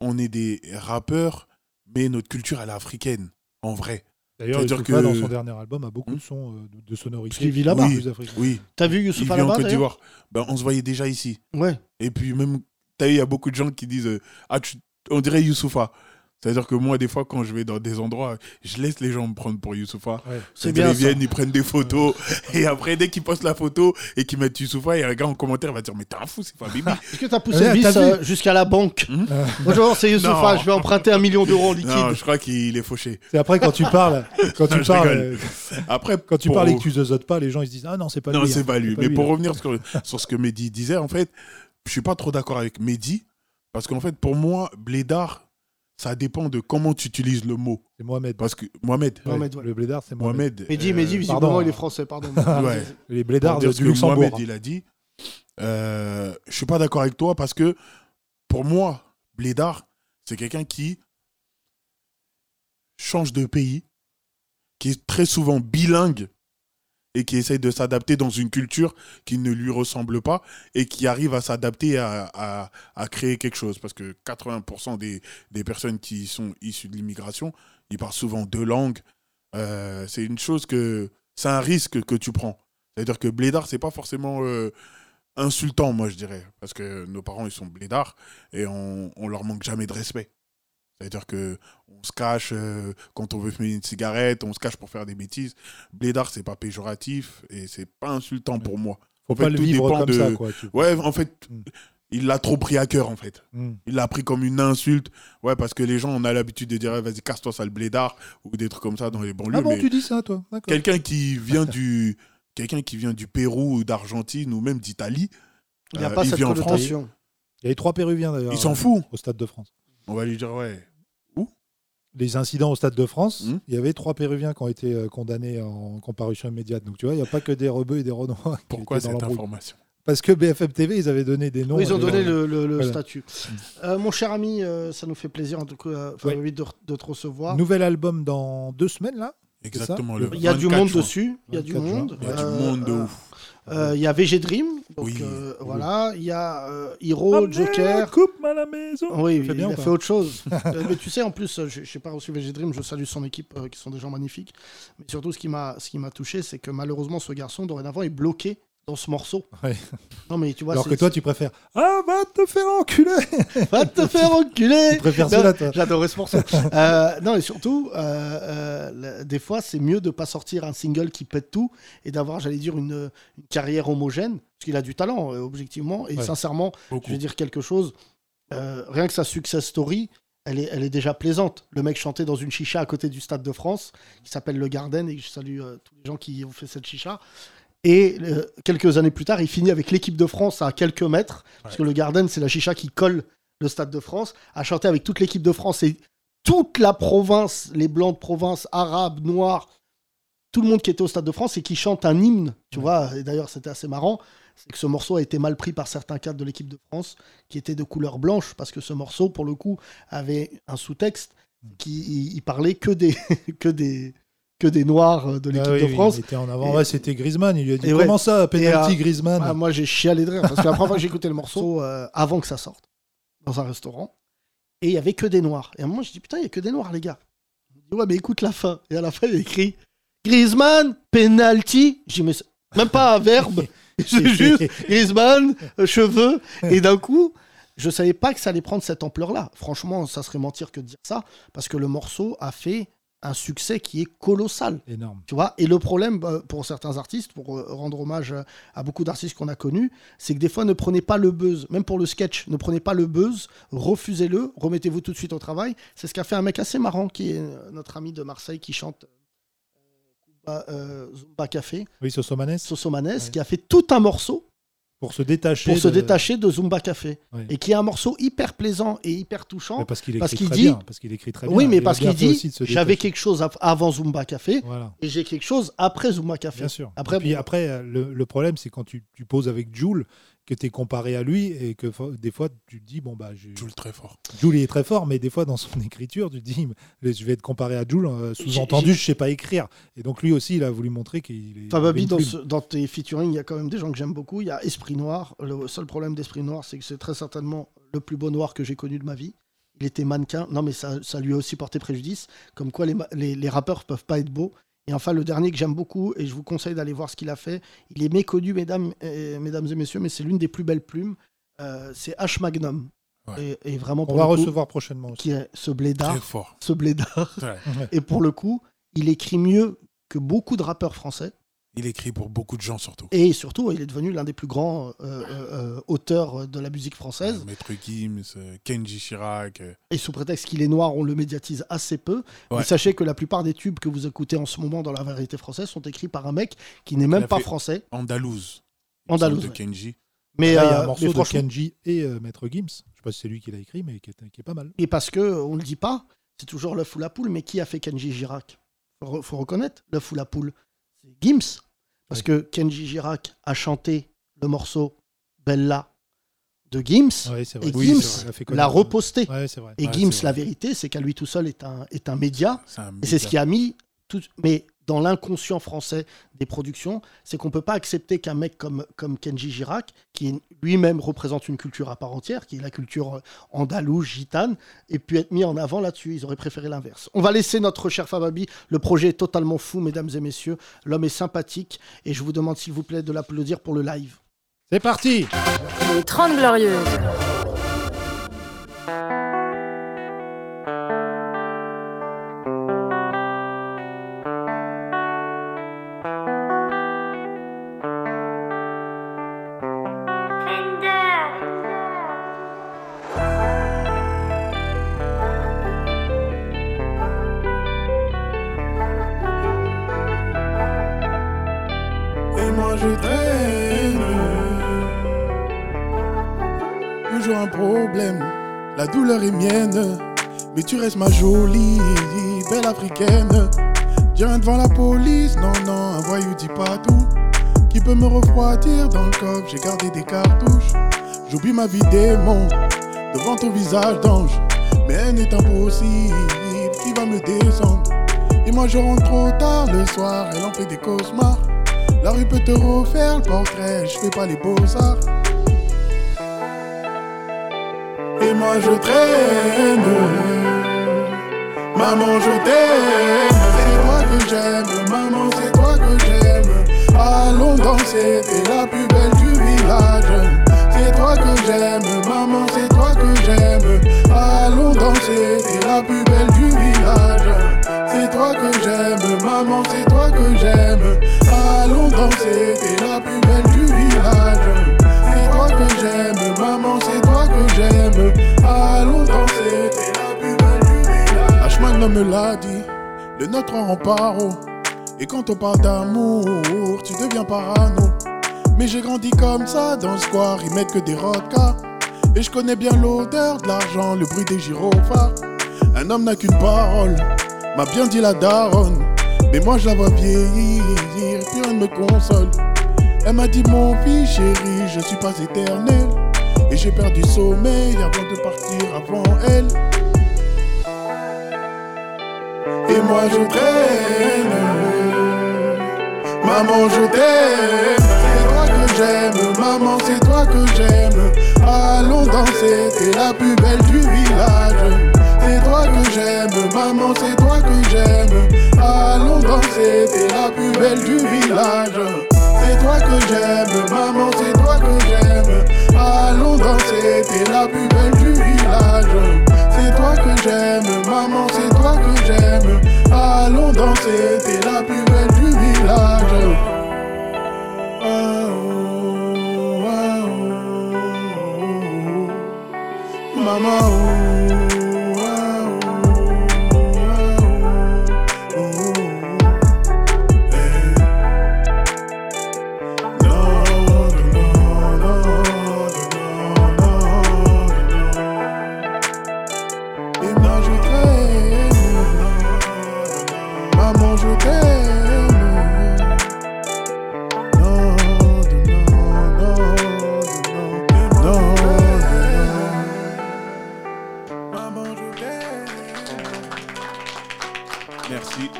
[SPEAKER 15] on est des rappeurs, mais notre culture, elle est africaine, en vrai.
[SPEAKER 5] D'ailleurs,
[SPEAKER 15] Ça veut dire
[SPEAKER 5] Youssoupha, dans son dernier album, a
[SPEAKER 13] Mhm.
[SPEAKER 5] beaucoup de sons euh, de- de sonorités.
[SPEAKER 15] oui,
[SPEAKER 5] plus africaines.
[SPEAKER 15] Oui. Il vit en Côte d'Ivoire. Ben, on se voyait déjà ici.
[SPEAKER 4] Ouais.
[SPEAKER 15] Et puis, même, t'as eu, il y a beaucoup de gens qui disent euh, Ah, tu- on dirait Youssoufa. C'est-à-dire que moi, des fois, quand je vais dans des endroits, je laisse les gens me prendre pour Youssoufa.
[SPEAKER 4] C'est
[SPEAKER 15] C'est
[SPEAKER 4] bien,
[SPEAKER 15] bien. Ils
[SPEAKER 4] ça.
[SPEAKER 15] viennent, ils prennent des photos. Et après, dès qu'ils postent la photo et qu'ils mettent Youssoufa, il y a un gars en commentaire il va dire Mais t'es un fou, c'est pas Bibi.
[SPEAKER 4] [laughs] Est-ce que t'as
[SPEAKER 5] Eh,
[SPEAKER 4] poussé
[SPEAKER 15] Eh,
[SPEAKER 4] le vice euh, jusqu'à la banque [laughs] Bonjour, c'est Youssoufa,
[SPEAKER 15] Non.
[SPEAKER 4] je vais emprunter un million d'euros en liquide.
[SPEAKER 15] Non, je crois qu'il est fauché.
[SPEAKER 5] C'est après quand tu parles, quand tu
[SPEAKER 15] Non, je
[SPEAKER 5] parles,
[SPEAKER 15] rigole.
[SPEAKER 5] euh,
[SPEAKER 15] Après,
[SPEAKER 5] quand tu
[SPEAKER 15] pour-
[SPEAKER 5] parles et que tu zozotes pas, les gens ils se disent ah non c'est pas
[SPEAKER 15] non,
[SPEAKER 5] lui. hein,
[SPEAKER 15] c'est pas lui. Mais
[SPEAKER 5] là.
[SPEAKER 15] pour revenir sur, sur ce que Mehdi disait, en fait, je suis pas trop d'accord avec Mehdi. Parce qu'en fait, pour moi, blédard, ça dépend de comment tu utilises le mot.
[SPEAKER 5] C'est Mohamed.
[SPEAKER 15] Parce que Mohamed.
[SPEAKER 5] Ouais, Mohamed, ouais. le blédard, c'est Mohamed.
[SPEAKER 15] Mohamed. euh,
[SPEAKER 5] Mehdi, Mehdi, visiblement, Pardon. il est français, [laughs] pardon.
[SPEAKER 15] Ouais.
[SPEAKER 5] Les blédards
[SPEAKER 15] Pour dire
[SPEAKER 5] de-
[SPEAKER 15] ce
[SPEAKER 5] du
[SPEAKER 15] que
[SPEAKER 5] Luxembourg. hein.
[SPEAKER 15] Mohamed, il a dit. euh, je suis pas d'accord avec toi parce que pour moi, blédard, c'est quelqu'un qui change de pays, qui est très souvent bilingue et qui essaye de s'adapter dans une culture qui ne lui ressemble pas et qui arrive à s'adapter à, à- à créer quelque chose. Parce que 80% des, des personnes qui sont issues de l'immigration, ils parlent souvent deux langues. Euh, c'est une chose que... C'est un risque que tu prends. C'est-à-dire que blédard, c'est pas forcément euh, insultant, moi, je dirais. Parce que nos parents, ils sont blédards et on, on leur manque jamais de respect. C'est-à-dire que on se cache euh, quand on veut fumer une cigarette, on se cache pour faire des bêtises. Blédard, c'est pas péjoratif et c'est pas insultant pour moi.
[SPEAKER 5] Faut pas le vivre comme ça, quoi, tu-
[SPEAKER 15] Ouais, en fait,
[SPEAKER 5] Hmm.
[SPEAKER 15] il l'a trop pris à cœur, en fait.
[SPEAKER 5] Mm.
[SPEAKER 15] Il l'a pris comme une insulte. Ouais, parce que les gens, on a l'habitude de dire, Ah, vas-y, casse-toi, sale blédard, ou des trucs comme ça dans les banlieues.
[SPEAKER 5] Ah bon
[SPEAKER 15] mais
[SPEAKER 5] tu dis ça toi D'accord.
[SPEAKER 15] Quelqu'un qui
[SPEAKER 5] [laughs]
[SPEAKER 15] vient du quelqu'un qui vient du Pérou ou d'Argentine ou même d'Italie,
[SPEAKER 5] Il y a
[SPEAKER 15] euh,
[SPEAKER 5] pas cette
[SPEAKER 15] vient en France,
[SPEAKER 5] connotation. Il y avait trois Péruviens d'ailleurs.
[SPEAKER 15] Il s'en
[SPEAKER 5] euh,
[SPEAKER 15] fout.
[SPEAKER 5] Au Stade de France.
[SPEAKER 15] on va lui dire ouais.
[SPEAKER 5] Les incidents au Stade de France,
[SPEAKER 15] Hmm.
[SPEAKER 5] il y avait trois Péruviens qui ont été euh, condamnés en comparution immédiate. Donc tu vois, il n'y a pas que des rebeux et des renois. qui
[SPEAKER 15] Pourquoi
[SPEAKER 5] étaient dans
[SPEAKER 15] cette
[SPEAKER 5] l'embrouille.
[SPEAKER 15] information
[SPEAKER 5] Parce que BFM TV, ils avaient donné des noms.
[SPEAKER 4] Oui, ils
[SPEAKER 5] à
[SPEAKER 4] ont
[SPEAKER 5] des
[SPEAKER 4] donné
[SPEAKER 5] gens.
[SPEAKER 4] le, le- le
[SPEAKER 5] Voilà.
[SPEAKER 4] statut. Euh, mon cher ami, euh, ça nous fait plaisir en tout cas euh, Fabien Huit, de, re- de te recevoir.
[SPEAKER 5] Nouvel album dans deux semaines là. c'est ça
[SPEAKER 15] Exactement, le
[SPEAKER 4] Il y a du
[SPEAKER 15] 24
[SPEAKER 4] monde
[SPEAKER 15] juin.
[SPEAKER 4] dessus. Il y a du
[SPEAKER 15] 24 juin.
[SPEAKER 4] monde.
[SPEAKER 15] Il y a du monde de
[SPEAKER 4] euh,
[SPEAKER 15] ouf.
[SPEAKER 4] euh, Il y a VG Dream. Donc, euh, voilà. Il y a euh, Hero, Joker.
[SPEAKER 5] Coupe-moi la maison.
[SPEAKER 4] Oui,
[SPEAKER 5] Fais
[SPEAKER 4] il
[SPEAKER 5] bien ou
[SPEAKER 4] a
[SPEAKER 5] pas
[SPEAKER 4] fait autre chose. Euh, mais tu sais, en plus, euh, j'ai j'ai pas reçu VG Dream, je salue son équipe, euh, qui sont des gens magnifiques. Mais surtout, ce qui m'a ce qui m'a touché, c'est que malheureusement, ce garçon, dorénavant, est bloqué dans ce morceau.
[SPEAKER 5] Ouais.
[SPEAKER 4] Non, mais tu vois,
[SPEAKER 5] Alors
[SPEAKER 4] c'est-
[SPEAKER 5] que toi, tu préfères. Ah, va te faire enculer
[SPEAKER 4] [laughs] Va te faire enculer
[SPEAKER 5] Tu préfères
[SPEAKER 4] Non,
[SPEAKER 5] cela, toi
[SPEAKER 4] J'adorais ce
[SPEAKER 5] [laughs]
[SPEAKER 4] morceau. Euh, non, et surtout, euh, euh, la- des fois, c'est mieux de pas sortir un single qui pète tout et d'avoir, j'allais dire, une, une carrière homogène, parce qu'il a du talent, euh, objectivement. Et
[SPEAKER 5] Ouais.
[SPEAKER 4] sincèrement,
[SPEAKER 5] Beaucoup.
[SPEAKER 4] je vais dire quelque chose. euh, rien que sa success story, elle est, elle est déjà plaisante. Le mec chantait dans une chicha à côté du Stade de France, qui s'appelle Le Garden, et je salue euh, tous les gens qui ont fait cette chicha. Et euh, quelques années plus tard, il finit avec l'équipe de France à quelques mètres, parce que le Garden, c'est la chicha qui colle le Stade de France, à chanter avec toute l'équipe de France et toute la province, les blancs de province, arabes, noirs, tout le monde qui était au Stade de France et qui chante un hymne, tu vois. Et d'ailleurs, c'était assez marrant, c'est que ce morceau a été mal pris par certains cadres de l'équipe de France qui étaient de couleur blanche, parce que ce morceau, pour le coup, avait un sous-texte
[SPEAKER 5] Mm.
[SPEAKER 4] qui il- il parlait que des, [laughs] que des, que des noirs euh, de l'équipe
[SPEAKER 5] Ah oui,
[SPEAKER 4] de
[SPEAKER 5] oui,
[SPEAKER 4] France.
[SPEAKER 5] il était en avant.
[SPEAKER 4] Et-
[SPEAKER 5] Ouais, c'était Griezmann. Il lui a dit
[SPEAKER 4] et
[SPEAKER 5] comment
[SPEAKER 4] ouais.
[SPEAKER 5] ça, penalty
[SPEAKER 4] Et, euh,
[SPEAKER 5] Griezmann
[SPEAKER 4] bah, Moi, j'ai chialé de rire parce que la première fois que j'ai écouté
[SPEAKER 5] [laughs]
[SPEAKER 4] le morceau euh, avant que ça sorte dans un restaurant et il y avait que des noirs. Et à un moment, je dis putain, il y a que des noirs, les gars. Il me dit, ouais, mais écoute la fin. Et à la fin, il y a écrit Griezmann, penalty. J'ai dit, mais c'est même pas un
[SPEAKER 5] [laughs]
[SPEAKER 4] verbe, c'est juste Griezmann, euh, cheveux. Et d'un coup, je savais pas que ça allait prendre cette ampleur-là. Franchement, ça serait mentir que de dire ça parce que le morceau a fait un succès qui est colossal.
[SPEAKER 5] Énorme.
[SPEAKER 4] Tu vois Et le problème bah, pour certains artistes, pour euh, rendre hommage euh, à beaucoup d'artistes qu'on a connus, c'est que des fois, ne prenez pas le buzz. Même pour le sketch, ne prenez pas le buzz, refusez-le, remettez-vous tout de suite au travail. C'est ce qu'a fait un mec assez marrant qui est euh, notre ami de Marseille qui chante Zumba, euh, Zumba Café.
[SPEAKER 5] Oui, Sosomanes.
[SPEAKER 4] Sosomanes, qui a fait tout un morceau
[SPEAKER 5] Pour se détacher.
[SPEAKER 4] pour se
[SPEAKER 5] de-
[SPEAKER 4] détacher de Zumba Café.
[SPEAKER 5] Ouais.
[SPEAKER 4] Et qui est un morceau hyper plaisant et hyper touchant.
[SPEAKER 5] Mais parce qu'il écrit très
[SPEAKER 4] dit.
[SPEAKER 5] bien, parce qu'il écrit très
[SPEAKER 4] Oui,
[SPEAKER 5] bien.
[SPEAKER 4] mais
[SPEAKER 5] Il a
[SPEAKER 4] parce
[SPEAKER 5] bien
[SPEAKER 4] qu'il
[SPEAKER 5] fait aussi
[SPEAKER 4] dit
[SPEAKER 5] de se
[SPEAKER 4] j'avais
[SPEAKER 5] détacher.
[SPEAKER 4] quelque chose av- avant Zumba Café
[SPEAKER 5] Voilà.
[SPEAKER 4] et j'ai quelque chose après Zumba Café.
[SPEAKER 5] Bien sûr.
[SPEAKER 4] Après,
[SPEAKER 5] Après, puis
[SPEAKER 4] bon,
[SPEAKER 5] après, euh, le, le problème, c'est quand tu, tu poses avec Jules, que tu es comparé à lui et que fo- des fois, tu te dis, bon, bah, j'ai-
[SPEAKER 15] Jules très fort.
[SPEAKER 5] Jules il est très fort, mais des fois, dans son [laughs] écriture, tu te dis, je vais être comparé à Jules, euh,
[SPEAKER 4] J'ai-
[SPEAKER 5] sous-entendu, je sais pas écrire. Et donc, lui aussi, il a voulu montrer qu'il est. il avait
[SPEAKER 4] Fababi,
[SPEAKER 5] une
[SPEAKER 4] dans,
[SPEAKER 5] plume.
[SPEAKER 4] ce- dans tes featuring, il y a quand même des gens que j'aime beaucoup. Il y a Esprit Noir. Le seul problème d'Esprit Noir, c'est que c'est très certainement le plus beau noir que j'ai connu de ma vie. Il était mannequin. Non, mais ça, ça lui a aussi porté préjudice. Comme quoi, les, ma- les, les rappeurs peuvent pas être beaux. Et enfin, le dernier que j'aime beaucoup, et je vous conseille d'aller voir ce qu'il a fait. Il est méconnu, mesdames et, mesdames et messieurs, mais c'est l'une des plus belles plumes. Euh, c'est H. Magnum. Et, et vraiment,
[SPEAKER 5] On
[SPEAKER 4] pour
[SPEAKER 5] va
[SPEAKER 4] le coup,
[SPEAKER 5] recevoir prochainement aussi.
[SPEAKER 4] Qui est ce blédard.
[SPEAKER 5] Très fort.
[SPEAKER 4] Ce blédard.
[SPEAKER 5] Ouais.
[SPEAKER 4] Et pour le coup, il écrit mieux que beaucoup de rappeurs français.
[SPEAKER 15] Il écrit pour beaucoup de gens surtout.
[SPEAKER 4] Et surtout, il est devenu l'un des plus grands euh, euh, euh, auteurs de la musique française.
[SPEAKER 15] Maître Gims, euh, Kenji Chirac. euh,
[SPEAKER 4] Et sous prétexte qu'il est noir, on le médiatise assez peu.
[SPEAKER 15] Ouais.
[SPEAKER 4] Mais sachez que la plupart des tubes que vous écoutez en ce moment dans la variété française sont écrits par un mec qui n'est même
[SPEAKER 15] a
[SPEAKER 4] pas
[SPEAKER 15] fait
[SPEAKER 4] français.
[SPEAKER 15] Andalouse. Il me
[SPEAKER 4] Andalouse,
[SPEAKER 15] semble De
[SPEAKER 4] ouais.
[SPEAKER 15] Kenji.
[SPEAKER 4] Mais,
[SPEAKER 5] Là, Ah, il y
[SPEAKER 4] euh,
[SPEAKER 5] a un
[SPEAKER 4] mais
[SPEAKER 5] morceau de
[SPEAKER 4] franchement-
[SPEAKER 5] Kenji et euh, Maître Gims. Je sais pas si c'est lui qui l'a écrit, mais qui est, qui est pas mal.
[SPEAKER 4] Et parce que euh, on le dit pas, c'est toujours l'œuf ou la poule. Mais qui a fait Kenji Girac faut, re- faut reconnaître l'œuf ou la poule. C'est Gims. Parce que Kenji Girac a chanté le morceau Bella de Gims.
[SPEAKER 5] Ouais, c'est vrai. Oui, c'est
[SPEAKER 4] et
[SPEAKER 5] vrai,
[SPEAKER 4] Gims
[SPEAKER 5] il a fait
[SPEAKER 4] l'a
[SPEAKER 5] connaître.
[SPEAKER 4] reposté.
[SPEAKER 5] Ouais, c'est vrai.
[SPEAKER 4] Et
[SPEAKER 5] Ouais,
[SPEAKER 4] Gims,
[SPEAKER 5] c'est
[SPEAKER 4] la vérité, c'est qu'à lui tout seul est un, est un média. Et
[SPEAKER 5] média.
[SPEAKER 4] c'est ce qui a mis tout. Mais dans l'inconscient français des productions, c'est qu'on peut pas accepter qu'un mec comme, comme Kenji Girac, qui lui-même représente une culture à part entière, qui est la culture euh, andalouse, gitane, ait pu être mis en avant là-dessus. Ils auraient préféré l'inverse. On va laisser notre cher Fababi. Le projet est totalement fou, mesdames et messieurs. L'homme est sympathique. Et je vous demande, s'il vous plaît, de l'applaudir pour le live.
[SPEAKER 5] C'est parti
[SPEAKER 3] Les 30 Glorieuses.
[SPEAKER 15] Et moi je traîne Toujours un problème La douleur est mienne Mais tu restes ma jolie Belle africaine J'irai devant la police Non non un voyou dit pas tout Qui peut me refroidir dans le coffre J'ai gardé des cartouches J'oublie ma vie démon Devant ton visage d'ange Mais elle n'est impossible Qui va me descendre Et moi je rentre trop tard le soir Elle en fait des cauchemars la rue peut te refaire le portrait, je fais pas les beaux-arts.
[SPEAKER 14] Et moi je traîne Maman je t'aime C'est toi que j'aime Maman c'est toi que j'aime Allons danser T'es la plus belle du village C'est toi que j'aime Maman c'est toi que j'aime Allons danser T'es la plus belle du village C'est toi que j'aime Maman c'est toi que j'aime Allons danser T'es la plus belle du village c'est toi que j'aime, maman, c'est toi que j'aime. Allons danser, t'es la plus belle
[SPEAKER 15] H-Magnum me l'a dit, le nôtre en oh. paro. Et quand on parle d'amour, tu deviens parano. Mais j'ai grandi comme ça dans le square, ils mettent que des rocas. Et je connais bien l'odeur de l'argent, le bruit des gyrophares. Un homme n'a qu'une parole, m'a bien dit la daronne. Mais moi je la vois vieillir, puis elle me console. Elle m'a dit mon fils chéri, je suis pas éternel. Et j'ai perdu sommeil avant de partir avant elle.
[SPEAKER 14] Et moi je traîne Maman je t'aime C'est toi que j'aime Maman c'est toi que j'aime Allons danser T'es la plus belle du village C'est toi que j'aime Maman c'est toi que j'aime Allons danser T'es la plus belle du village C'est toi que j'aime Maman c'est toi que j'aime Allons danser T'es la plus belle du village c'est toi que j'aime, maman, c'est toi que j'aime. Allons maman. oh, waouh, waouh, oh, oh, eh. Non, non, non, non, non, non. Et moi, je t'aime. Maman, je t'aime. Non, non, non, non, non, non.
[SPEAKER 11] Merci.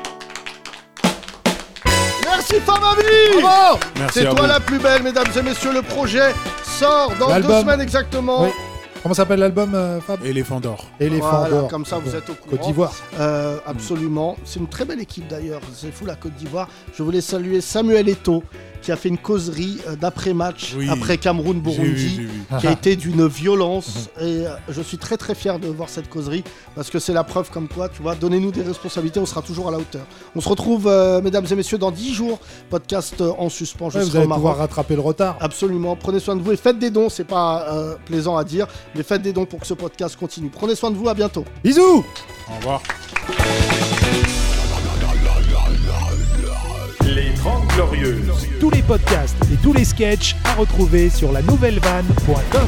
[SPEAKER 4] Merci Famami Bravo
[SPEAKER 5] Merci
[SPEAKER 4] C'est
[SPEAKER 5] à
[SPEAKER 4] toi
[SPEAKER 5] vous.
[SPEAKER 4] la plus belle, mesdames et messieurs. Le projet sort dans deux
[SPEAKER 5] L'album.
[SPEAKER 4] semaines exactement.
[SPEAKER 5] Oui. Comment s'appelle l'album, euh, Fab
[SPEAKER 15] Éléphant d'or.
[SPEAKER 5] Éléphant
[SPEAKER 4] Voilà,
[SPEAKER 5] d'or.
[SPEAKER 4] Comme ça, vous
[SPEAKER 5] Bon,
[SPEAKER 4] êtes au courant.
[SPEAKER 5] Côte d'Ivoire.
[SPEAKER 4] Euh, absolument. C'est une très belle équipe d'ailleurs. C'est fou la Côte d'Ivoire. Je voulais saluer Samuel Eto qui a fait une causerie euh, d'après-match,
[SPEAKER 15] Oui.
[SPEAKER 4] après
[SPEAKER 15] J'ai vu,
[SPEAKER 4] Cameroun-Burundi,
[SPEAKER 15] j'ai vu.
[SPEAKER 4] qui
[SPEAKER 5] [laughs]
[SPEAKER 4] a été d'une violence. Et euh, je suis très très fier de voir cette causerie parce que c'est la preuve comme quoi, tu vois, donnez-nous des responsabilités, on sera toujours à la hauteur. On se retrouve, euh, mesdames et messieurs, dans 10 jours. Podcast euh, en suspens. Je
[SPEAKER 5] Ouais,
[SPEAKER 4] serai
[SPEAKER 5] vous allez
[SPEAKER 4] au Maroc.
[SPEAKER 5] pouvoir rattraper le retard.
[SPEAKER 4] Absolument. Prenez soin de vous et faites des dons. C'est pas euh, plaisant à dire, mais faites des dons pour que ce podcast continue. Prenez soin de vous. À bientôt.
[SPEAKER 5] Bisous.
[SPEAKER 15] Au revoir.
[SPEAKER 14] Les 30 Glorieuses.
[SPEAKER 16] Tous les podcasts et tous les sketchs à retrouver sur la nouvelle vanne.com.